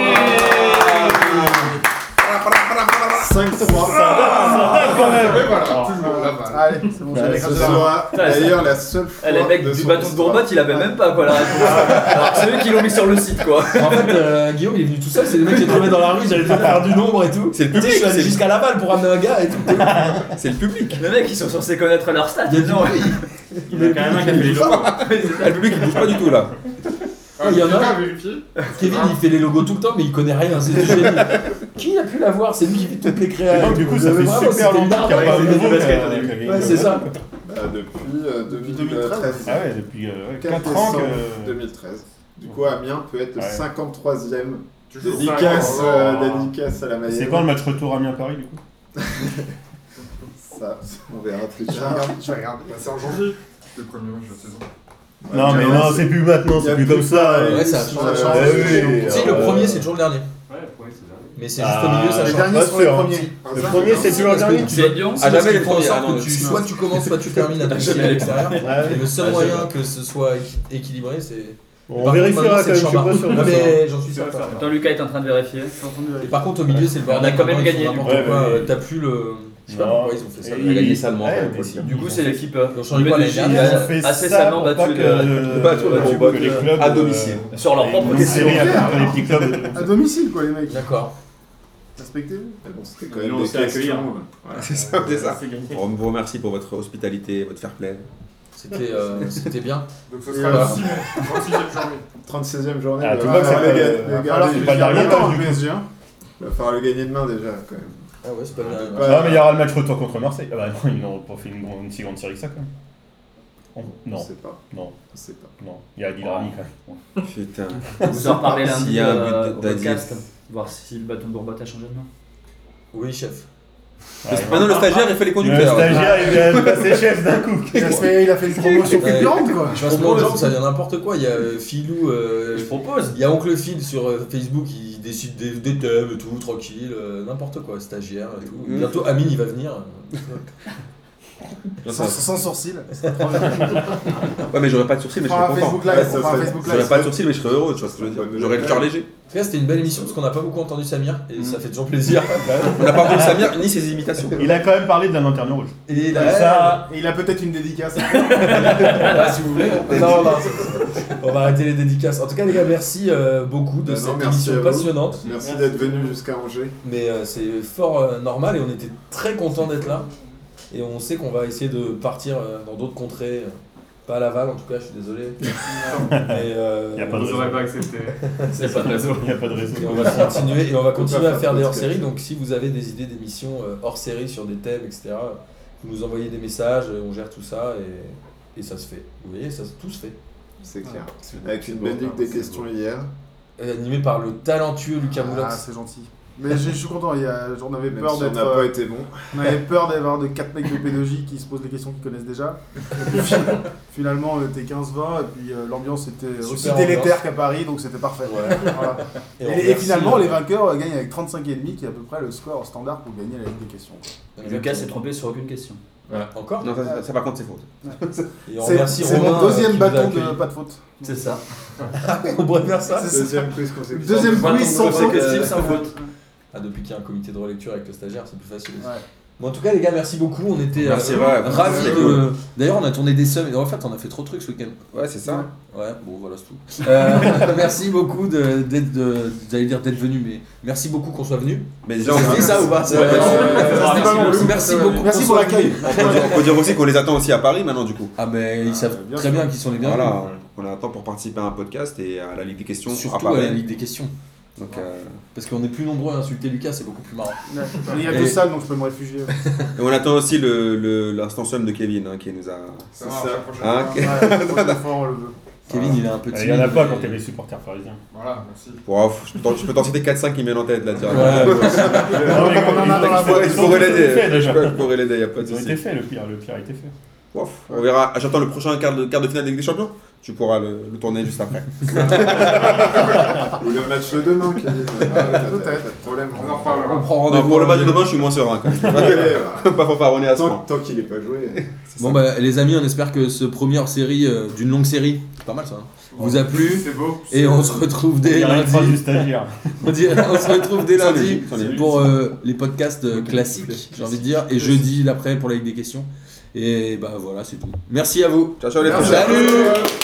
[SPEAKER 3] 5-3.
[SPEAKER 11] Et
[SPEAKER 8] Ah,
[SPEAKER 11] voilà, toujours la balle.
[SPEAKER 5] Allez, c'est bon, j'avais
[SPEAKER 3] Ce
[SPEAKER 5] grâce à
[SPEAKER 3] sera
[SPEAKER 17] Putain, c'est-
[SPEAKER 3] d'ailleurs la seule fois.
[SPEAKER 17] Ah, les mecs
[SPEAKER 3] de
[SPEAKER 17] du
[SPEAKER 3] son
[SPEAKER 17] bâton de
[SPEAKER 3] histoire.
[SPEAKER 17] Bourbotte, il avait même pas quoi la réponse. Ah, Alors que c'est eux qui l'ont mis sur le site quoi.
[SPEAKER 1] En fait, euh, Guillaume, il est venu tout seul, c'est le mec qui est tombé dans la rue, j'allais pas faire du nombre et tout.
[SPEAKER 2] C'est le
[SPEAKER 1] Tu sais,
[SPEAKER 2] public,
[SPEAKER 1] je suis allé
[SPEAKER 2] c'est-
[SPEAKER 1] jusqu'à la balle pour amener un gars et tout.
[SPEAKER 2] C'est le public.
[SPEAKER 17] Les mecs ils sont censés connaître leur stade. Non,
[SPEAKER 4] Il y en a quand même un qui a fait les deux.
[SPEAKER 2] Ah, le public, il bouge pas du tout, là.
[SPEAKER 1] Ah, il y en a.
[SPEAKER 11] Quelqu'un vérifie
[SPEAKER 1] Kevin, il fait les logos tout le temps, mais il connaît rien, c'est du génie. Qui a pu l'avoir C'est lui qui fait toutes les
[SPEAKER 8] Et
[SPEAKER 1] créations.
[SPEAKER 8] donc, du coup, ça fait super longtemps qu'il n'y a pas
[SPEAKER 4] c'était
[SPEAKER 8] eu
[SPEAKER 4] du basket au début.
[SPEAKER 1] Ouais, c'est ça.
[SPEAKER 3] Bah, depuis euh, 2013.
[SPEAKER 8] Ah ouais, depuis euh, ouais,
[SPEAKER 3] 4
[SPEAKER 8] 4 ans
[SPEAKER 3] décembre
[SPEAKER 8] que.
[SPEAKER 3] 2013. Du coup, Amiens peut être le
[SPEAKER 8] Ouais.
[SPEAKER 3] 53ème.
[SPEAKER 11] Toujours
[SPEAKER 3] Dédicace,
[SPEAKER 11] cinq.
[SPEAKER 3] euh, dédicace à la Mayenne.
[SPEAKER 8] C'est quand le match retour Amiens-Paris, du coup
[SPEAKER 3] Ça, on verra plus
[SPEAKER 5] Je
[SPEAKER 3] tard.
[SPEAKER 5] regarde, je regarde.
[SPEAKER 11] Bah, C'est en janvier. C'est le premier match de la saison.
[SPEAKER 8] Non, mais
[SPEAKER 3] Ouais,
[SPEAKER 8] non,
[SPEAKER 3] c'est-
[SPEAKER 8] c'est plus maintenant,
[SPEAKER 3] il y a
[SPEAKER 8] c'est plus
[SPEAKER 3] plus
[SPEAKER 8] comme
[SPEAKER 3] de-
[SPEAKER 8] ça. euh.
[SPEAKER 1] Ouais, ça a
[SPEAKER 3] Euh,
[SPEAKER 1] changé.
[SPEAKER 8] Ah oui,
[SPEAKER 1] Tu sais, le
[SPEAKER 8] euh,
[SPEAKER 1] premier, c'est toujours le dernier.
[SPEAKER 10] Ouais, le premier, c'est le dernier.
[SPEAKER 1] Mais c'est juste au
[SPEAKER 8] Ah,
[SPEAKER 1] milieu, ça
[SPEAKER 8] les
[SPEAKER 1] change.
[SPEAKER 8] derniers
[SPEAKER 5] Dernier
[SPEAKER 8] pas
[SPEAKER 5] sont les
[SPEAKER 8] sûr, hein.
[SPEAKER 5] premiers.
[SPEAKER 8] Le premier, c'est toujours le dernier.
[SPEAKER 17] C'est Lyon.
[SPEAKER 1] Ah,
[SPEAKER 13] jamais
[SPEAKER 1] jamais
[SPEAKER 13] les
[SPEAKER 1] les en
[SPEAKER 13] premiers, ah
[SPEAKER 1] sorte
[SPEAKER 13] non,
[SPEAKER 1] que tu,
[SPEAKER 13] excuse-moi.
[SPEAKER 1] soit tu commences, soit tu termines à domicile et à l'extérieur.
[SPEAKER 8] Ah
[SPEAKER 1] Et
[SPEAKER 8] oui.
[SPEAKER 1] le seul
[SPEAKER 8] Ah,
[SPEAKER 1] moyen
[SPEAKER 8] j'avoue.
[SPEAKER 1] que ce soit équi- équilibré, c'est.
[SPEAKER 8] On
[SPEAKER 1] Par contre,
[SPEAKER 8] vérifiera
[SPEAKER 1] maintenant,
[SPEAKER 8] quand
[SPEAKER 1] c'est
[SPEAKER 8] même,
[SPEAKER 1] le
[SPEAKER 8] je suis pas
[SPEAKER 1] Chambard.
[SPEAKER 8] sûr de ça.
[SPEAKER 1] Mais j'en suis certain.
[SPEAKER 17] Attends, Lucas est en train de vérifier.
[SPEAKER 1] Et par contre, au milieu, c'est le
[SPEAKER 17] On
[SPEAKER 1] bordel.
[SPEAKER 17] a quand même
[SPEAKER 1] Maintenant,
[SPEAKER 17] gagné,
[SPEAKER 1] ils font
[SPEAKER 17] du
[SPEAKER 1] n'importe
[SPEAKER 8] coup.
[SPEAKER 1] quoi. euh,
[SPEAKER 8] Ouais, ouais.
[SPEAKER 1] T'as plus le. Je sais pas
[SPEAKER 8] Non.
[SPEAKER 1] pourquoi ils ont fait ça.
[SPEAKER 8] Et
[SPEAKER 2] On a gagné
[SPEAKER 8] il-
[SPEAKER 2] salement,
[SPEAKER 8] ouais,
[SPEAKER 2] après,
[SPEAKER 8] mais
[SPEAKER 2] faut le
[SPEAKER 8] si.
[SPEAKER 2] dire.
[SPEAKER 17] Du coup, c'est l'équipe.
[SPEAKER 1] Ils ont
[SPEAKER 17] euh,
[SPEAKER 1] changé quoi l'année
[SPEAKER 17] UBDJ,
[SPEAKER 8] Ils
[SPEAKER 1] dernière
[SPEAKER 8] ont
[SPEAKER 17] euh,
[SPEAKER 8] fait
[SPEAKER 17] assez
[SPEAKER 8] ça
[SPEAKER 17] salement
[SPEAKER 8] pour pas
[SPEAKER 17] battu
[SPEAKER 8] que,
[SPEAKER 17] le-
[SPEAKER 8] euh,
[SPEAKER 2] Battu le
[SPEAKER 8] battu
[SPEAKER 2] Bourbotte,
[SPEAKER 8] que les
[SPEAKER 2] euh,
[SPEAKER 8] clubs,
[SPEAKER 2] à
[SPEAKER 8] euh,
[SPEAKER 2] domicile.
[SPEAKER 17] sur leur
[SPEAKER 8] et
[SPEAKER 17] propre
[SPEAKER 8] une série
[SPEAKER 17] décision.
[SPEAKER 8] après les petits clubs.
[SPEAKER 5] À domicile quoi, les mecs.
[SPEAKER 1] D'accord.
[SPEAKER 5] Respectez-vous.
[SPEAKER 3] Mais bon, c'était quand
[SPEAKER 4] Lyon,
[SPEAKER 3] même
[SPEAKER 4] on
[SPEAKER 3] des
[SPEAKER 4] s'est accueilli,
[SPEAKER 3] questions.
[SPEAKER 4] hein.
[SPEAKER 3] Voilà.
[SPEAKER 2] C'est ça, c'est ça.
[SPEAKER 4] C'est gagné.
[SPEAKER 2] On vous remercie pour votre hospitalité, votre fair play.
[SPEAKER 1] C'était euh, c'était bien.
[SPEAKER 11] Donc ce
[SPEAKER 3] Et
[SPEAKER 11] sera
[SPEAKER 3] voilà.
[SPEAKER 11] le 6 36ème journée.
[SPEAKER 3] 36ème journée.
[SPEAKER 8] Ah,
[SPEAKER 3] bah,
[SPEAKER 8] tu vois que c'est
[SPEAKER 3] va
[SPEAKER 8] pas-
[SPEAKER 3] falloir
[SPEAKER 8] euh,
[SPEAKER 3] le gagner-
[SPEAKER 8] alors,
[SPEAKER 3] le
[SPEAKER 8] c'est
[SPEAKER 3] gagner-
[SPEAKER 8] pas
[SPEAKER 5] Il y a
[SPEAKER 8] dernier
[SPEAKER 5] longtemps
[SPEAKER 8] temps,
[SPEAKER 5] le PSG. hein.
[SPEAKER 3] Il va falloir le gagner demain déjà quand même.
[SPEAKER 1] Ah ouais, c'est pas bien.
[SPEAKER 3] Ouais.
[SPEAKER 8] Non, mais il y aura le match retour contre Marseille. Ah bah non, ils n'ont pas fait une, grande- une si grande série que ça, quand même. On-
[SPEAKER 3] On
[SPEAKER 8] Non,
[SPEAKER 3] sait pas.
[SPEAKER 8] non,
[SPEAKER 3] On sait pas.
[SPEAKER 8] non. Il y a Guilarani, quand même.
[SPEAKER 2] Putain.
[SPEAKER 17] Vous en reparlez
[SPEAKER 2] S'il
[SPEAKER 17] lundi
[SPEAKER 2] y a un but
[SPEAKER 17] euh, au
[SPEAKER 2] d'Adi-
[SPEAKER 17] podcast. Voir si le bâton de Bourbotte a changé de main.
[SPEAKER 1] Oui, chef.
[SPEAKER 8] Ouais,
[SPEAKER 2] Maintenant, Ah le stagiaire, il fait les
[SPEAKER 8] Le
[SPEAKER 2] conducteurs.
[SPEAKER 8] stagiaire, il vient de passer chef d'un coup.
[SPEAKER 5] Il a fait- il a fait une promotion
[SPEAKER 1] Ouais.
[SPEAKER 5] fulgurante quoi.
[SPEAKER 1] Je pense que ça devient n'importe quoi. Il y a euh, Philou, euh,
[SPEAKER 17] Je propose.
[SPEAKER 1] il y a Oncle Phil sur euh, Facebook, il décide des, des thèmes et tout, tranquille, euh, n'importe quoi, stagiaire et tout.
[SPEAKER 2] Mhm.
[SPEAKER 1] Bientôt Amine il va venir.
[SPEAKER 5] Sans, sans sourcils.
[SPEAKER 2] Ouais, mais j'aurais pas de sourcils, mais je
[SPEAKER 5] On fera
[SPEAKER 2] serais
[SPEAKER 5] un
[SPEAKER 2] content.
[SPEAKER 5] Facebook Live, on fera un Facebook Live.
[SPEAKER 2] J'aurais pas de sourcils, mais je serais heureux, tu vois ce que je veux dire. J'aurais le cœur léger.
[SPEAKER 1] En tout cas, c'était une belle émission parce qu'on n'a pas beaucoup entendu Samir et ça fait toujours plaisir.
[SPEAKER 2] On n'a pas entendu Samir ni ses imitations.
[SPEAKER 8] Il a quand même parlé de la lanterne rouge.
[SPEAKER 1] Et il
[SPEAKER 5] Et
[SPEAKER 1] a-
[SPEAKER 5] ça, et il a peut-être une dédicace.
[SPEAKER 1] Ah, si vous voulez. Non, non. On va arrêter les dédicaces. En tout cas, les gars, merci euh, beaucoup de
[SPEAKER 3] Bah non,
[SPEAKER 1] cette
[SPEAKER 3] merci à
[SPEAKER 1] émission
[SPEAKER 3] vous.
[SPEAKER 1] passionnante.
[SPEAKER 3] Merci d'être venu jusqu'à Angers.
[SPEAKER 1] Mais euh, c'est fort euh, normal et on était très content d'être là. Et on sait qu'on va essayer de partir euh, dans d'autres contrées. euh, Pas à Laval en tout cas, je suis désolé. Mais, euh,
[SPEAKER 8] Y a pas de Vous raison. aurez pas accepté.
[SPEAKER 1] C'est
[SPEAKER 8] Y a pas de raison. Y a pas de raison.
[SPEAKER 1] Et on va continuer, et on va
[SPEAKER 8] On peut
[SPEAKER 1] continuer
[SPEAKER 8] pas
[SPEAKER 1] à
[SPEAKER 8] faire
[SPEAKER 1] faire
[SPEAKER 8] de
[SPEAKER 1] des
[SPEAKER 8] podcast.
[SPEAKER 1] hors-séries. Donc si vous avez des idées d'émissions euh, hors-série sur des thèmes, etc., vous nous envoyez des messages, euh, on gère tout ça et, et ça se fait. Vous voyez, ça, se- tout se fait.
[SPEAKER 3] C'est clair.
[SPEAKER 8] Ah,
[SPEAKER 1] C'est beau,
[SPEAKER 3] Avec
[SPEAKER 1] c'est
[SPEAKER 3] une
[SPEAKER 1] beau.
[SPEAKER 3] belle ligue des questions hier.
[SPEAKER 1] Animé par le talentueux Lucas Moulox.
[SPEAKER 5] Ah, c'est gentil. Mais je je suis content, il y a- on avait
[SPEAKER 3] Même
[SPEAKER 5] peur
[SPEAKER 3] si on
[SPEAKER 5] d'être.
[SPEAKER 3] n'a pas
[SPEAKER 5] euh,
[SPEAKER 3] été bon.
[SPEAKER 5] On avait peur d'avoir de 4 mecs de pédagogie qui se posent des questions qu'ils connaissent déjà. Et puis, fin- finalement, on était 15-20 et puis euh, l'ambiance était
[SPEAKER 1] Super
[SPEAKER 5] aussi
[SPEAKER 1] ambiance.
[SPEAKER 5] délétère qu'à Paris, donc c'était parfait. Voilà.
[SPEAKER 1] Et
[SPEAKER 5] Et,
[SPEAKER 1] on
[SPEAKER 5] et
[SPEAKER 1] remercie,
[SPEAKER 5] finalement,
[SPEAKER 1] euh,
[SPEAKER 5] les vainqueurs euh, gagnent avec 35,5 qui est à peu près le score standard pour gagner la Ligue des questions.
[SPEAKER 1] euh,
[SPEAKER 15] Lucas s'est trompé sur aucune question.
[SPEAKER 2] Voilà.
[SPEAKER 1] Encore
[SPEAKER 2] Non, ça, ça, par contre, c'est faux.
[SPEAKER 1] Et on
[SPEAKER 5] C'est-
[SPEAKER 1] remercie
[SPEAKER 5] c'est
[SPEAKER 1] Romain,
[SPEAKER 5] mon
[SPEAKER 1] euh,
[SPEAKER 5] deuxième
[SPEAKER 1] qui nous a
[SPEAKER 5] bâton de
[SPEAKER 1] accueillis.
[SPEAKER 5] pas de faute.
[SPEAKER 15] C'est ça.
[SPEAKER 1] on pourrait faire ça.
[SPEAKER 5] C'est ça. Deuxième quiz
[SPEAKER 1] consécutif.
[SPEAKER 5] consécutif. Deuxième
[SPEAKER 1] Bâton
[SPEAKER 5] quiz sans faute.
[SPEAKER 1] consécutif,
[SPEAKER 5] sans faute.
[SPEAKER 1] Ah, depuis qu'il y a un comité de relecture avec le stagiaire, c'est plus facile.
[SPEAKER 5] Ouais.
[SPEAKER 1] Bon, en tout cas, les gars, merci beaucoup. On était euh,
[SPEAKER 2] Merci, ouais,
[SPEAKER 1] ravis
[SPEAKER 2] c'était
[SPEAKER 1] de-
[SPEAKER 2] cool.
[SPEAKER 1] D'ailleurs, on a tourné des sommes. et En fait, on a fait trop de trucs ce week-end.
[SPEAKER 2] Ouais, c'est ça.
[SPEAKER 1] Ouais, bon, voilà, c'est tout. Euh, merci beaucoup de- d'être de- j'allais dire d'être venu, mais merci beaucoup qu'on soit venu. ça,
[SPEAKER 2] Mais déjà,
[SPEAKER 1] on
[SPEAKER 2] on-
[SPEAKER 1] dit ça ou pas
[SPEAKER 2] Ouais, ouais, ouais, ouais,
[SPEAKER 1] Ça, c'est
[SPEAKER 2] ouais,
[SPEAKER 1] pas
[SPEAKER 2] ouais,
[SPEAKER 1] mal.
[SPEAKER 2] ouais,
[SPEAKER 1] Merci
[SPEAKER 2] ouais,
[SPEAKER 1] beaucoup.
[SPEAKER 2] ouais. Merci
[SPEAKER 1] qu'on
[SPEAKER 2] pour
[SPEAKER 1] soit
[SPEAKER 2] l'accueil.
[SPEAKER 1] venu.
[SPEAKER 2] On peut dire- on peut dire aussi qu'on les attend aussi à Paris maintenant, du coup.
[SPEAKER 1] Ah, mais ils savent
[SPEAKER 2] bien
[SPEAKER 1] très
[SPEAKER 2] sûr.
[SPEAKER 1] bien qu'ils sont les bienvenus.
[SPEAKER 2] Voilà, on les attend pour participer à un podcast et à la Ligue des questions.
[SPEAKER 1] Surtout
[SPEAKER 2] Paris.
[SPEAKER 1] à la Ligue des questions.
[SPEAKER 2] Donc, euh,
[SPEAKER 1] Parce qu'on est plus nombreux à insulter Lucas, c'est beaucoup plus marrant.
[SPEAKER 8] Ah.
[SPEAKER 5] Ouais. Il y a deux salles, donc je peux me réfugier.
[SPEAKER 2] Et on attend aussi le- le- l'instant somme de Kevin hein, qui nous a.
[SPEAKER 5] Ça marche, la prochaine
[SPEAKER 1] Ah,
[SPEAKER 2] Hein,
[SPEAKER 5] fois.
[SPEAKER 2] Ke-
[SPEAKER 5] Ouais, la prochaine fois, on le veut.
[SPEAKER 1] Kevin, il est un peu
[SPEAKER 8] Euh, Il
[SPEAKER 1] timide.
[SPEAKER 8] y en a pas
[SPEAKER 1] mais-
[SPEAKER 8] quand t'es les supporters parisiens.
[SPEAKER 11] Voilà, merci.
[SPEAKER 2] Bon, je peux t'en- je peux t'en citer 4-5 qui me viennent en tête là direct.
[SPEAKER 8] Ouais. Non, mais on en a dans la
[SPEAKER 2] Je pourrais- je
[SPEAKER 8] boîte.
[SPEAKER 2] pourrais
[SPEAKER 8] Ils ont été faits,
[SPEAKER 2] l'aider.
[SPEAKER 8] déjà.
[SPEAKER 2] Je pourrais- je pourrais l'aider, y a pas de
[SPEAKER 8] Ils ont
[SPEAKER 2] souci.
[SPEAKER 8] été faits, le pire, le pire a été fait.
[SPEAKER 2] Ouf, on verra. Ah, J'attends le prochain quart de, quart de finale de Ligue des Champions. Tu pourras le, le tourner juste après.
[SPEAKER 3] Ou le match de demain, Kevin. Ah, t'as- t'as pas de problème.
[SPEAKER 11] On en reparlera.
[SPEAKER 1] On prend
[SPEAKER 2] Non,
[SPEAKER 1] rendez-vous.
[SPEAKER 2] pour le match de demain, je suis moins serein. Quand même. Pas- pas fanfaronné à ce point.
[SPEAKER 3] Tant qu'il n'est pas joué.
[SPEAKER 1] Bon bah les amis, on espère que ce premier hors série euh, d'une longue série, c'est pas mal ça, hein, vous a plu.
[SPEAKER 11] C'est beau.
[SPEAKER 1] Et on se retrouve
[SPEAKER 8] On
[SPEAKER 1] dès
[SPEAKER 8] dirait une
[SPEAKER 1] lundi.
[SPEAKER 8] phrase du stagiaire.
[SPEAKER 1] on, dirait- on se retrouve dès
[SPEAKER 2] Sans les
[SPEAKER 1] lundi
[SPEAKER 2] jupes, sans les jupes.
[SPEAKER 1] pour euh, les podcasts euh, classiques, j'ai envie de dire, et jeudi l'après pour la Ligue des questions. Et bah voilà, c'est tout. Merci à vous.
[SPEAKER 2] Ciao, ciao les frères.
[SPEAKER 1] Salut